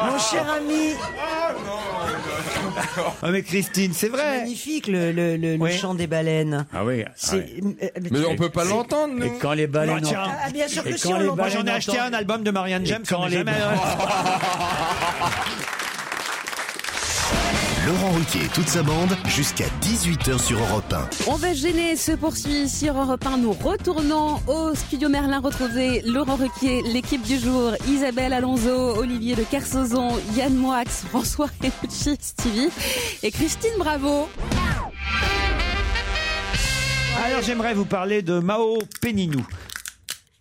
Speaker 12: mon cher ami,
Speaker 3: Ah, mais Christine, c'est vrai.
Speaker 12: magnifique le, le, le, le chant des baleines.
Speaker 14: Ah oui.
Speaker 12: C'est-
Speaker 3: Eh,
Speaker 12: Mais,
Speaker 14: Et quand les baleines.
Speaker 3: Non, eh, Bah, tiens.
Speaker 14: entendent-
Speaker 12: Ah, bien sûr
Speaker 14: et
Speaker 12: que si,
Speaker 14: quand
Speaker 12: on
Speaker 14: les
Speaker 12: l'entend.
Speaker 3: Moi, j'en ai
Speaker 14: baleines
Speaker 3: acheté
Speaker 14: entendent-
Speaker 3: un album de Marianne
Speaker 14: Et
Speaker 3: James.
Speaker 14: quand
Speaker 3: on n'est
Speaker 14: les-
Speaker 3: jamais-
Speaker 2: Laurent Ruquier et toute sa bande jusqu'à 18h sur Europe 1.
Speaker 16: On va se gêner, se poursuit sur Europe 1. Nous retournons au studio Merlin retrouver Laurent Requier, l'équipe du jour, Isabelle Alonso, Olivier de Kersauzon, Yann Moix, François Renucci, Stevie et Christine Bravo.
Speaker 3: Alors, j'aimerais vous parler de Mao Péninou.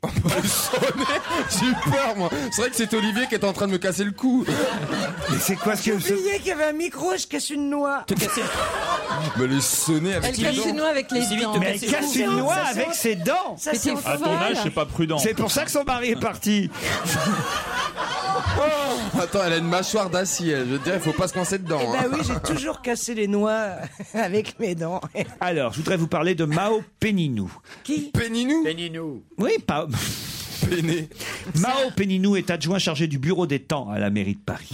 Speaker 11: J'ai eu peur, moi. C'est vrai que c'est Olivier qui est en train de me casser le cou.
Speaker 3: Mais c'est quoi ce que
Speaker 12: J'ai oublié qu'il y avait un micro, je casse une noix.
Speaker 11: Mais les sonner avec les dents.
Speaker 3: Mais elle casse une noix avec ses dents.
Speaker 12: Ça, c'est
Speaker 5: À ton âge, c'est pas prudent.
Speaker 3: C'est pour ça que son mari est parti.
Speaker 12: Oh.
Speaker 11: Attends, elle a une mâchoire d'acier. Je veux te dire, il faut pas se coincer
Speaker 3: Eh
Speaker 11: dedans.
Speaker 12: Bah
Speaker 3: ben
Speaker 11: hein.
Speaker 12: oui, j'ai toujours cassé les noix avec mes dents.
Speaker 3: Alors, je voudrais vous parler de Mao Péninou.
Speaker 12: Qui
Speaker 11: Péninou
Speaker 14: Péninou.
Speaker 3: Oui, pas. Mao Péninou est adjoint chargé du bureau des temps à la mairie de Paris.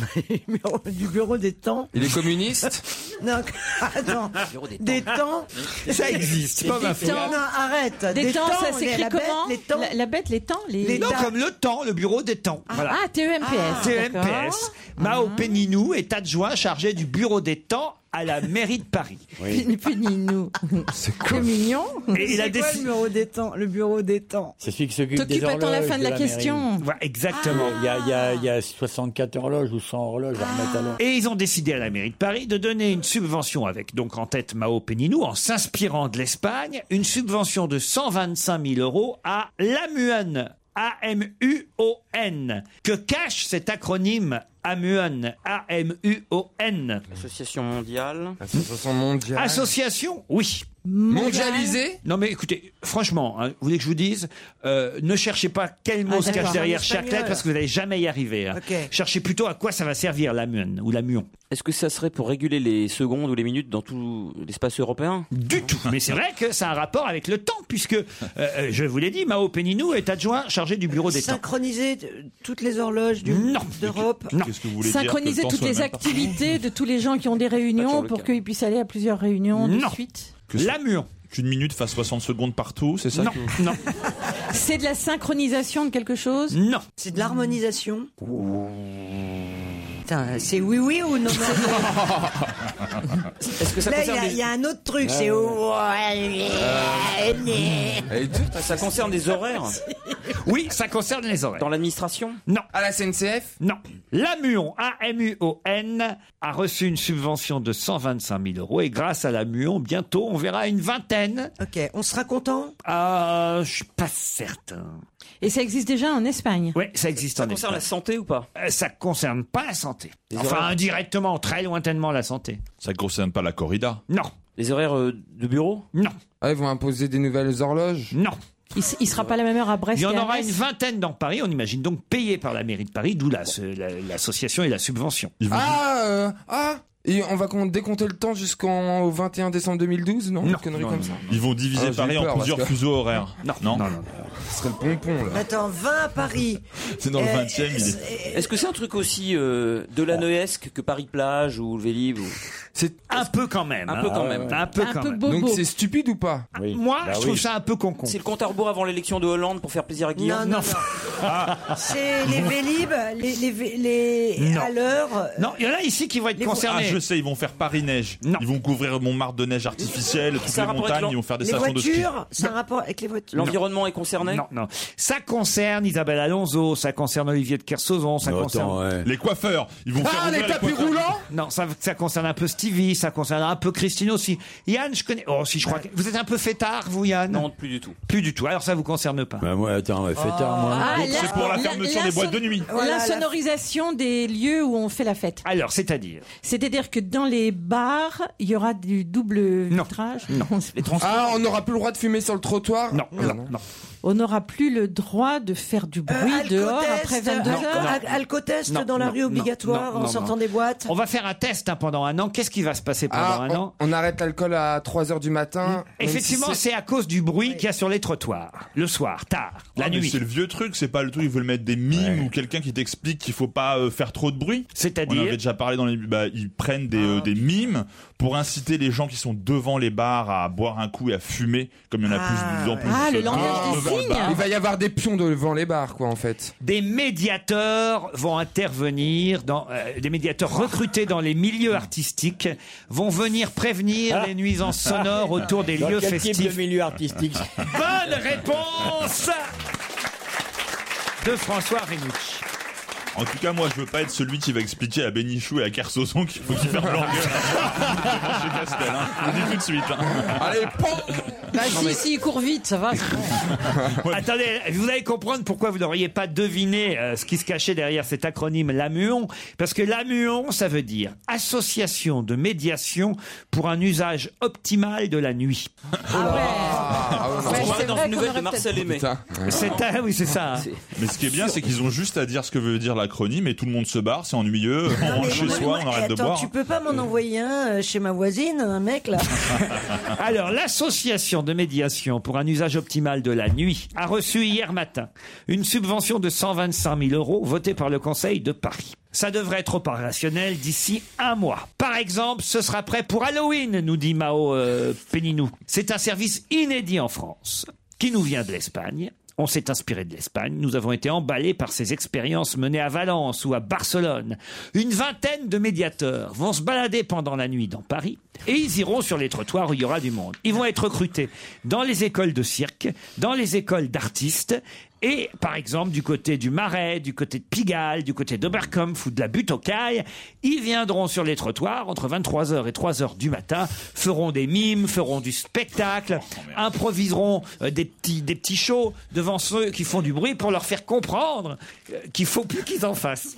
Speaker 12: Du bureau des temps.
Speaker 11: Il est communiste
Speaker 12: Non, attends. Des temps.
Speaker 3: Ça existe, c'est pas ma faute.
Speaker 12: Non, arrête.
Speaker 10: Des, temps, ça
Speaker 12: on est à
Speaker 10: s'écrit
Speaker 12: la bête,
Speaker 10: comment
Speaker 12: les temps.
Speaker 10: la, la bête, les temps, les.
Speaker 3: non, comme le temps, le bureau des temps. Voilà. E
Speaker 10: ah, TEMPS,
Speaker 3: TEMPS.
Speaker 10: Ah.
Speaker 3: Mao Péninou est adjoint chargé du bureau des temps à la mairie de Paris.
Speaker 10: Péninou.
Speaker 11: C'est
Speaker 10: quoi mignon.
Speaker 3: Et il a
Speaker 12: C'est quoi
Speaker 3: décidé-
Speaker 12: le bureau des temps Le bureau des temps.
Speaker 14: C'est celui qui s'occupe des
Speaker 10: T'occupes
Speaker 14: horloges.
Speaker 10: attends la fin de la
Speaker 14: mairie.
Speaker 10: question.
Speaker 3: Ouais, exactement.
Speaker 12: Ah.
Speaker 14: Il y a- il y, a, il y a 64 horloges ou 100 horloges à remettre à l'heure.
Speaker 3: Et ils ont décidé à la mairie de Paris de donner une subvention avec donc en tête Mao Péninou en s'inspirant de l'Espagne, une subvention de 125 000 euros à l'AMUON. A-M-U-O-N. Que cache cet acronyme AMUON A-M-U-O-N
Speaker 6: Association mondiale.
Speaker 11: Association mondiale.
Speaker 3: Association Oui.
Speaker 11: Mondialisée
Speaker 3: Non mais écoutez, franchement, hein, vous voulez que je vous dise, euh, ne cherchez pas quel mot
Speaker 12: Ah,
Speaker 3: se cache
Speaker 12: d'accord.
Speaker 3: derrière
Speaker 12: En
Speaker 3: chaque
Speaker 12: espagnol.
Speaker 3: lettre parce que vous n'allez jamais y arriver. hein.
Speaker 12: Ok.
Speaker 3: Cherchez plutôt à quoi ça va servir l'AMUON ou l'AMUON.
Speaker 6: Est-ce que ça serait pour réguler les secondes ou les minutes dans tout l'espace européen
Speaker 3: Du tout. Mais c'est vrai que ça a un rapport avec le temps, puisque, euh, euh, je vous l'ai dit, Mao Péninou est adjoint chargé du bureau des temps.
Speaker 12: Synchroniser t- toutes les horloges du- d'Europe.
Speaker 5: Qu'est-ce que vous voulez dire que
Speaker 10: Synchroniser
Speaker 5: le temps
Speaker 10: toutes
Speaker 5: soit
Speaker 10: les
Speaker 5: même parti
Speaker 10: activités de tous les gens qui ont des réunions pour qu'ils puissent aller à plusieurs réunions de
Speaker 5: Non.
Speaker 10: suite.
Speaker 5: Que ça-
Speaker 3: L'AMUR.
Speaker 5: Qu'une minute fasse 60 secondes partout, c'est ça
Speaker 3: Non,
Speaker 5: que-
Speaker 3: non.
Speaker 10: C'est de la synchronisation de quelque chose
Speaker 3: Non.
Speaker 12: C'est de l'harmonisation.
Speaker 3: Hmm.
Speaker 12: Putain, c'est oui oui ou non non
Speaker 6: Est-ce que ça
Speaker 12: Là, il y
Speaker 6: concerne
Speaker 12: a-
Speaker 6: des-
Speaker 12: il y, a un autre truc,
Speaker 6: Ouais,
Speaker 12: c'est
Speaker 3: Ah,
Speaker 12: Euh,
Speaker 6: ouais.
Speaker 12: oh,
Speaker 6: Ça concerne des horaires
Speaker 3: Oui, ça concerne les horaires.
Speaker 6: Dans l'administration
Speaker 3: Non.
Speaker 11: À la CNCF
Speaker 3: Non. L'AMUON, A-M-U-O-N, a reçu une subvention de 125 000 euros et grâce à l'AMUON, bientôt, on verra une vingtaine.
Speaker 12: Ok, on sera content
Speaker 3: Ah, je suis pas certain.
Speaker 10: Et ça existe déjà en Espagne.
Speaker 3: Oui, ça existe en
Speaker 6: Ça concerne la
Speaker 3: Espagne.
Speaker 6: santé ou pas
Speaker 3: Euh, Ça concerne pas la santé.
Speaker 6: Les
Speaker 3: Enfin,
Speaker 6: horaires.
Speaker 3: indirectement, très lointainement la santé.
Speaker 5: Ça concerne pas la corrida.
Speaker 3: Non.
Speaker 6: Les horaires euh, de bureau
Speaker 3: Non.
Speaker 11: Ah, ils vont imposer des nouvelles horloges
Speaker 3: Non.
Speaker 10: Il, s- il sera pas la même heure à Brest.
Speaker 3: Il y en
Speaker 10: qu'à
Speaker 3: aura
Speaker 10: Metz.
Speaker 3: une vingtaine dans Paris, on imagine donc payé par la mairie de Paris, d'où la- ce- la- l'association et la subvention.
Speaker 11: Ah, euh, ah et on va con- décompter le temps jusqu'en 21 décembre 2012, non,
Speaker 3: Ah, Non.
Speaker 11: Une connerie
Speaker 3: Non,
Speaker 11: comme
Speaker 3: non,
Speaker 11: ça.
Speaker 5: Ils vont diviser
Speaker 11: Ah, j'ai eu
Speaker 5: Paris
Speaker 11: peur,
Speaker 5: en plusieurs
Speaker 11: parce que-
Speaker 5: fuseaux horaires.
Speaker 3: Non.
Speaker 5: Non.
Speaker 11: Ce serait le pompon, là.
Speaker 12: Attends, 20 à Paris.
Speaker 5: C'est dans le
Speaker 12: Euh,
Speaker 5: 20 e il est-
Speaker 6: Est-ce que c'est un truc aussi euh, de
Speaker 3: Oh.
Speaker 6: la Noesque que Paris-Plage ou le Vélib ou...
Speaker 11: C'est
Speaker 3: Un peu quand même.
Speaker 6: Un
Speaker 3: hein.
Speaker 6: peu quand même.
Speaker 3: Un peu quand même. Ah,
Speaker 11: Donc c'est stupide ou pas
Speaker 3: Moi,
Speaker 14: Bah
Speaker 3: je trouve
Speaker 14: oui.
Speaker 3: ça un peu con
Speaker 6: C'est le compte à rebours avant l'élection de Hollande pour faire plaisir à
Speaker 12: Non,
Speaker 6: Guillaume
Speaker 12: non,
Speaker 3: Ah.
Speaker 12: non. C'est les Vélib, les, les, les-
Speaker 3: Non.
Speaker 12: à l'heure. euh,
Speaker 3: Non, il y en a ici qui vont être
Speaker 12: Les-
Speaker 3: concernés.
Speaker 5: Ah, je je sais, ils vont faire Paris-Neige. Ils vont couvrir Montmartre de neige artificielle, toutes
Speaker 6: Ça a
Speaker 5: les
Speaker 6: rapport avec
Speaker 5: montagnes,
Speaker 6: l'en-
Speaker 5: ils vont faire des
Speaker 6: les
Speaker 5: stations de ski.
Speaker 6: voitures
Speaker 12: C'est un rapport avec les voitures.
Speaker 6: L'environnement est concerné
Speaker 3: Non, non. Ça concerne Isabelle Alonso, ça concerne Olivier de Kersauzon, ça
Speaker 5: Mais attends,
Speaker 3: concerne
Speaker 5: ouais. Les coiffeurs, ils vont
Speaker 12: Ah,
Speaker 5: faire ouvrir les coiffeurs.
Speaker 3: Non, ça, ça concerne un peu Stevie, ça concerne un peu Christine aussi. Yann, je connais. Oh, si je crois. que- Vous êtes un peu fêtard, vous, Yann
Speaker 6: Non, plus du tout.
Speaker 3: Plus du tout. Alors ça vous concerne pas.
Speaker 14: Bah moi, attends, ouais, fais tard, moi.
Speaker 7: Ah, la- la- la-
Speaker 3: Voilà,
Speaker 7: la sonorisation des lieux où on fait la fête.
Speaker 3: Alors, c'est-à-dire
Speaker 7: C'est-à-dire que dans les bars, il y aura du double vitrage.
Speaker 11: Ah, on n'aura plus le droit de fumer sur le trottoir
Speaker 3: Non,
Speaker 7: On n'aura plus le droit de faire du bruit dehors après 22
Speaker 12: Alcotest,
Speaker 7: heures.
Speaker 12: al- alcotest
Speaker 3: Non,
Speaker 12: dans la
Speaker 3: non,
Speaker 12: rue
Speaker 3: non,
Speaker 12: obligatoire
Speaker 3: non,
Speaker 12: en
Speaker 3: non,
Speaker 12: sortant
Speaker 3: non.
Speaker 12: des boîtes.
Speaker 3: On va faire un test hein, pendant un an. Qu'est-ce qui va se passer pendant
Speaker 11: Ah, euh,
Speaker 3: un
Speaker 11: on,
Speaker 3: an
Speaker 11: on arrête l'alcool à 3h du matin. même
Speaker 3: Effectivement,
Speaker 11: si
Speaker 3: c'est à cause du bruit qu'il y a sur les trottoirs. Le soir, tard, la
Speaker 5: Ah, mais
Speaker 3: nuit.
Speaker 5: C'est le vieux truc, c'est pas le truc, ils veulent mettre des mimes ou quelqu'un qui t'explique qu'il faut pas euh, faire trop de bruit.
Speaker 3: C'est-à-dire
Speaker 5: On avait déjà parlé dans les. Bah, ils prennent des, euh, des mimes pour inciter les gens qui sont devant les bars à boire un coup et à fumer, comme il y en a plus de plus en plus. euh, devant le bar.
Speaker 11: Il va y avoir des pions devant les bars, quoi, en fait.
Speaker 3: Des médiateurs vont intervenir, dans, euh, des médiateurs recrutés dans les milieux artistiques vont venir prévenir les nuisances sonores autour des
Speaker 8: Dans
Speaker 3: lieux
Speaker 8: quel
Speaker 3: festifs.
Speaker 8: type de milieu artistique
Speaker 3: Bonne réponse de François Renucci.
Speaker 5: En tout cas, moi, je veux pas être celui qui va expliquer à Bénichou et à Kersozon qu'il faut qu'ils ferment leur gueule. Chez Castel, hein. Je vous dis tout de suite. hein. Allez,
Speaker 7: Bah si, si, il court vite, ça va. c'est bon.
Speaker 3: Attendez, vous allez comprendre pourquoi vous n'auriez pas deviné euh, ce qui se cachait derrière cet acronyme LAMUON. Parce que LAMUON, ça veut dire Association de médiation pour un usage optimal de la nuit.
Speaker 5: ah
Speaker 12: Ah
Speaker 6: On va dans une nouvelle de Marcel Aimé.
Speaker 3: C'est ah oui, c'est ça.
Speaker 5: Mais ce qui est bien, c'est qu'ils ont juste à dire ce que veut dire l'acronyme et tout le monde se barre, c'est ennuyeux, on rentre chez soi, on
Speaker 12: Eh,
Speaker 5: arrête de
Speaker 12: attends,
Speaker 5: boire.
Speaker 12: tu peux pas m'en envoyer un euh, chez ma voisine, un mec là
Speaker 3: Alors, l'association de médiation pour un usage optimal de la nuit a reçu hier matin une subvention de 125 000 euros votée par le Conseil de Paris. Ça devrait être opérationnel d'ici un mois. Par exemple, ce sera prêt pour Halloween, nous dit Mao euh, Péninou. C'est un service inédit en France qui nous vient de l'Espagne. On s'est inspiré de l'Espagne. Nous avons été emballés par ces expériences menées à Valence ou à Barcelone. Une vingtaine de médiateurs vont se balader pendant la nuit dans Paris et ils iront sur les trottoirs où il y aura du monde. Ils vont être recrutés dans les écoles de cirque, dans les écoles d'artistes et, par exemple, du côté du Marais, du côté de Pigalle, du côté d'Oberkampf ou de la Butte aux Cailles, ils viendront sur les trottoirs entre 23h et 3h du matin, feront des mimes, feront du spectacle, improviseront euh, des petits, des petits shows devant ceux qui font du bruit pour leur faire comprendre euh, qu'il faut plus qu'ils en fassent.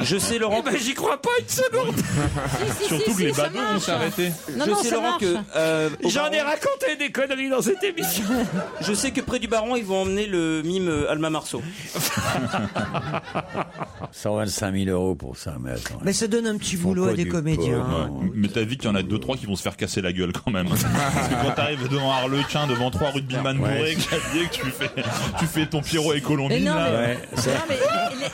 Speaker 6: Je sais, Laurent.
Speaker 3: Eh ben, j'y crois pas une seconde.
Speaker 5: si, Surtout si, que si, les ça badauds vont marche. s'arrêter.
Speaker 6: Non, non, ça marche.
Speaker 5: euh,
Speaker 6: Euh,
Speaker 3: J'en ai raconté des conneries dans cette émission.
Speaker 6: Je sais que près du Baron, ils vont emmener le mime euh, Alma Marceau.
Speaker 14: 125 000 euros pour ça, mais attends.
Speaker 12: Mais ça donne un petit boulot à des comédiens.
Speaker 5: Ouais. Mais t'as vu qu'il y en a deux trois qui vont se faire casser la gueule quand même. Parce que quand t'arrives devant Harlequin, devant trois rugbyman
Speaker 14: Ouais.
Speaker 5: bourrés, Xavier, que tu fais, tu fais ton Pierrot et Colombine
Speaker 7: Mais non,
Speaker 5: là.
Speaker 7: mais- Ouais, ça- Non, mais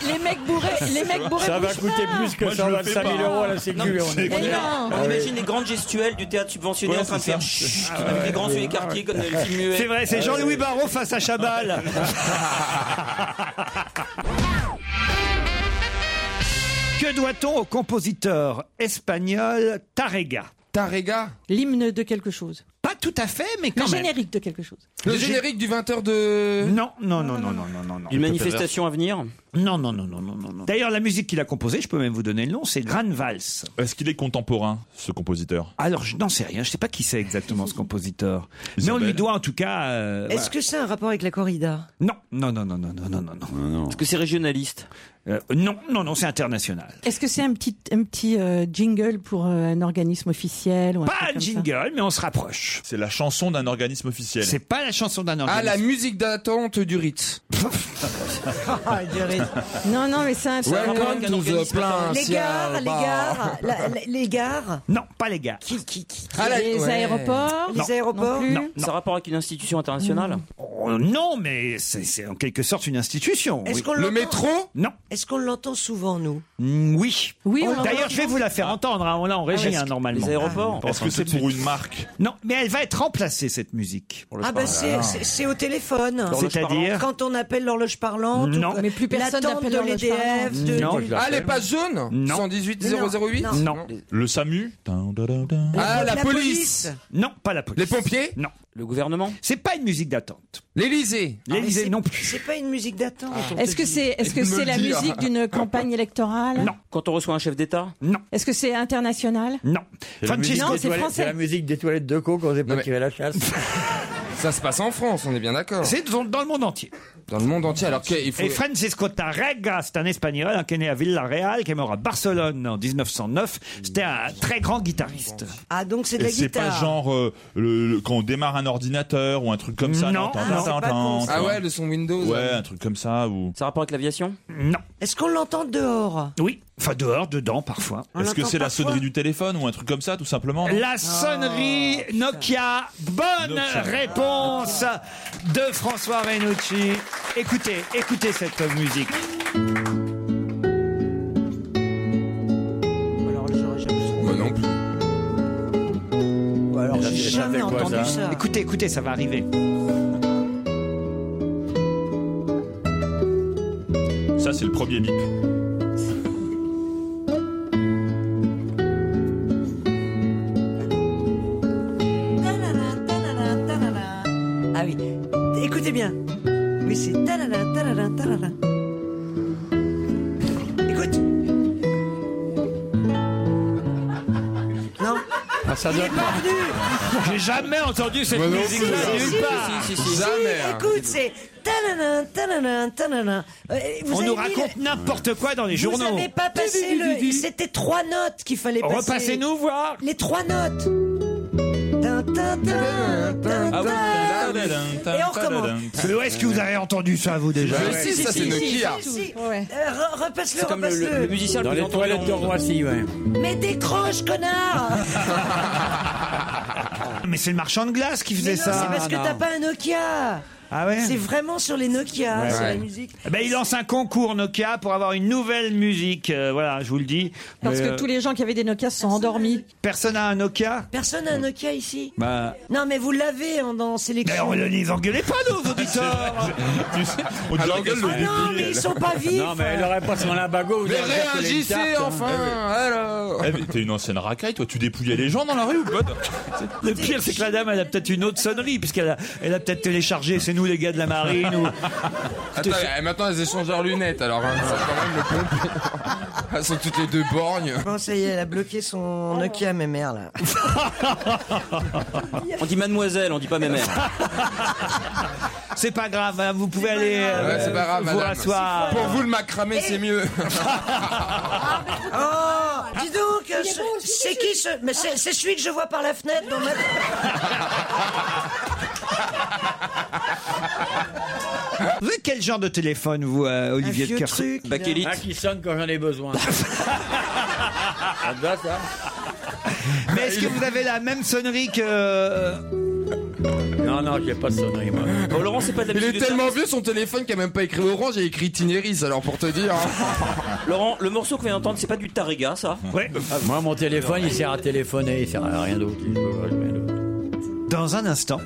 Speaker 7: les- les mecs bourrés- les mecs bourrés Ça va bougent coûter pas. plus que
Speaker 5: Moi, je le fais
Speaker 8: 125 000
Speaker 5: pas.
Speaker 8: euros à la Sécu,
Speaker 5: Non,
Speaker 8: on
Speaker 5: mais
Speaker 8: est
Speaker 5: c'est
Speaker 8: clair.
Speaker 5: clair.
Speaker 6: On
Speaker 8: Ah oui.
Speaker 6: imagine les grandes gestuelles du théâtre subventionné
Speaker 8: Ouais,
Speaker 6: en train de
Speaker 8: c'est
Speaker 6: faire
Speaker 8: ça.
Speaker 6: chut,
Speaker 8: Ah
Speaker 6: avec
Speaker 8: ouais,
Speaker 6: les grands
Speaker 8: ouais.
Speaker 6: yeux écarqués comme dans les films muets.
Speaker 3: C'est vrai, c'est Jean-Louis Barrault face à Chabal. Que doit-on au compositeur espagnol Tarrega
Speaker 11: Tarrega
Speaker 7: L'hymne de quelque chose.
Speaker 3: Pas tout à fait, mais
Speaker 7: Le
Speaker 3: quand même.
Speaker 7: générique de quelque chose.
Speaker 11: Le générique du 20h de.
Speaker 3: Non, non, non, non, non, non, non. non.
Speaker 6: Une manifestation à venir
Speaker 3: Non, non, non, non, non, non. D'ailleurs, la musique qu'il a composée, je peux même vous donner le nom, c'est Gran Vals.
Speaker 5: Est-ce qu'il est contemporain, ce compositeur
Speaker 3: Alors, je n'en sais rien, je sais pas qui c'est exactement ce compositeur. Mais on
Speaker 5: Isabelle
Speaker 3: lui doit en tout cas. euh,
Speaker 12: Est-ce que c'est un rapport avec la corrida
Speaker 3: Non, non, non, non, non, non, non, non, non.
Speaker 6: Est-ce que c'est régionaliste
Speaker 3: Non, non, non, c'est international.
Speaker 7: Est-ce que c'est un petit, un petit euh, jingle pour euh, un organisme officiel ou un
Speaker 3: Pas
Speaker 7: truc
Speaker 3: un
Speaker 7: comme ça
Speaker 3: Ah, jingle, mais on se rapproche.
Speaker 5: C'est la chanson d'un organisme officiel.
Speaker 3: C'est pas la chanson d'un
Speaker 11: Ah,
Speaker 3: organisme.
Speaker 11: la musique d'attente du Ritz.
Speaker 12: Ah,
Speaker 7: Non, non, mais c'est un.
Speaker 11: Welcome to the plan.
Speaker 12: Les gares, les gares, la- la- les gares.
Speaker 3: Non, pas les gares.
Speaker 12: Qui, qui, qui-
Speaker 11: Ah, la-
Speaker 12: les
Speaker 11: ouais.
Speaker 12: aéroports,
Speaker 6: Non.
Speaker 12: les aéroports. Hmm.
Speaker 6: Ça a rapport avec une institution internationale
Speaker 3: On euh, non, mais c'est c'est en quelque sorte une institution.
Speaker 12: Est-ce
Speaker 3: oui.
Speaker 12: qu'on l'entend
Speaker 3: Non.
Speaker 12: Est-ce qu'on l'entend souvent, nous
Speaker 3: Mm, Oui.
Speaker 12: Oui, on
Speaker 3: D'ailleurs,
Speaker 12: l'entend
Speaker 3: je vais vous la faire entendre. hein. On
Speaker 6: Ah,
Speaker 3: l'a en régie,
Speaker 12: est-ce
Speaker 3: hein,
Speaker 12: que-
Speaker 3: normalement.
Speaker 12: les aéroports
Speaker 3: Ah,
Speaker 5: Est-ce que c'est
Speaker 3: tout de
Speaker 5: pour
Speaker 3: suite.
Speaker 5: une marque
Speaker 3: Non, mais elle va être remplacée, cette musique. pour le
Speaker 12: Ah, bah,
Speaker 3: sport.
Speaker 12: c'est- c'est c'est au téléphone.
Speaker 3: L'horloge C'est-à-dire
Speaker 12: Quand on appelle l'horloge parlante.
Speaker 3: Non.
Speaker 12: ou-
Speaker 3: Mais plus
Speaker 10: personne
Speaker 12: l'attente
Speaker 10: n'appelle
Speaker 12: de
Speaker 10: l'horloge
Speaker 12: l'EDF.
Speaker 10: parlante.
Speaker 12: de-
Speaker 5: Non, je
Speaker 11: Ah,
Speaker 5: l'appelle.
Speaker 11: les pages jaunes
Speaker 3: Non.
Speaker 11: 118
Speaker 12: Mais non,
Speaker 11: 008
Speaker 12: non.
Speaker 5: Le SAMU
Speaker 11: Ah, la, police.
Speaker 3: Non, pas la police.
Speaker 11: Les pompiers
Speaker 3: Non.
Speaker 6: Le gouvernement
Speaker 3: C'est pas une musique d'attente.
Speaker 11: L'Élysée Ah,
Speaker 3: L'Élysée non plus.
Speaker 12: Ah, C'est pas une musique d'attente. on
Speaker 10: Est-ce
Speaker 12: te
Speaker 10: que
Speaker 12: dit.
Speaker 10: c'est est-ce que
Speaker 6: Me
Speaker 10: c'est la
Speaker 6: dire.
Speaker 10: musique d'une campagne électorale
Speaker 3: Non.
Speaker 6: Quand on reçoit un chef d'État
Speaker 3: Non.
Speaker 10: Est-ce que c'est international
Speaker 3: Non.
Speaker 14: C'est la musique
Speaker 10: Non,
Speaker 14: des
Speaker 10: c'est
Speaker 14: toilettes-
Speaker 10: français.
Speaker 14: C'est la musique des toilettes de coke quand on s'est pas tiré la chasse.
Speaker 11: Ça se passe en France, on est bien d'accord.
Speaker 3: C'est dans, dans le monde entier.
Speaker 11: Dans le monde entier, alors qu'il faut.
Speaker 3: Et Francisco Tarrega, c'est un Espagnol hein, qui est né à Villarreal, qui est mort à Barcelone en 1909. C'était un très grand guitariste.
Speaker 12: Ah, donc c'est de
Speaker 5: Et
Speaker 12: la
Speaker 5: c'est
Speaker 12: guitare.
Speaker 5: pas genre euh, le- le- quand on démarre un ordinateur ou un truc comme ça.
Speaker 3: Non,
Speaker 5: t'entends,
Speaker 3: non,
Speaker 5: t'entends,
Speaker 3: c'est pas
Speaker 5: t'entends,
Speaker 3: con,
Speaker 11: Ah
Speaker 5: t'entends.
Speaker 11: ouais, le son Windows.
Speaker 5: Ouais, un truc comme ça ou.
Speaker 6: Ça a rapport avec l'aviation
Speaker 3: Non.
Speaker 12: Est-ce qu'on l'entend dehors
Speaker 3: Oui. Enfin, dehors, dedans, parfois.
Speaker 12: On
Speaker 5: Est-ce que
Speaker 12: l'entend
Speaker 5: c'est la
Speaker 12: parfois.
Speaker 5: sonnerie du téléphone ou un truc comme ça, tout simplement non
Speaker 3: La
Speaker 11: Ah,
Speaker 3: sonnerie Nokia. Bonne
Speaker 5: Nokia.
Speaker 3: réponse de François Renucci. Écoutez, écoutez cette musique.
Speaker 12: Alors, j'aurais jamais ça.
Speaker 11: Moi non plus.
Speaker 14: Alors,
Speaker 12: J'ai jamais entendu ça.
Speaker 3: Écoutez, écoutez, ça va arriver.
Speaker 5: Ça, c'est le premier bip.
Speaker 12: Ah oui. Écoutez bien. Oui, c'est talala, talala, talala. Écoute. Non.
Speaker 8: ça
Speaker 12: Il est pas revenu.
Speaker 3: J'ai jamais entendu cette
Speaker 11: Moi non
Speaker 3: musique
Speaker 11: plus, hein.
Speaker 3: nulle part.
Speaker 11: Si, si,
Speaker 12: Ah, Si,
Speaker 11: si. Jamais. hein.
Speaker 12: écoute, c'est talala, talala, talala. Euh, vous
Speaker 3: On
Speaker 12: avez
Speaker 3: nous
Speaker 12: mis
Speaker 3: raconte
Speaker 12: le-
Speaker 3: n'importe quoi dans les
Speaker 12: Vous
Speaker 3: journaux.
Speaker 12: n'avez pas passé le. C'était trois notes qu'il fallait passer.
Speaker 3: Repassez-nous voir.
Speaker 12: Les trois notes. Tin, tin, tin, tin,
Speaker 5: Ah oui.
Speaker 12: tin. Et on recommence.
Speaker 3: Mais où est-ce que vous avez entendu ça, vous déjà Ah
Speaker 11: Mais si, ça c'est Nokia.
Speaker 12: Si, euh, re- repasse-le,
Speaker 6: C'est comme le, le- le
Speaker 12: repasse-le.
Speaker 6: musicien le
Speaker 14: Dans
Speaker 6: plus
Speaker 14: les
Speaker 6: entendu
Speaker 14: toilettes de
Speaker 6: au monde.
Speaker 14: Roissy, ouais.
Speaker 12: Mais décroche, connard
Speaker 3: Ah, Mais c'est le marchand de glace qui
Speaker 12: Mais
Speaker 3: faisait
Speaker 12: non, c'est
Speaker 3: ça.
Speaker 12: parce que
Speaker 3: Ah,
Speaker 12: t'as
Speaker 3: non.
Speaker 12: pas un Nokia.
Speaker 3: Ah ouais
Speaker 12: C'est vraiment sur les Nokia, sur la
Speaker 11: Ouais.
Speaker 12: musique.
Speaker 3: Eh Ben, il lance un concours Nokia pour avoir une nouvelle musique. Euh, voilà, je vous le dis.
Speaker 10: Parce
Speaker 3: Mais,
Speaker 10: que
Speaker 3: euh,
Speaker 10: tous les gens qui avaient des Nokia se sont endormis.
Speaker 3: Personne a un Nokia
Speaker 12: Personne n'a un Nokia ici
Speaker 3: Bah.
Speaker 12: Non, mais vous l'avez en, dans
Speaker 3: D'ailleurs,
Speaker 12: sélection.
Speaker 3: ne les engueulez pas, nos auditeurs
Speaker 5: Tu sais, on
Speaker 11: Ah,
Speaker 5: dirait
Speaker 11: l'engueule,
Speaker 5: qu'elles sont
Speaker 11: le
Speaker 5: débiles.
Speaker 12: Non, mais ils sont pas vifs.
Speaker 14: Non, mais elle aurait pas son limbago. vous
Speaker 11: Mais
Speaker 14: allez dire qu'elle est une
Speaker 11: réagissez
Speaker 14: tarte, hein.
Speaker 11: enfin Alors
Speaker 5: Eh, mais T'es une ancienne racaille, toi, tu dépouillais les gens dans la rue ou quoi toi
Speaker 3: Le pire, c'est que la dame, elle a peut-être une autre sonnerie, puisqu'elle a, elle a peut-être téléchargé, c'est nous les gars de la marine. Ou...
Speaker 11: Attends, eh, maintenant elles échangent leurs lunettes, alors hein, ça, quand même le pompe. Elles sont toutes les deux borgnes.
Speaker 12: Bon, ça y est, elle a bloqué son Nokia, mes mères, là.
Speaker 6: On dit mademoiselle, on dit pas mémère.
Speaker 3: C'est pas grave, hein, vous pouvez aller euh,
Speaker 11: Ouais, c'est pas grave,
Speaker 3: vous
Speaker 11: madame.
Speaker 3: rasseoir.
Speaker 11: Pour vous, le macramé, c'est mieux.
Speaker 12: Oh, dis donc, euh, ce- c'est qui ce... Mais c'est c'est celui que je vois par la fenêtre dans ma...
Speaker 3: Vous avez quel genre de téléphone, vous, euh,
Speaker 12: Un
Speaker 3: Olivier de
Speaker 12: vieux
Speaker 3: Kersauzon
Speaker 12: truc. là.
Speaker 6: Bakélite.
Speaker 14: Ah, qui sonne quand j'en ai besoin. Ça te va, ça
Speaker 3: Mais est-ce que vous avez la même sonnerie que. euh,
Speaker 14: Non, non, j'ai pas de sonnerie, moi.
Speaker 6: Bon, Laurent, c'est pas de
Speaker 11: Il
Speaker 6: la musique
Speaker 11: est
Speaker 6: de
Speaker 11: tellement vieux, son téléphone, qu'il a même pas écrit Orange, il a écrit Tineris, alors pour te dire.
Speaker 6: ça. Laurent, le morceau qu'on vient d'entendre, c'est pas du Tarega, ça
Speaker 3: euh, Ouais.
Speaker 14: Moi, mon téléphone, il sert à téléphoner, il sert à rien d'autre. Il sert à rien d'autre.
Speaker 3: Dans un instant.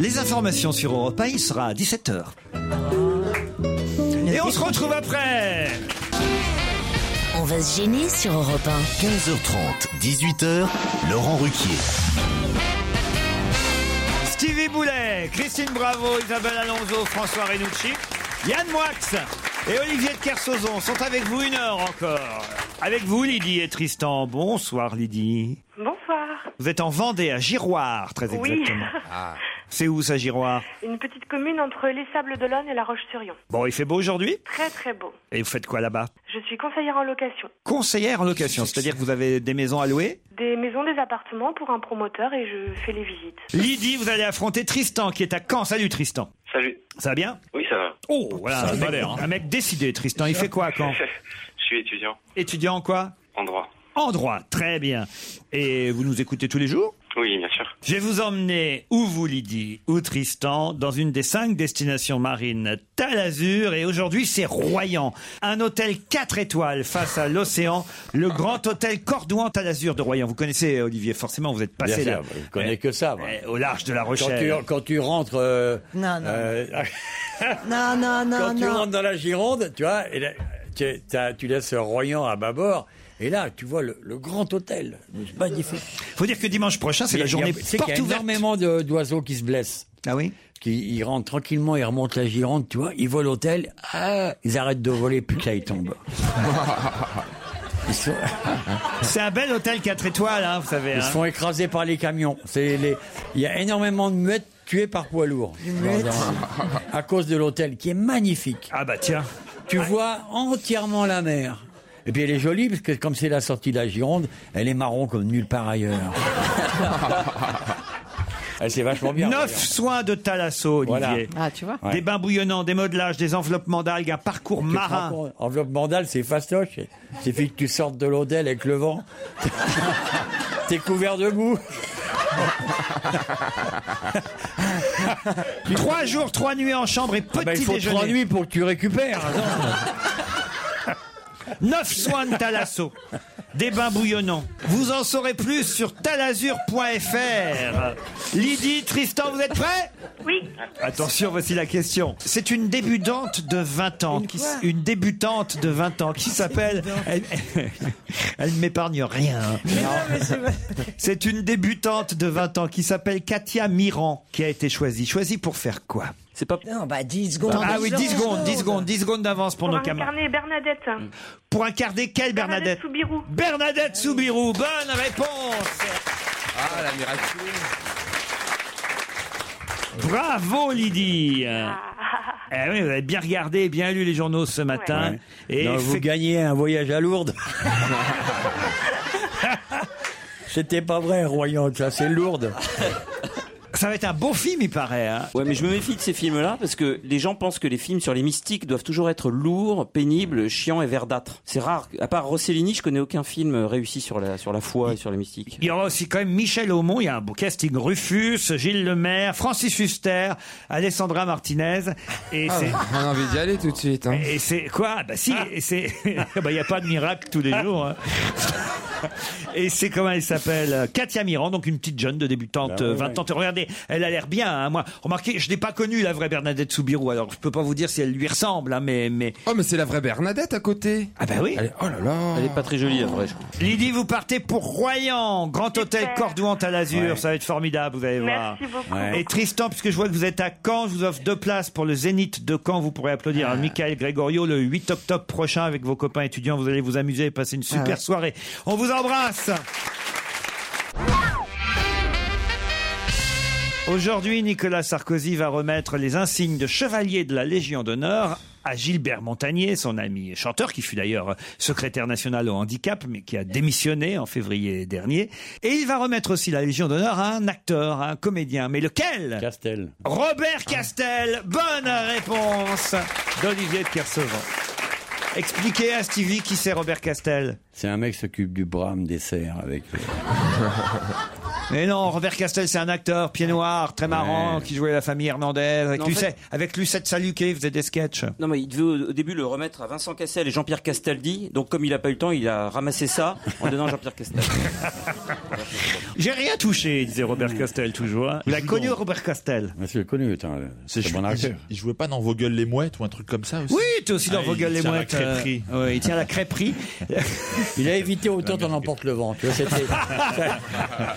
Speaker 3: Les informations sur Europa, il sera à 17h.
Speaker 12: Ah.
Speaker 3: Et on se retrouve après
Speaker 1: On va se gêner sur Europe
Speaker 2: 15h30, 18h, Laurent Ruquier.
Speaker 3: Stevie Boulet, Christine Bravo, Isabelle Alonso, François Renucci, Yann Moix et Olivier de Kersauzon sont avec vous une heure encore. Avec vous, Lydie et Tristan. Bonsoir, Lydie.
Speaker 15: Bonsoir.
Speaker 3: Vous êtes en Vendée, à Giroir, très
Speaker 15: Oui.
Speaker 3: exactement. C'est où, ça, Giroir
Speaker 15: Une petite commune entre les Sables d'Olonne et la Roche-sur-Yon.
Speaker 3: Bon, il fait beau aujourd'hui
Speaker 15: Très très beau.
Speaker 3: Et vous faites quoi là-bas
Speaker 15: Je suis conseillère en location.
Speaker 3: Conseillère en location, c'est-à-dire que vous avez des maisons à louer
Speaker 15: Des maisons, des appartements pour un promoteur et je fais les visites.
Speaker 3: Lydie, vous allez affronter Tristan qui est à Caen. Salut Tristan.
Speaker 17: Salut.
Speaker 3: Ça va bien
Speaker 17: Oui, ça va.
Speaker 3: Oh, voilà, un, mec,
Speaker 6: hein.
Speaker 3: un mec décidé, Tristan. Il fait quoi à Caen
Speaker 17: Je suis étudiant
Speaker 3: Étudiant en quoi
Speaker 17: en droit.
Speaker 3: En droit, très bien. Et vous nous écoutez tous les jours
Speaker 17: Oui, bien sûr.
Speaker 3: Je vais vous emmener, ou vous Lydie, ou Tristan, dans une des cinq destinations marines Talazur. Et aujourd'hui, c'est Royan. Un hôtel 4 étoiles face à l'océan. Le grand hôtel Cordouan Talazur de Royan. Vous connaissez, Olivier, forcément, vous êtes
Speaker 14: Bien
Speaker 3: passé
Speaker 14: sûr,
Speaker 3: là. Eh,
Speaker 14: je connais que ça. moi.
Speaker 3: Au large de la
Speaker 14: Quand tu,
Speaker 3: Rochelle.
Speaker 14: quand tu rentres, euh,
Speaker 12: Non, non.
Speaker 14: euh,
Speaker 12: Non, non, non,
Speaker 14: quand tu
Speaker 12: Ah, non.
Speaker 14: rentres dans la Gironde, tu vois, et là, tu, t'as- tu laisses Royan à bâbord, et là, tu vois le, le grand hôtel, magnifique.
Speaker 3: Faut dire que dimanche prochain, c'est la journée porte
Speaker 14: Il y a
Speaker 3: ouverte.
Speaker 14: énormément de- d'oiseaux qui se blessent.
Speaker 3: Ah oui.
Speaker 14: Qui ils rentrent tranquillement, ils remontent la Gironde, tu vois, ils volent l'hôtel, ah, ils arrêtent de voler, putain, ils tombent. Ils sont-
Speaker 3: C'est un bel hôtel 4 étoiles, hein, vous savez.
Speaker 14: Ils
Speaker 3: hein.
Speaker 14: se font écraser par les camions. C'est les... Il y a énormément de muettes tuées par poids lourds.
Speaker 3: muettes.
Speaker 14: À cause de l'hôtel qui est magnifique.
Speaker 3: Ah bah tiens.
Speaker 14: Tu vois entièrement la mer. Et puis elle est jolie parce que comme c'est la sortie de la Gironde, elle est marron comme nulle part ailleurs. elle c'est vachement bien.
Speaker 3: Neuf soins de Thalasso, Olivier.
Speaker 14: Voilà.
Speaker 10: Ah, tu vois.
Speaker 3: Des bains bouillonnants, des modelages, des enveloppements d'algues, un parcours
Speaker 14: Tu te rends
Speaker 3: marin.
Speaker 14: compte, Enveloppe mandale, c'est fastoche. Il suffit que tu sortes de l'hôtel avec le vent. T'es couvert de boue.
Speaker 3: trois jours, trois nuits en chambre et petit
Speaker 14: Ah bah, il faut
Speaker 3: déjeuner.
Speaker 14: trois nuits pour que tu récupères.
Speaker 3: Neuf soins de Thalasso. Des bains bouillonnants. Vous en saurez plus sur talazur.fr. Lydie, Tristan, vous êtes prêts
Speaker 15: Oui.
Speaker 3: Attention, voici la question. C'est une débutante de 20 ans, qui, s- une débutante de 20 ans qui s'appelle. Elle, elle ne m'épargne rien. hein. C'est une débutante de 20 ans qui s'appelle Katia Miran qui a été choisie. Choisie pour faire quoi C'est pas.
Speaker 17: Non, bah 10 secondes.
Speaker 3: Ah oui, 10 secondes, 10 secondes, 10 secondes d'avance pour,
Speaker 15: Pour
Speaker 3: nos camarades.
Speaker 15: incarner Bernadette.
Speaker 3: Pour incarner quelle Bernadette
Speaker 15: Soubirou.
Speaker 3: Bernadette Soubirou, bonne réponse
Speaker 11: Ah, la miracle.
Speaker 3: Bravo Lydie Eh oui, vous avez bien regardé, bien lu les journaux ce matin.
Speaker 14: Ouais.
Speaker 3: Et
Speaker 14: Non, vous
Speaker 3: fait-
Speaker 14: gagnez un voyage à Lourdes. C'était pas vrai, Royan, ça c'est Lourdes.
Speaker 3: Ça va être un beau film, il paraît. hein.
Speaker 6: Ouais, mais je me méfie de ces films-là parce que les gens pensent que les films sur les mystiques doivent toujours être lourds, pénibles, chiants et verdâtres. C'est rare. À part Rossellini, je connais aucun film réussi sur la, sur la foi et sur les mystiques.
Speaker 3: Il y aura aussi quand même Michel Aumont, il y a un beau casting, Rufus, Gilles Lemaire, Francis Huster, Alessandra Martinez. Et
Speaker 11: Ah,
Speaker 3: c'est...
Speaker 11: on a envie d'y aller tout de suite. hein. Ah.
Speaker 3: Et c'est quoi Bah si, et c'est Bah, il n'y a pas de miracle tous les jours. hein. Et c'est comment elle s'appelle euh, Katia Miran, donc une petite jeune de débutante,
Speaker 8: Bah ouais,
Speaker 3: euh, 20 ans. Regardez, elle a l'air bien. hein, moi, remarquez, je n'ai pas connu la vraie Bernadette Soubirou, alors je peux pas vous dire si elle lui ressemble, hein, mais mais.
Speaker 11: Oh, mais c'est la vraie Bernadette à côté.
Speaker 3: Ah bah oui.
Speaker 11: Elle est- oh là là.
Speaker 6: Elle est pas très jolie, la vraie. je crois.
Speaker 3: Lydie, vous partez pour Royan, Grand Hôtel Cordouan à l'Azur, ça va être formidable, vous allez voir.
Speaker 8: Merci beaucoup. Ouais.
Speaker 3: Et Tristan, puisque je vois que vous êtes à Caen, je vous offre deux places pour le Zénith de Caen. Vous pourrez applaudir
Speaker 8: Ah.
Speaker 3: à Michael Gregorio le 8 octobre prochain avec vos copains étudiants. Vous allez vous amuser et passer une super
Speaker 8: Ah ouais.
Speaker 3: soirée. On vous embrasse. Aujourd'hui, Nicolas Sarkozy va remettre les insignes de chevalier de la Légion d'honneur à Gilbert Montagnier, son ami chanteur, qui fut d'ailleurs secrétaire national au handicap, mais qui a démissionné en février dernier. Et il va remettre aussi la Légion d'honneur à un acteur, à un comédien. Mais lequel
Speaker 14: Castel.
Speaker 3: Robert Castel. Bonne réponse d'Olivier de Kersauzon. Expliquez à Stevie qui c'est Robert Castel.
Speaker 14: C'est un mec qui s'occupe du brame des cerfs avec. euh.
Speaker 3: Mais non, Robert Castel, c'est un acteur, pied noir, très marrant, qui jouait la famille Hernandez, avec
Speaker 6: Non, en
Speaker 3: Lucette,
Speaker 6: fait-
Speaker 3: avec Lucette Saluquet, il faisait des sketchs.
Speaker 6: Non, mais il devait au au début le remettre à Vincent Cassel et Jean-Pierre Castaldi. Donc, comme il a pas eu le temps, il a ramassé ça en donnant à Jean-Pierre Castaldi.
Speaker 3: J'ai rien touché, disait Robert Castel toujours. hein. Il a connu Robert Castel.
Speaker 14: Monsieur le connu, putain, c'est bon acteur.
Speaker 5: Il jouait pas dans Vos gueules les mouettes ou un truc comme ça aussi
Speaker 3: Oui, t'es aussi dans
Speaker 5: Ah,
Speaker 3: vos
Speaker 5: il
Speaker 3: gueules les
Speaker 5: tient la
Speaker 3: mouettes.
Speaker 5: crêperie.
Speaker 3: euh, ouais, il tient la crêperie.
Speaker 14: Il a évité autant qu'on emporte le vent. Tu vois, c'était- ça,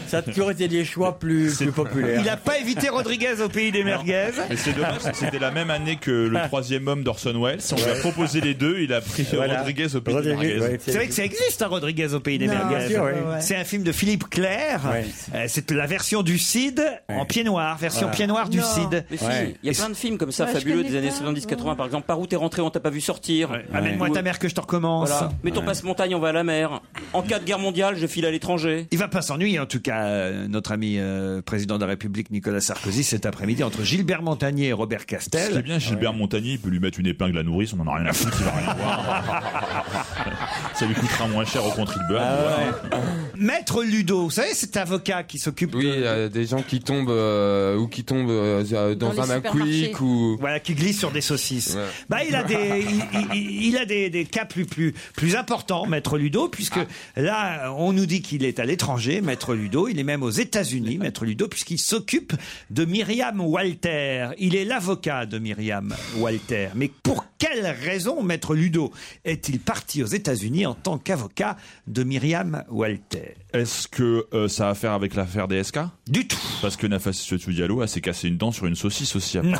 Speaker 14: ça a toujours été des choix plus, plus populaires.
Speaker 3: Il n'a pas évité Rodriguez au pays des merguez.
Speaker 5: Mais c'est dommage, parce que c'était la même année que le
Speaker 3: Ah.
Speaker 5: troisième homme d'Orson Welles. On lui a
Speaker 14: Ouais.
Speaker 5: proposé les deux, il a pris
Speaker 14: Voilà.
Speaker 5: Rodriguez au pays
Speaker 14: Rodriguez,
Speaker 5: de
Speaker 14: ouais,
Speaker 3: C'est vrai que ça existe, hein, Rodriguez au pays des
Speaker 14: Non,
Speaker 3: merguez.
Speaker 14: bien sûr, ouais.
Speaker 3: C'est un film de Philippe Clair.
Speaker 14: Ouais.
Speaker 3: Euh, C'est la version du Cid en pied noir, version pied noir du Cid.
Speaker 6: Mais si, il y a plein de films comme ça
Speaker 3: Ah. Ouais, je
Speaker 6: fabuleux des
Speaker 3: connais
Speaker 6: années
Speaker 3: pas.
Speaker 6: 70-80. Par exemple, Par où t'es rentré, on t'a pas vu sortir.
Speaker 3: Amène-moi
Speaker 6: Ou-
Speaker 3: ta mère que je te recommence.
Speaker 6: Voilà. Mettons passe montagne, on va à la mer. En cas de guerre mondiale, je file à l'étranger.
Speaker 3: Il va pas s'ennuyer en tout cas, euh, euh, notre ami euh, président de la République Nicolas Sarkozy cet après-midi entre Gilbert Montagnier et Robert Castel.
Speaker 5: Ce qui est bien, Gilbert Montagnier, il peut lui mettre une épingle à nourrice, on en a rien à foutre, il va rien voir. Ça lui coûtera moins cher au contribuable.
Speaker 14: Ah,
Speaker 5: voilà.
Speaker 3: Maître Ludo, vous savez, cet avocat qui s'occupe
Speaker 11: oui, il y a des gens qui tombent euh, ou qui tombent euh, dans,
Speaker 3: Dans les
Speaker 11: un
Speaker 3: supermarchés.
Speaker 11: maquic ou
Speaker 3: voilà qui glisse sur des saucisses. Bah, il a des, il, il- il a des, des cas plus, plus, plus importants, Maître Ludo, puisque
Speaker 11: Ah.
Speaker 3: là, on nous dit qu'il est à l'étranger, Maître Ludo. Il est même aux États-Unis, Maître Ludo, puisqu'il s'occupe de Myriam Walter. Il est l'avocat de Myriam Walter. Mais pour quelle raison, Maître Ludo, est-il parti aux États-Unis en tant qu'avocat de Myriam Walter
Speaker 5: Est-ce que euh, ça a à faire avec l'affaire DSK
Speaker 3: Du tout.
Speaker 5: Parce que Nafas Diallo elle s'est cassé une dent sur une saucisse aussi. apparemment.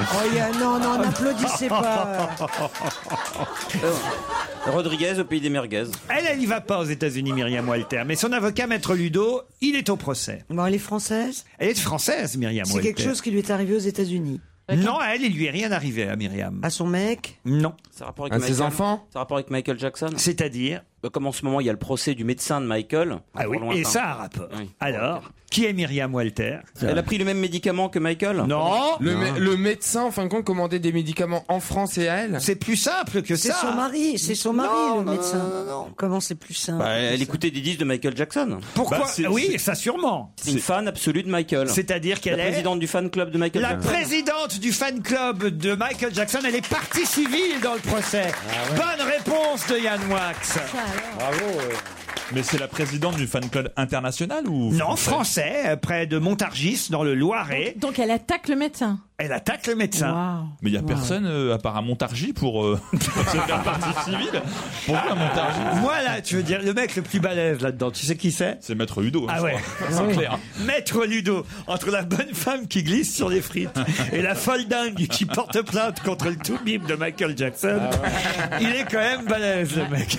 Speaker 12: Oh, il y a- non, non,
Speaker 3: Ah,
Speaker 12: n'applaudissez pas.
Speaker 6: Euh, Rodriguez au pays des merguez.
Speaker 3: Elle, elle n'y va pas aux États-Unis, Myriam Walter. Mais son avocat, Maître Ludo, il est au procès.
Speaker 12: Bon, elle est française
Speaker 3: Elle est française, Myriam
Speaker 12: C'est
Speaker 3: Walter.
Speaker 12: quelque chose qui lui est arrivé aux États-Unis.
Speaker 3: Non, à elle, il lui est rien arrivé à Myriam.
Speaker 12: À son mec
Speaker 3: Non.
Speaker 6: Ça a rapport avec
Speaker 3: À
Speaker 6: Michael-
Speaker 3: Ah, ses enfants
Speaker 6: Ça a rapport avec Michael Jackson Euh,
Speaker 3: C'est-à-dire
Speaker 6: Comme en ce moment, il y a le procès du médecin de Michael. hein.
Speaker 3: Ah oui, et ça a un rapport. Alors, qui est Myriam Walter
Speaker 6: Elle a pris le même médicament que Michael
Speaker 3: Non
Speaker 11: le, mé- le médecin en fin de compte commandait des médicaux en France et à elle.
Speaker 3: C'est plus simple que
Speaker 12: C'est son mari, c'est son mari le médecin. Comment c'est plus simple
Speaker 6: Bah, elle écoutait des disques de Michael Jackson.
Speaker 3: Pourquoi Oui, ça sûrement.
Speaker 6: C'est une fan absolue de Michael.
Speaker 3: C'est-à-dire qu'elle
Speaker 6: La
Speaker 3: est-
Speaker 6: présidente du fan club de Michael
Speaker 3: La
Speaker 6: Jackson.
Speaker 3: présidente du fan club de Michael Jackson, elle est partie civile dans le procès.
Speaker 6: Ah
Speaker 3: Bonne réponse de Yann Wax.
Speaker 5: Bravo. Mais c'est la présidente du fan club international ou
Speaker 3: Non, français, euh, près de Montargis, dans le Loiret.
Speaker 10: Donc elle attaque le médecin.
Speaker 3: Elle attaque le médecin.
Speaker 5: Mais il n'y a personne euh, à part à Montargis pour euh, se faire partie civile. Pourquoi à Montargis
Speaker 3: Moi, là, tu veux dire, le mec le plus balèze là-dedans, tu sais qui c'est
Speaker 5: C'est Maître Ludo. hein,
Speaker 3: Ah ouais,
Speaker 5: c'est clair.
Speaker 3: Maître Ludo, entre la bonne femme qui glisse sur les frites et la folle dingue qui porte plainte contre le tout bim de Michael Jackson,
Speaker 5: Ah
Speaker 3: il est quand même balèze, le mec.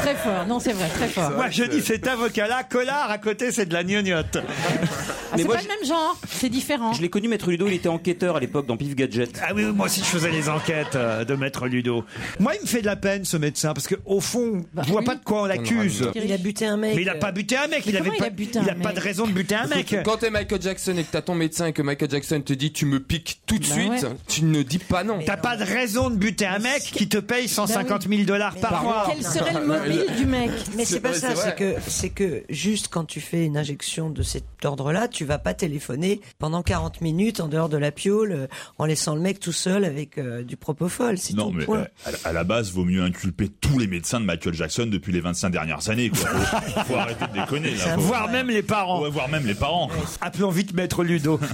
Speaker 10: Très fort, non c'est vrai, très fort.
Speaker 3: Moi, je dis cet avocat-là, collard à côté, c'est de la gnognotte.
Speaker 10: Ah, c'est pas le même genre, c'est différent.
Speaker 6: Je l'ai connu, Maître Ludo, il était enquêteur à l'époque dans Pif Gadget.
Speaker 3: Ah oui, oui, moi aussi je faisais les enquêtes euh, de Maître Ludo. Moi, il me fait de la peine ce médecin parce que au fond, je vois pas de quoi on l'accuse.
Speaker 12: Il a buté un mec.
Speaker 3: Mais il a pas buté un mec. il avait pas, il a pas de raison de buter un mec.
Speaker 12: Bah
Speaker 11: Quand t'es Michael Jackson et que t'as ton médecin et que Michael Jackson te dit tu me piques tout de
Speaker 3: Bah
Speaker 11: suite,
Speaker 3: ouais.
Speaker 11: tu ne dis pas non.
Speaker 3: T'as pas de raison de buter un mec qui te paye
Speaker 12: Bah
Speaker 3: 150 000 dollars par mois.
Speaker 12: Mais c'est pas ça, c'est que, c'est que juste quand tu fais une injection de cet ordre-là, tu vas pas téléphoner pendant 40 minutes en dehors de la piole, euh, en laissant le mec tout seul avec euh, du propofol. C'est
Speaker 5: Non,
Speaker 12: tout,
Speaker 5: mais
Speaker 12: point.
Speaker 5: euh, à, la- à la base, vaut mieux inculper tous les médecins de Michael Jackson depuis les 25 dernières années. Quoi. Faut, faut arrêter de déconner. Là, Faut-
Speaker 3: Voire même les parents.
Speaker 5: Ouais, voire même les parents.
Speaker 3: Appelons vite Maître Ludo.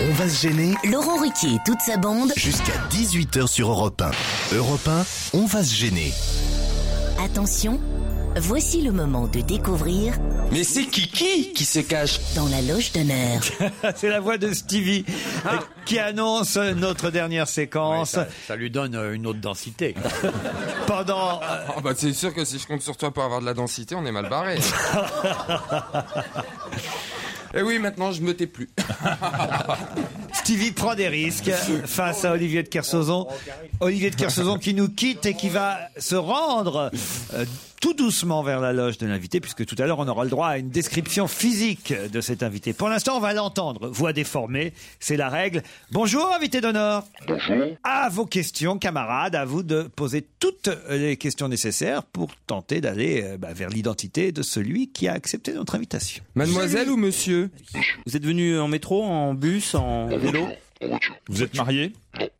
Speaker 2: On va se gêner.
Speaker 1: Laurent Ruquier et toute sa bande.
Speaker 2: Jusqu'à 18h sur Europe 1. Europe 1, on va se gêner.
Speaker 1: Attention, voici le moment de découvrir
Speaker 4: Mais c'est Kiki qui se cache.
Speaker 1: dans la loge d'honneur.
Speaker 3: c'est la voix de Stevie
Speaker 12: Ah.
Speaker 3: euh, qui annonce notre dernière séquence.
Speaker 14: Ça lui donne euh, une autre densité.
Speaker 3: Pendant. euh,
Speaker 11: Ah bah c'est sûr que si je compte sur toi pour avoir de la densité, on est mal barré. Et oui, maintenant je me tais plus.
Speaker 3: Stevie prend des risques face à Olivier de Kersauzon. Olivier de Kersauzon qui nous quitte et qui va se rendre euh, tout doucement vers la loge de l'invité, puisque tout à l'heure on aura le droit à une description physique de cet invité. Pour l'instant, on va l'entendre. Voix déformée, c'est la règle. Bonjour, invité d'honneur. Bonjour. À vos questions, camarades, à vous de poser toutes les questions nécessaires pour tenter d'aller euh, bah, vers l'identité de celui qui a accepté notre invitation.
Speaker 11: Mademoiselle ou monsieur
Speaker 6: Vous êtes venu en métro, en bus, en vélo
Speaker 5: Vous êtes marié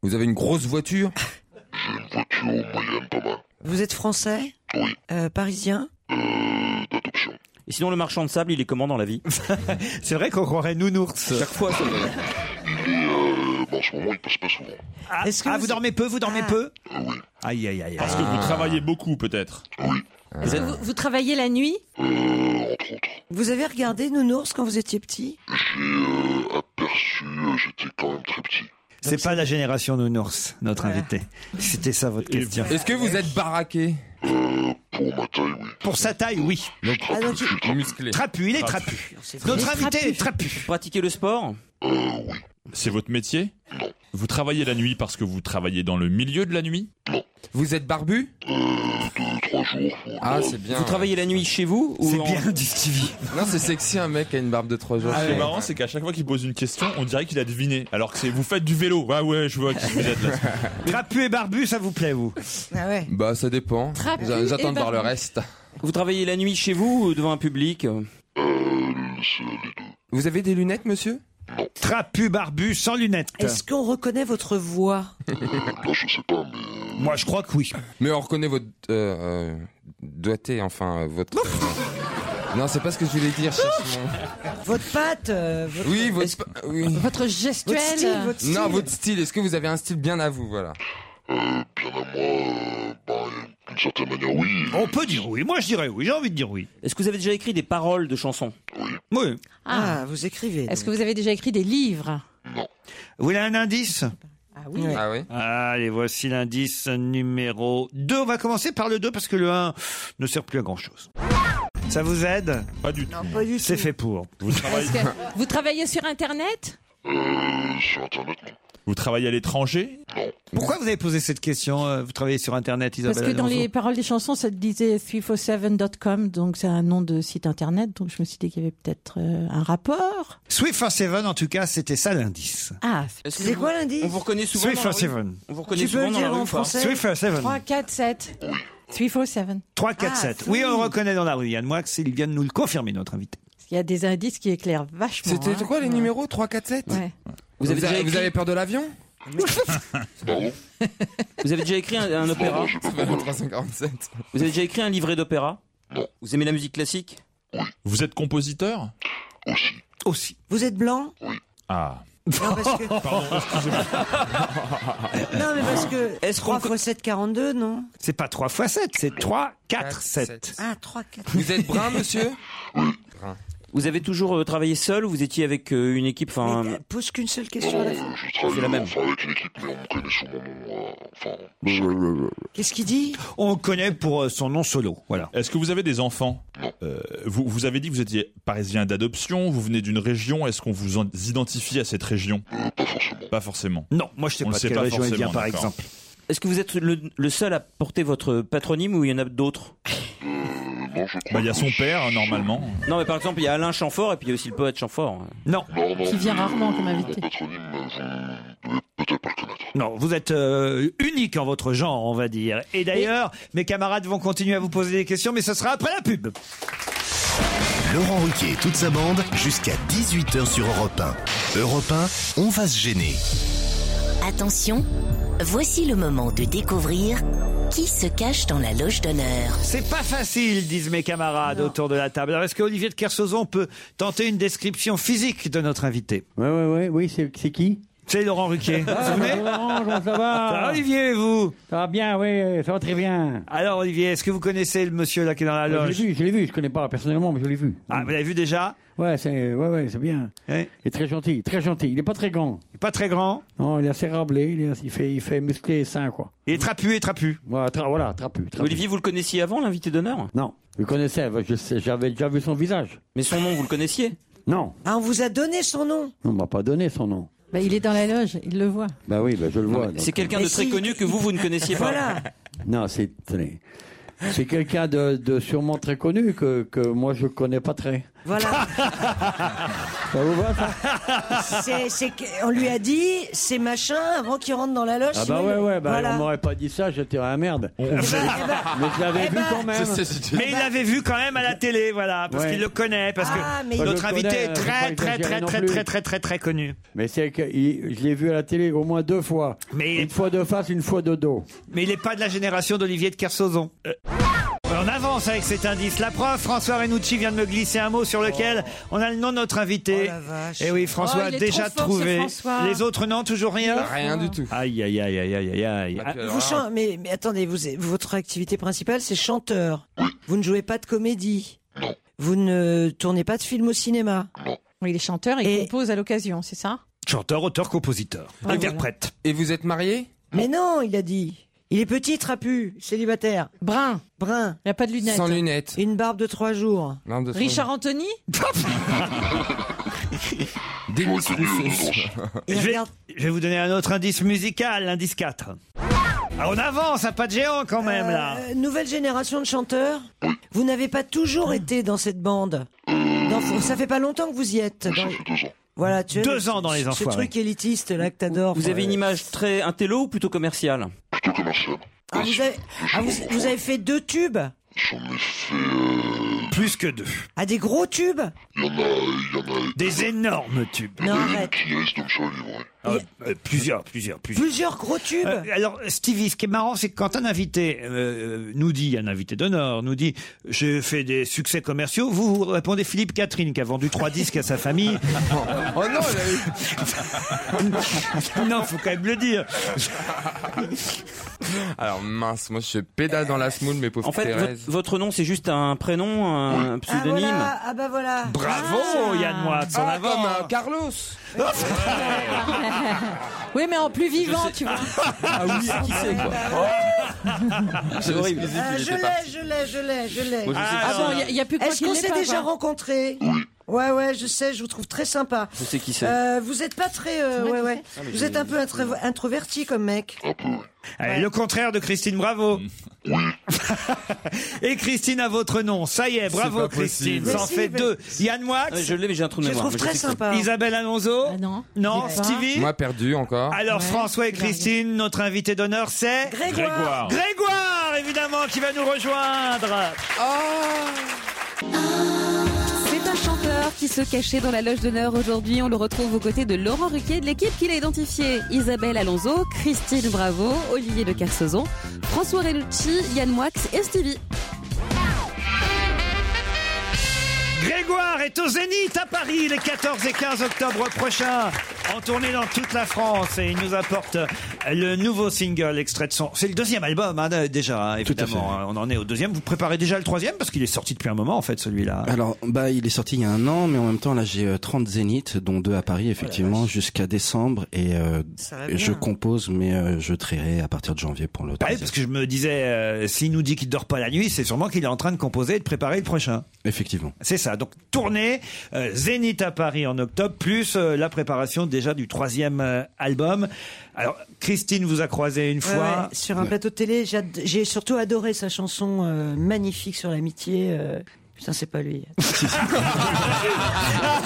Speaker 11: Vous avez une grosse voiture
Speaker 12: Vous êtes français Euh, Parisien
Speaker 6: Et sinon, le marchand de sable, il est comment dans la vie
Speaker 3: C'est vrai qu'on croirait nounours.
Speaker 6: Chaque fois, c'est vrai.
Speaker 17: Euh, en ce moment, il passe pas souvent.
Speaker 3: Ah, ah, vous, dormez peu, vous dormez peu Aïe, aïe, Ah. aïe.
Speaker 5: Parce que vous travaillez beaucoup, peut-être.
Speaker 10: Vous, vous- vous travaillez la nuit
Speaker 12: Vous avez regardé Nounours quand vous étiez petit
Speaker 3: Ah. C'est pas la génération nounours, notre invité. C'était ça votre question.
Speaker 11: Est-ce que vous êtes baraqué
Speaker 5: Euh,
Speaker 3: Pour sa taille, oui.
Speaker 11: Musclé.
Speaker 3: Trapu, il est trapu.
Speaker 6: C'est
Speaker 3: Notre
Speaker 6: trapu.
Speaker 3: invité est trapu.
Speaker 11: Ah
Speaker 6: Pratiquez le sport
Speaker 5: C'est votre métier Vous travaillez la nuit parce que vous travaillez dans le milieu de la nuit
Speaker 11: Vous êtes barbu Ah, c'est bien.
Speaker 6: Vous travaillez la nuit chez vous ou
Speaker 11: C'est
Speaker 6: en-
Speaker 11: bien du Stevie. Non, c'est sexy un mec qui a une barbe de 3 jours.
Speaker 5: Ce qui est marrant, c'est qu'à chaque fois qu'il pose une question, on dirait qu'il a deviné. Alors que c'est vous faites du vélo. Ouais, ouais, je vois qui vous êtes là.
Speaker 3: Trapu et barbu, ça vous plaît, vous
Speaker 11: Ah ouais. Bah, ça dépend.
Speaker 6: Trapu
Speaker 11: J'a- J'attends
Speaker 6: et
Speaker 11: de voir le
Speaker 6: barbu.
Speaker 11: reste.
Speaker 6: Vous travaillez la nuit chez vous ou devant un public
Speaker 17: Euh,
Speaker 11: Vous avez des lunettes, monsieur
Speaker 3: Trapu, barbu, sans lunettes.
Speaker 12: Est-ce qu'on reconnaît votre voix
Speaker 17: Euh,
Speaker 3: Moi, je crois que oui.
Speaker 11: Mais on reconnaît votre euh, euh, doigté, enfin euh, votre. euh, non, c'est pas ce que je voulais dire. je cherche mon-
Speaker 12: Votre patte euh, votre...
Speaker 11: Oui, votre. pa- oui.
Speaker 12: Votre gestuelle Votre style, votre style.
Speaker 11: Non, votre style. Est-ce que vous avez un style bien à vous, voilà
Speaker 17: Euh, bah, D'une certaine manière, oui.
Speaker 3: On peut dire oui. Moi, je dirais oui. J'ai envie de dire oui.
Speaker 6: Est-ce que vous avez déjà écrit des paroles de chansons
Speaker 17: Oui.
Speaker 3: Oui.
Speaker 12: Ah, vous écrivez.
Speaker 10: Est-ce que vous avez déjà écrit des livres
Speaker 3: Vous voulez un indice ah
Speaker 10: oui.
Speaker 11: Ah oui.
Speaker 3: Allez, voici l'indice numéro 2. On va commencer par le 2 parce que le 1 ne sert plus à grand chose. Ça vous aide
Speaker 5: Pas du tout.
Speaker 10: pas du
Speaker 3: C'est
Speaker 10: tout.
Speaker 3: fait pour.
Speaker 5: Vous travaillez,
Speaker 10: Est-ce que vous travaillez sur Internet
Speaker 17: Sur Internet, non.
Speaker 5: vous travaillez à l'étranger
Speaker 3: Pourquoi vous avez posé cette question euh, Vous travaillez sur Internet, Isabelle
Speaker 10: Parce que dans
Speaker 3: Alonso
Speaker 10: les paroles des chansons, ça te disait 347.com, donc c'est un nom de site internet, donc je me suis dit qu'il y avait peut-être euh, un rapport.
Speaker 3: Swift and Seven, en tout cas, c'était ça l'indice.
Speaker 10: Ah,
Speaker 12: C'est quoi l'indice
Speaker 6: On vous reconnaît souvent.
Speaker 3: Swift
Speaker 6: dans la
Speaker 3: and
Speaker 6: rue
Speaker 3: Seven.
Speaker 6: On vous reconnaît
Speaker 12: Tu peux
Speaker 6: souvent
Speaker 12: le
Speaker 6: dans la
Speaker 12: dire
Speaker 6: rue
Speaker 12: en
Speaker 6: ou pas
Speaker 12: français
Speaker 3: Swift and Seven.
Speaker 10: 3, 4, 7. 347.
Speaker 3: 3, 4,
Speaker 10: Ah,
Speaker 3: 7.
Speaker 10: oui.
Speaker 3: Oui, on le reconnaît dans la rue. Yann Moix, il vient de nous le confirmer, notre invité.
Speaker 10: Il y a des indices qui éclairent vachement.
Speaker 11: C'était
Speaker 10: hein.
Speaker 11: quoi les numéros 3, 4, 7
Speaker 10: Ouais.
Speaker 11: Vous avez,
Speaker 6: déjà écrit-
Speaker 11: vous avez peur de l'avion
Speaker 17: Bah
Speaker 6: Vous avez déjà écrit un, un opéra
Speaker 11: C'est pas 347.
Speaker 6: Vous avez déjà écrit un livret d'opéra Vous aimez la musique classique
Speaker 5: Vous êtes compositeur
Speaker 3: Aussi.
Speaker 12: Vous êtes blanc
Speaker 5: Ah.
Speaker 12: Non, parce que... non, mais parce que.
Speaker 6: Est-ce
Speaker 12: 3 x 7, 42, non
Speaker 3: C'est pas 3 x 7, c'est 3, 4, 7.
Speaker 12: Ah, 3, 4.
Speaker 11: Vous êtes
Speaker 12: Hein,
Speaker 11: brun, monsieur
Speaker 6: Vous avez toujours euh, travaillé seul ou vous étiez avec euh, une équipe Enfin,
Speaker 12: Pose qu'une seule question à la fois.
Speaker 17: Je travaille enfin, avec une équipe, mais on me connaît sous mon nom. euh, enfin,
Speaker 12: Qu'est-ce qu'il dit
Speaker 3: On le connaît pour euh, son nom solo. Voilà.
Speaker 5: Est-ce que vous avez des enfants Euh, vous, vous avez dit que vous étiez parisien d'adoption, vous venez d'une région. Est-ce qu'on vous en- identifie à cette région Euh, Pas forcément. Pas forcément.
Speaker 3: Non, moi, je sais
Speaker 5: On
Speaker 3: pas
Speaker 5: le
Speaker 3: de
Speaker 5: sait
Speaker 3: quelle
Speaker 5: pas
Speaker 3: région il vient,
Speaker 5: forcément,
Speaker 3: par
Speaker 5: d'accord.
Speaker 3: exemple.
Speaker 6: est-ce que vous êtes le, le seul à porter votre patronyme ou il y en a d'autres
Speaker 5: Euh, Bah, il y a son père, normalement.
Speaker 6: Non, mais par exemple, il y a Alain Chamfort et puis il y a aussi le poète Chamfort.
Speaker 3: Non.
Speaker 17: Non, non,
Speaker 10: Qui vient rarement comme invité.
Speaker 5: euh,
Speaker 3: Non, vous êtes euh, unique en votre genre, on va dire. Et d'ailleurs, mes camarades vont continuer à vous poser des questions, mais ce sera après la pub.
Speaker 2: Laurent Ruquier et toute sa bande jusqu'à 18h sur Europe 1. Europe 1, on va se gêner.
Speaker 1: Attention, voici le moment de découvrir qui se cache dans la loge d'honneur.
Speaker 3: C'est pas facile, disent mes camarades autour de la table. Alors, est-ce que Olivier de Kersauzon peut tenter une description physique de notre invité
Speaker 18: Ouais, ouais, ouais, oui, c'est c'est qui
Speaker 3: C'est Laurent Ruquier. Vous vous
Speaker 18: Ah,
Speaker 3: souvenez
Speaker 18: bonjour, Laurent, comment ça
Speaker 3: Ça va,
Speaker 18: va
Speaker 3: Olivier, et vous
Speaker 18: Ça va bien, oui, euh, ça va très bien.
Speaker 3: Alors, Olivier, est-ce que vous connaissez le monsieur là qui est dans la
Speaker 18: Je l'ai
Speaker 3: loge
Speaker 18: vu, je l'ai vu, je connais pas personnellement, mais je l'ai vu.
Speaker 3: Ah, vous l'avez vu déjà
Speaker 18: Ouais, c'est ouais, ouais, c'est bien. Il est très gentil, très gentil. Il est pas très grand.
Speaker 3: Pas très grand.
Speaker 18: Non, il est assez rablé, il, est- il fait, il fait musclé et sain, quoi.
Speaker 3: Il est trapu et trapu.
Speaker 18: Voilà, tra- voilà trapu, trapu.
Speaker 6: Olivier, vous le connaissiez avant, l'invité d'honneur
Speaker 18: Non, je connaissais, je sais, j'avais déjà vu son visage.
Speaker 6: Mais son nom, vous le connaissiez
Speaker 18: Non,
Speaker 12: Ah, on vous a donné son nom
Speaker 18: on m'a pas donné son nom.
Speaker 10: Bah, il est dans la loge, il le voit.
Speaker 18: Bah oui, bah, je le vois. donc.
Speaker 6: C'est quelqu'un de
Speaker 10: Mais
Speaker 6: très
Speaker 10: si.
Speaker 6: connu que vous, vous ne connaissiez pas.
Speaker 12: Voilà.
Speaker 18: Non, c'est tenez. c'est quelqu'un de, de sûrement très connu que, que moi je connais pas très.
Speaker 12: Voilà.
Speaker 18: Ça vous va ça
Speaker 12: C'est- c'est que- on lui a dit, c'est machin, avant qu'il rentre dans la loge.
Speaker 18: Ah bah
Speaker 12: sinon-
Speaker 18: ouais ouais bah
Speaker 12: voilà.
Speaker 18: on m'aurait pas dit ça, j'étais un merde.
Speaker 12: Eh ben, eh ben,
Speaker 18: Mais je l'avais
Speaker 12: Eh
Speaker 18: vu
Speaker 12: ben-
Speaker 18: quand même.
Speaker 3: Mais il l'avait vu quand même à la télé, voilà, parce
Speaker 18: Ouais.
Speaker 3: qu'il le connaît, parce
Speaker 12: Ah,
Speaker 3: que
Speaker 12: mais-
Speaker 3: notre
Speaker 18: Je le
Speaker 3: invité
Speaker 18: connais,
Speaker 3: est
Speaker 18: faut pas
Speaker 3: très, très,
Speaker 18: exagérer
Speaker 3: très,
Speaker 18: non
Speaker 3: très,
Speaker 18: plus.
Speaker 3: très, très, très, très connu.
Speaker 18: Mais c'est que il- je l'ai vu à la télé au moins deux fois.
Speaker 3: Mais-
Speaker 18: Une fois de face, une fois de dos.
Speaker 3: Mais il n'est pas de la génération d'Olivier de Kersauzon. Euh, On avance avec cet indice. La preuve, François Renucci vient de me glisser un mot sur lequel on a le nom de notre invité. Et oui, François
Speaker 10: Oh,
Speaker 3: a
Speaker 10: il est
Speaker 3: déjà
Speaker 10: trop fort, ce
Speaker 3: trouvé.
Speaker 10: François.
Speaker 3: Les autres, non, toujours rien
Speaker 11: Bah, Rien du tout. Bah,
Speaker 3: Aïe, aïe, aïe, aïe, aïe, aïe, aïe. Ah,
Speaker 12: Vous chan- mais, mais attendez, vous, votre activité principale, c'est chanteur. Vous ne jouez pas de comédie. Vous ne tournez pas de film au cinéma.
Speaker 10: Il est chanteur, il compose à l'occasion, c'est ça
Speaker 3: Chanteur, auteur, compositeur,
Speaker 10: Ah,
Speaker 3: interprète.
Speaker 11: Et vous êtes marié
Speaker 12: Mais non, il a dit. Il est petit, trapu, célibataire.
Speaker 10: Brun,
Speaker 12: Brun.
Speaker 10: il n'y a pas de lunettes.
Speaker 11: Sans lunettes.
Speaker 12: Une barbe de trois jours.
Speaker 11: Non, de
Speaker 10: Richard Anthony
Speaker 11: Denis
Speaker 13: Mmh,
Speaker 11: Roussos.
Speaker 3: Je vais, je vais vous donner un autre indice musical, l'indice 4. Ah, on avance à pas de géant quand même là.
Speaker 12: Euh, nouvelle génération de chanteurs. Vous n'avez pas toujours été dans cette bande. Dans- ça fait pas longtemps que vous y êtes. Dans- Voilà, tu as
Speaker 3: Deux
Speaker 12: le-
Speaker 3: ans dans les
Speaker 12: Ce
Speaker 3: enfoirés.
Speaker 12: truc élitiste là que t'adores.
Speaker 6: Vous
Speaker 12: quoi.
Speaker 6: avez une image très intello ou plutôt commerciale
Speaker 17: Plutôt commercial.
Speaker 12: Ah, vous avez, ah, vous- vous avez fait deux tubes.
Speaker 3: Plus que deux.
Speaker 12: Ah, des gros tubes.
Speaker 3: Des énormes tubes.
Speaker 12: Non, arrête.
Speaker 17: Qui risque de me faire livrer.
Speaker 3: Ah, euh, plusieurs, plusieurs, plusieurs.
Speaker 12: Plusieurs gros tubes.
Speaker 3: Euh, alors, Stevie, ce qui est marrant, c'est que quand un invité euh, nous dit, un invité d'honneur, nous dit j'ai fait des succès commerciaux, vous, vous répondez Philippe Catherine qui a vendu trois disques à sa famille.
Speaker 11: Oh non, elle a eu-
Speaker 3: non, faut quand même le dire.
Speaker 11: Alors mince, moi je suis pédale dans la smoule, mes pauvres
Speaker 6: En fait,
Speaker 11: Thérèse.
Speaker 6: votre, votre nom, c'est juste un prénom, un
Speaker 12: Ah
Speaker 6: pseudonyme.
Speaker 12: voilà, ah bah voilà.
Speaker 3: Bravo, Yann Moix, on
Speaker 12: Oh,
Speaker 11: Ah,
Speaker 3: avance.
Speaker 11: comme un Carlos
Speaker 10: Oui, mais en plus vivant, tu vois.
Speaker 11: Ah oui, qui c'est quoi C'est horrible.
Speaker 12: Ah, Euh, je l'ai, je l'ai, je l'ai, je l'ai.
Speaker 11: Moi, je sais
Speaker 10: Ah bon, il n'y a, plus que moi
Speaker 12: Est-ce
Speaker 10: qui
Speaker 12: qu'on
Speaker 10: l'ai
Speaker 12: s'est
Speaker 10: pas,
Speaker 12: déjà
Speaker 10: hein.
Speaker 12: rencontrés Ouais, ouais, je sais, je vous trouve très sympa.
Speaker 6: Je sais qui c'est.
Speaker 12: Euh, vous êtes pas très, euh, ouais, ouais. Vous êtes un peu intro- introverti comme mec.
Speaker 3: Allez, Le contraire de Christine Bravo. Et Christine à votre nom. Ça y est, bravo
Speaker 6: pas possible.
Speaker 3: Christine.
Speaker 6: Mais
Speaker 3: Ça en
Speaker 6: si,
Speaker 3: fait
Speaker 6: mais-
Speaker 3: deux. Yann Moix.
Speaker 6: Ouais, je l'ai, mais j'ai un trou de
Speaker 3: Je
Speaker 6: mémoire.
Speaker 3: trouve
Speaker 6: mais
Speaker 3: très
Speaker 6: sais que-
Speaker 12: sympa.
Speaker 3: Isabelle Alonso.
Speaker 10: non.
Speaker 3: Non,
Speaker 12: Ouais.
Speaker 3: Stevie.
Speaker 11: Moi perdu encore.
Speaker 3: Alors François et Christine, notre invité d'honneur, c'est
Speaker 11: Grégoire.
Speaker 3: Grégoire, évidemment, qui va nous rejoindre.
Speaker 16: C'est un chanteur qui se cachait dans la loge d'honneur aujourd'hui. On le retrouve aux côtés de Laurent Ruquier de l'équipe qu'il a identifié. Isabelle Alonso, Christine Bravo, Olivier de Kersauzon, François Renucci, Yann Moix et Stevie.
Speaker 3: Grégoire est au Zénith à Paris les 14 et 15 octobre prochains. En tournée dans toute la France et il nous apporte le nouveau single extrait de son. C'est le deuxième album hein, déjà hein, évidemment. hein. On en est au deuxième. Vous préparez déjà le troisième parce qu'il est sorti depuis un moment en fait celui-là.
Speaker 19: Alors, bah, il est sorti il y a un an, mais en même temps, là, j'ai euh, 30 zéniths, dont deux à Paris, effectivement, jusqu'à décembre. Et euh,
Speaker 3: Ça va bien.
Speaker 19: je compose, mais euh, je trierai à partir de janvier pour l'autre.
Speaker 3: Bah oui, parce que je me disais, euh, s'il nous dit qu'il dort pas la nuit, c'est sûrement qu'il est en train de composer et de préparer le prochain.
Speaker 19: Effectivement.
Speaker 3: C'est ça. Donc tournée, euh, Zénith à Paris en octobre, plus euh, la préparation déjà du troisième euh, album. Alors Christine vous a croisé une
Speaker 12: Ouais,
Speaker 3: fois
Speaker 12: ouais, sur un plateau de télé, j'ad- j'ai surtout adoré sa chanson euh, magnifique sur l'amitié. euh, Putain, c'est pas lui. c'est ça. hein.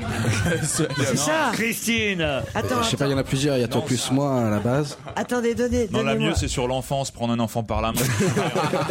Speaker 19: C'est
Speaker 12: ça.
Speaker 3: Christine
Speaker 12: Attends,
Speaker 19: je sais pas, il y en a plusieurs, il y a toi plus moi à la base.
Speaker 12: Attendez, donnez,
Speaker 5: Non, la
Speaker 12: donnez-moi.
Speaker 5: mieux, c'est sur l'enfance, prendre un enfant par la main.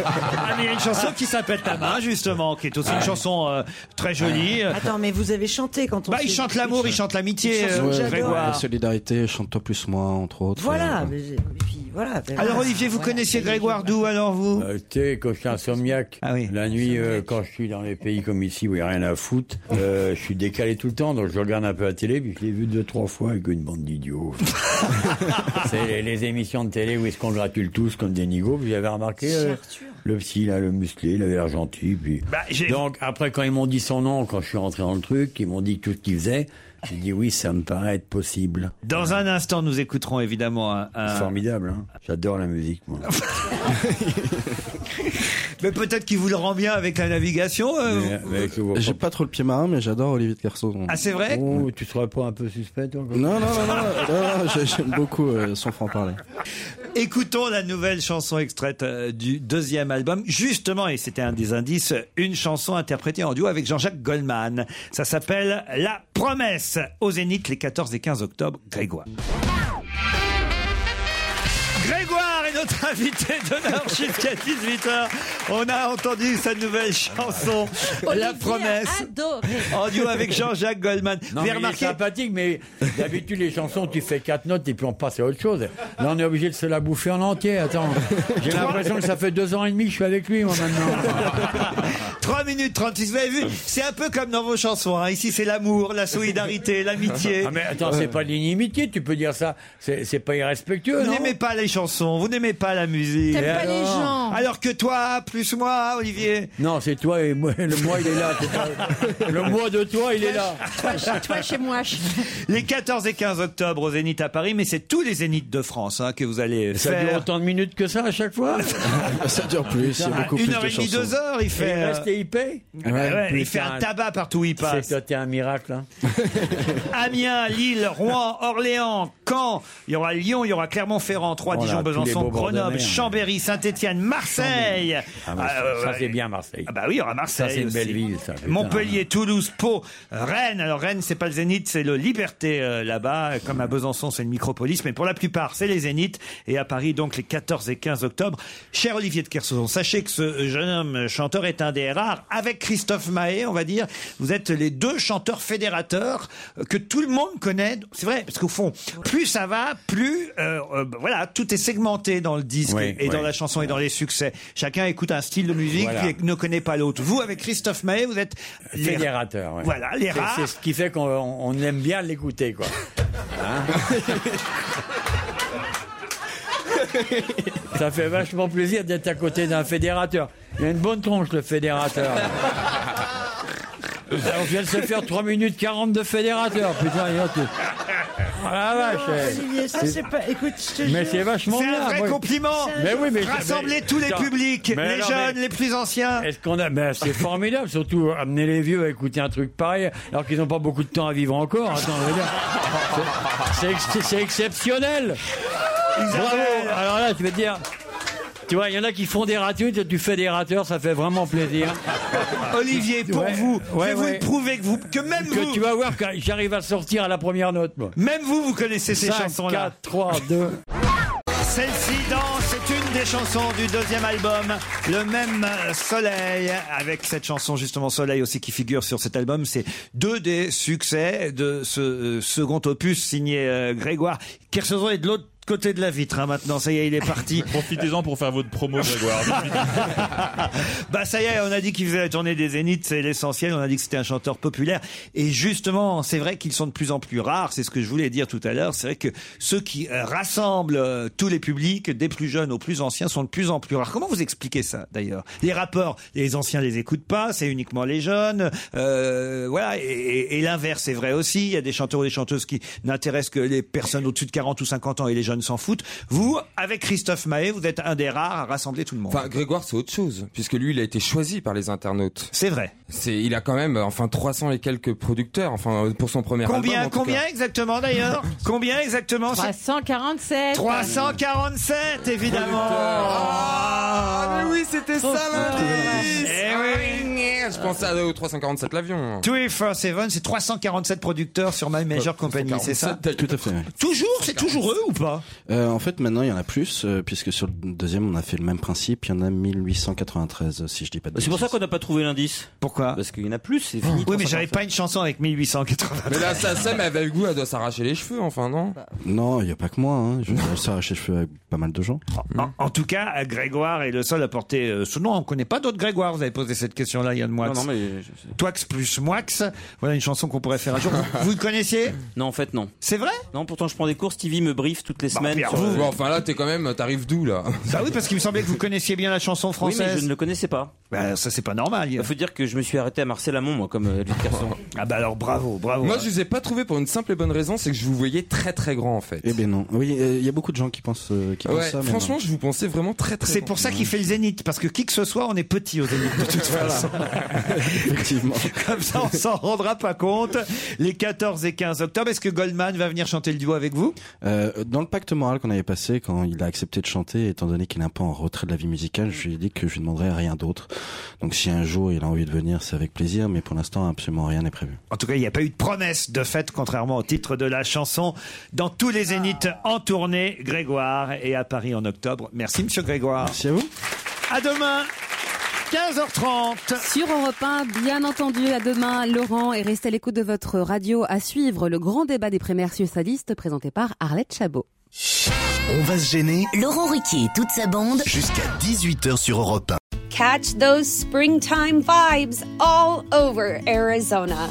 Speaker 3: Ah, mais il y a une chanson qui s'appelle Ta main, justement, qui est aussi
Speaker 14: Ah.
Speaker 3: une chanson euh, très jolie.
Speaker 12: Ah, Attends, mais vous avez chanté quand on.
Speaker 3: Bah, il
Speaker 12: s'est-
Speaker 3: chante l'amour, il chante l'amitié,
Speaker 12: Une chanson
Speaker 3: euh,
Speaker 12: que j'adore.
Speaker 3: Grégoire.
Speaker 19: La solidarité, chante-toi plus moi, entre autres.
Speaker 12: Voilà.
Speaker 19: Euh,
Speaker 12: mais- et puis, voilà. ben,
Speaker 3: Alors
Speaker 12: voilà.
Speaker 3: Olivier, vous
Speaker 12: Voilà.
Speaker 3: connaissiez Grégoire d'où alors vous Ah
Speaker 14: Euh, tu sais, quand je suis insomniaque, la nuit, euh, quand je suis dans les pays comme ici où il n'y a rien à foutre, euh, je suis décalé tout le temps, donc je regarde un peu la télé, puis je l'ai vu deux, trois fois avec une bande d'idiots. C'est les, les émissions de télé où ils se congratulent tous comme des nigauds, puis j'avais remarqué euh, le petit, là, le musclé, il avait l'air gentil, puis... donc après, quand ils m'ont dit son nom, quand je suis rentré dans le truc, ils m'ont dit tout ce qu'il faisait, j'ai dit oui, ça me paraît être possible.
Speaker 3: Dans un instant, nous écouterons évidemment un... un-
Speaker 14: C'est formidable, hein. J'adore la musique, moi.
Speaker 3: Mais peut-être qu'il vous le rend bien avec la navigation. euh,
Speaker 14: Mais-
Speaker 3: vous-
Speaker 14: mais je vois
Speaker 19: J'ai pas trop le pied marin, mais j'adore Olivier de Kersauzon.
Speaker 3: Ah, c'est vrai
Speaker 14: Oh, tu serais pas un peu suspect, toi comme-
Speaker 19: Non, non, non, non, non, non, j'ai- j'aime beaucoup euh, son franc-parler.
Speaker 3: Écoutons la nouvelle chanson extraite euh, du deuxième album. Justement, et c'était un des indices, une chanson interprétée en duo avec Jean-Jacques Goldman. Ça s'appelle La Promesse au Zénith les 14 et 15 octobre. Grégoire. Grégoire est notre invité d'honneur jusqu'à 18h. On a entendu sa nouvelle chanson, La
Speaker 10: Olivier
Speaker 3: Promesse,
Speaker 10: a adoré.
Speaker 3: en duo avec Jean-Jacques Goldman.
Speaker 14: Non,
Speaker 3: Vous
Speaker 14: mais
Speaker 3: avez
Speaker 14: il est
Speaker 3: remarqué
Speaker 14: sympathique, mais d'habitude, les chansons, tu fais quatre notes et puis on passe à autre chose. Là, on est obligé de se la bouffer en entier. Attends, j'ai l'impression que ça fait deux ans et demi que je suis avec lui, moi, maintenant.
Speaker 3: 3 minutes 36, vous avez vu, c'est un peu comme dans vos chansons. hein. Ici, c'est l'amour, la solidarité, l'amitié.
Speaker 14: Ah, mais attends, c'est pas de l'inimitié, tu peux dire ça. C'est c'est pas irrespectueux,
Speaker 3: Vous
Speaker 14: non
Speaker 3: n'aimez pas les chansons, vous n'aimez pas la musique.
Speaker 14: T'aimes pas
Speaker 3: Et
Speaker 14: les
Speaker 3: alors
Speaker 14: gens.
Speaker 3: Alors que toi, plus moi, Olivier.
Speaker 14: Non, c'est toi et moi. Le moi, il est là. c'est pas- Le moi de toi, il est là.
Speaker 10: Toi, chez- toi, chez moi. chez-
Speaker 3: Les 14 et 15 octobre au Zénith à Paris, mais c'est tous les Zéniths de France hein, que vous allez
Speaker 14: Ça
Speaker 3: faire.
Speaker 14: dure autant de minutes que ça à chaque fois
Speaker 19: Ça dure plus, il y a beaucoup
Speaker 3: Une
Speaker 19: plus
Speaker 3: heure
Speaker 19: de
Speaker 3: et demie,
Speaker 19: chansons.
Speaker 3: deux heures, il
Speaker 14: Et
Speaker 3: fait.
Speaker 14: il reste
Speaker 3: euh,
Speaker 14: hyper écouté
Speaker 3: Ah bah ouais, il fait un tabac partout où il passe.
Speaker 14: C'est toi, t'es un miracle. hein.
Speaker 3: Amiens, Lille, Rouen, Orléans, Caen, il y aura Lyon, il y aura Clermont-Ferrand, Troyes,
Speaker 14: Oh là,
Speaker 3: Dijon,
Speaker 14: tous les
Speaker 3: Besançon,
Speaker 14: beaux bords de
Speaker 3: Grenoble,
Speaker 14: mer.
Speaker 3: Chambéry, Saint-Etienne, Marseille.
Speaker 14: Ah bah,
Speaker 3: Ah,
Speaker 14: ça,
Speaker 3: ouais.
Speaker 14: c'est bien Marseille.
Speaker 3: Ah bah oui, il y aura Marseille.
Speaker 14: Ça, c'est une
Speaker 3: aussi.
Speaker 14: belle ville, ça, putain.
Speaker 3: Montpellier, Toulouse, Pau, Rennes. Alors Rennes, c'est pas le Zénith, c'est le Liberté euh, là-bas. Comme à Besançon, c'est le Micropolis, mais pour la plupart, c'est les Zéniths. Et à Paris, donc les 14 et 15 octobre. Cher Olivier de Kersauzon, sachez que ce jeune homme euh, chanteur est un des rares. Avec Christophe Mahé, on va dire, vous êtes les deux chanteurs fédérateurs euh, que tout le monde connaît. C'est vrai, parce qu'au fond, plus ça va, plus euh, euh, bah, voilà, tout est segmenté dans le disque
Speaker 14: Oui,
Speaker 3: et dans
Speaker 14: oui.
Speaker 3: la chanson et dans les succès. Chacun écoute un style de musique
Speaker 14: Voilà.
Speaker 3: qui ne connaît pas l'autre. Vous, avec Christophe Mahé, vous êtes les-
Speaker 14: Fédérateur. ouais.
Speaker 3: Voilà, les
Speaker 14: C'est-
Speaker 3: rares.
Speaker 14: C'est ce qui fait qu'on on aime bien l'écouter, quoi. Hein Ça fait vachement plaisir d'être à côté d'un fédérateur. Il a une bonne tronche, le fédérateur. On vient de se faire 3 minutes 40 de fédérateur, putain, il y a tout. Oh la vache, eh.
Speaker 20: Olivier, ça c'est pas. Écoute, je te
Speaker 14: Mais
Speaker 20: jure.
Speaker 14: c'est vachement bien. moi. Mais oui, mais
Speaker 3: Rassemblez
Speaker 14: mais-
Speaker 3: tous les
Speaker 14: Attends,
Speaker 3: publics,
Speaker 14: mais
Speaker 3: les
Speaker 14: alors,
Speaker 3: jeunes,
Speaker 14: mais-
Speaker 3: les plus anciens.
Speaker 14: Est-ce qu'on a mais c'est formidable, surtout amener les vieux à écouter un truc pareil, alors qu'ils n'ont pas beaucoup de temps à vivre encore. Attends, je veux dire, c'est- c'est ex- c'est exceptionnel. Bravo. Alors là, tu veux dire. Tu vois, il y en a qui font des radios, toi, tu fais des rateurs, ça fait vraiment plaisir.
Speaker 3: Olivier, pour
Speaker 14: Ouais,
Speaker 3: vous,
Speaker 14: ouais,
Speaker 3: je vais
Speaker 14: ouais.
Speaker 3: vous prouver que, vous, que même
Speaker 14: que
Speaker 3: vous,
Speaker 14: tu vas voir que j'arrive à sortir à la première note. moi.
Speaker 3: même vous, vous connaissez ces
Speaker 14: Cinq,
Speaker 3: chansons-là.
Speaker 14: quatre, trois, deux.
Speaker 3: Celle-ci danse, c'est une des chansons du deuxième album, Le même soleil, avec cette chanson justement Soleil aussi qui figure sur cet album. C'est deux des succès de ce euh, second opus signé euh, Grégoire. Kersozon est de l'autre côté de la vitre hein, maintenant, ça y est, il est parti.
Speaker 5: Profitez-en pour faire votre promo, Grégoire.
Speaker 3: Bah ça y est, on a dit qu'il faisait la tournée des Zéniths, c'est l'essentiel. On a dit que c'était un chanteur populaire. Et justement, c'est vrai qu'ils sont de plus en plus rares. C'est ce que je voulais dire tout à l'heure. C'est vrai que ceux qui euh, rassemblent euh, tous les publics, des plus jeunes aux plus anciens, sont de plus en plus rares. Comment vous expliquez ça d'ailleurs Les rappeurs, les anciens les écoutent pas, c'est uniquement les jeunes. Euh, voilà. Et, et- et l'inverse est vrai aussi. Il y a des chanteurs ou des chanteuses qui n'intéressent que les personnes au-dessus de 40 ou 50 ans et les jeunes s'en foutent. Vous, avec Christophe Mahé, vous êtes un des rares à rassembler tout le monde.
Speaker 11: Enfin, Grégoire, c'est autre chose, puisque lui, il a été choisi par les internautes.
Speaker 3: C'est vrai.
Speaker 11: C'est, il a quand même, euh, enfin, 300 et quelques producteurs, enfin, euh, pour son premier
Speaker 3: Combien,
Speaker 11: album. en tout
Speaker 3: combien
Speaker 11: cas.
Speaker 3: exactement d'ailleurs Combien exactement c'est-
Speaker 10: 347.
Speaker 3: 347 évidemment. Ah,
Speaker 11: mais oui, c'était
Speaker 6: Oh,
Speaker 11: ça l'indice.
Speaker 3: Eh oui.
Speaker 11: Ah Je pensais à au 347 l'avion.
Speaker 3: 247, c'est 347 producteurs sur My Major Company, c'est ça
Speaker 19: Tout à fait.
Speaker 3: Toujours, c'est toujours eux ou pas
Speaker 19: Euh, en fait, maintenant, il y en a plus, euh, puisque sur le deuxième, on a fait le même principe. Il y en a 1893, euh, si je dis pas de
Speaker 6: Bah, C'est pour
Speaker 19: bêtises.
Speaker 6: ça qu'on n'a pas trouvé l'indice.
Speaker 3: Pourquoi
Speaker 6: Parce qu'il y en a plus, c'est fini.
Speaker 3: Oui, mais j'avais pas une chanson avec
Speaker 6: Ah,
Speaker 3: 1880.
Speaker 11: Mais là, ça, Sam, elle avait le goût, elle doit s'arracher les cheveux, enfin, non
Speaker 19: Non, il n'y a pas que moi. Hein. Je vais s'arracher les cheveux avec pas mal de gens.
Speaker 11: Ah.
Speaker 3: En, en tout cas, Grégoire est le seul à porter euh, ce nom. On ne connaît pas d'autres Grégoire. Vous avez posé cette question-là, Yann Moix.
Speaker 6: Non, non, mais
Speaker 3: Toix plus Moix. Voilà une chanson qu'on pourrait faire un jour. Vous- vous le connaissiez
Speaker 6: Non, en fait, non.
Speaker 3: C'est vrai
Speaker 6: Non, pourtant, je prends des cours. Stevie me briefe toutes les semaines. sur le-
Speaker 11: Bah, Bon, enfin, là, t'es quand même, t'arrives d'où, là
Speaker 3: Bah oui, parce qu'il me semblait que vous connaissiez bien la chanson
Speaker 6: Oui,
Speaker 3: française.
Speaker 6: mais je ne le connaissais pas.
Speaker 3: Bah, ça, c'est pas normal.
Speaker 6: Il faut dire que je me suis arrêté à Marcel Amont, moi, comme euh, Luc Carson.
Speaker 3: Ah, bah alors, bravo, bravo.
Speaker 11: Moi, je vous ai pas trouvé pour une simple et bonne raison, c'est que je vous voyais très très grand, en fait.
Speaker 19: Eh bien non. Oui, euh, il y a beaucoup de gens qui pensent, euh, qui pensent
Speaker 11: Ouais,
Speaker 19: ça.
Speaker 11: franchement, je vous pensais vraiment très très
Speaker 3: C'est pour ça qu'il fait le zénith, parce que qui que ce soit, on est petit au zénith de toute façon.
Speaker 19: Effectivement.
Speaker 3: Comme ça, on s'en rendra pas compte. Les 14 et 15 octobre, est-ce que Goldman va venir chanter le duo avec vous
Speaker 19: Euh, dans le pacte moral qu'on avait passé, quand il a accepté de chanter, étant donné qu'il est un peu en retrait de la vie musicale, je lui ai dit que je lui demanderais rien d'autre. Donc si un jour il a envie de venir, c'est avec plaisir, mais pour l'instant, absolument rien n'est prévu.
Speaker 3: En tout cas, il n'y a pas eu de promesse de fête, contrairement au titre de la chanson. Dans tous les zéniths en tournée, Grégoire et à Paris en octobre. Merci, monsieur Grégoire.
Speaker 19: Merci à vous.
Speaker 3: À demain, 15h30.
Speaker 16: Sur Europe 1, bien entendu, à demain, Laurent, et restez à l'écoute de votre radio à suivre le grand débat des primaires socialistes présenté par Arlette Chabot.
Speaker 2: On va se gêner.
Speaker 1: Laurent Ruquier et toute sa bande.
Speaker 2: Jusqu'à 18h sur Europe 1.
Speaker 21: Catch those springtime vibes all over Arizona.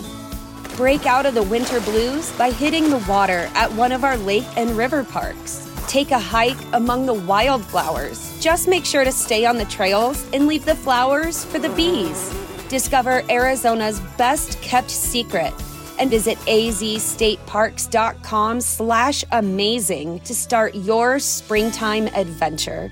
Speaker 21: Break out of the winter blues by hitting the water at one of our lake and river parks. Take a hike among the wildflowers. Just make sure to stay on the trails and leave the flowers for the bees. Discover Arizona's best kept secret and visit azstateparks.com slash amazing to start your springtime adventure.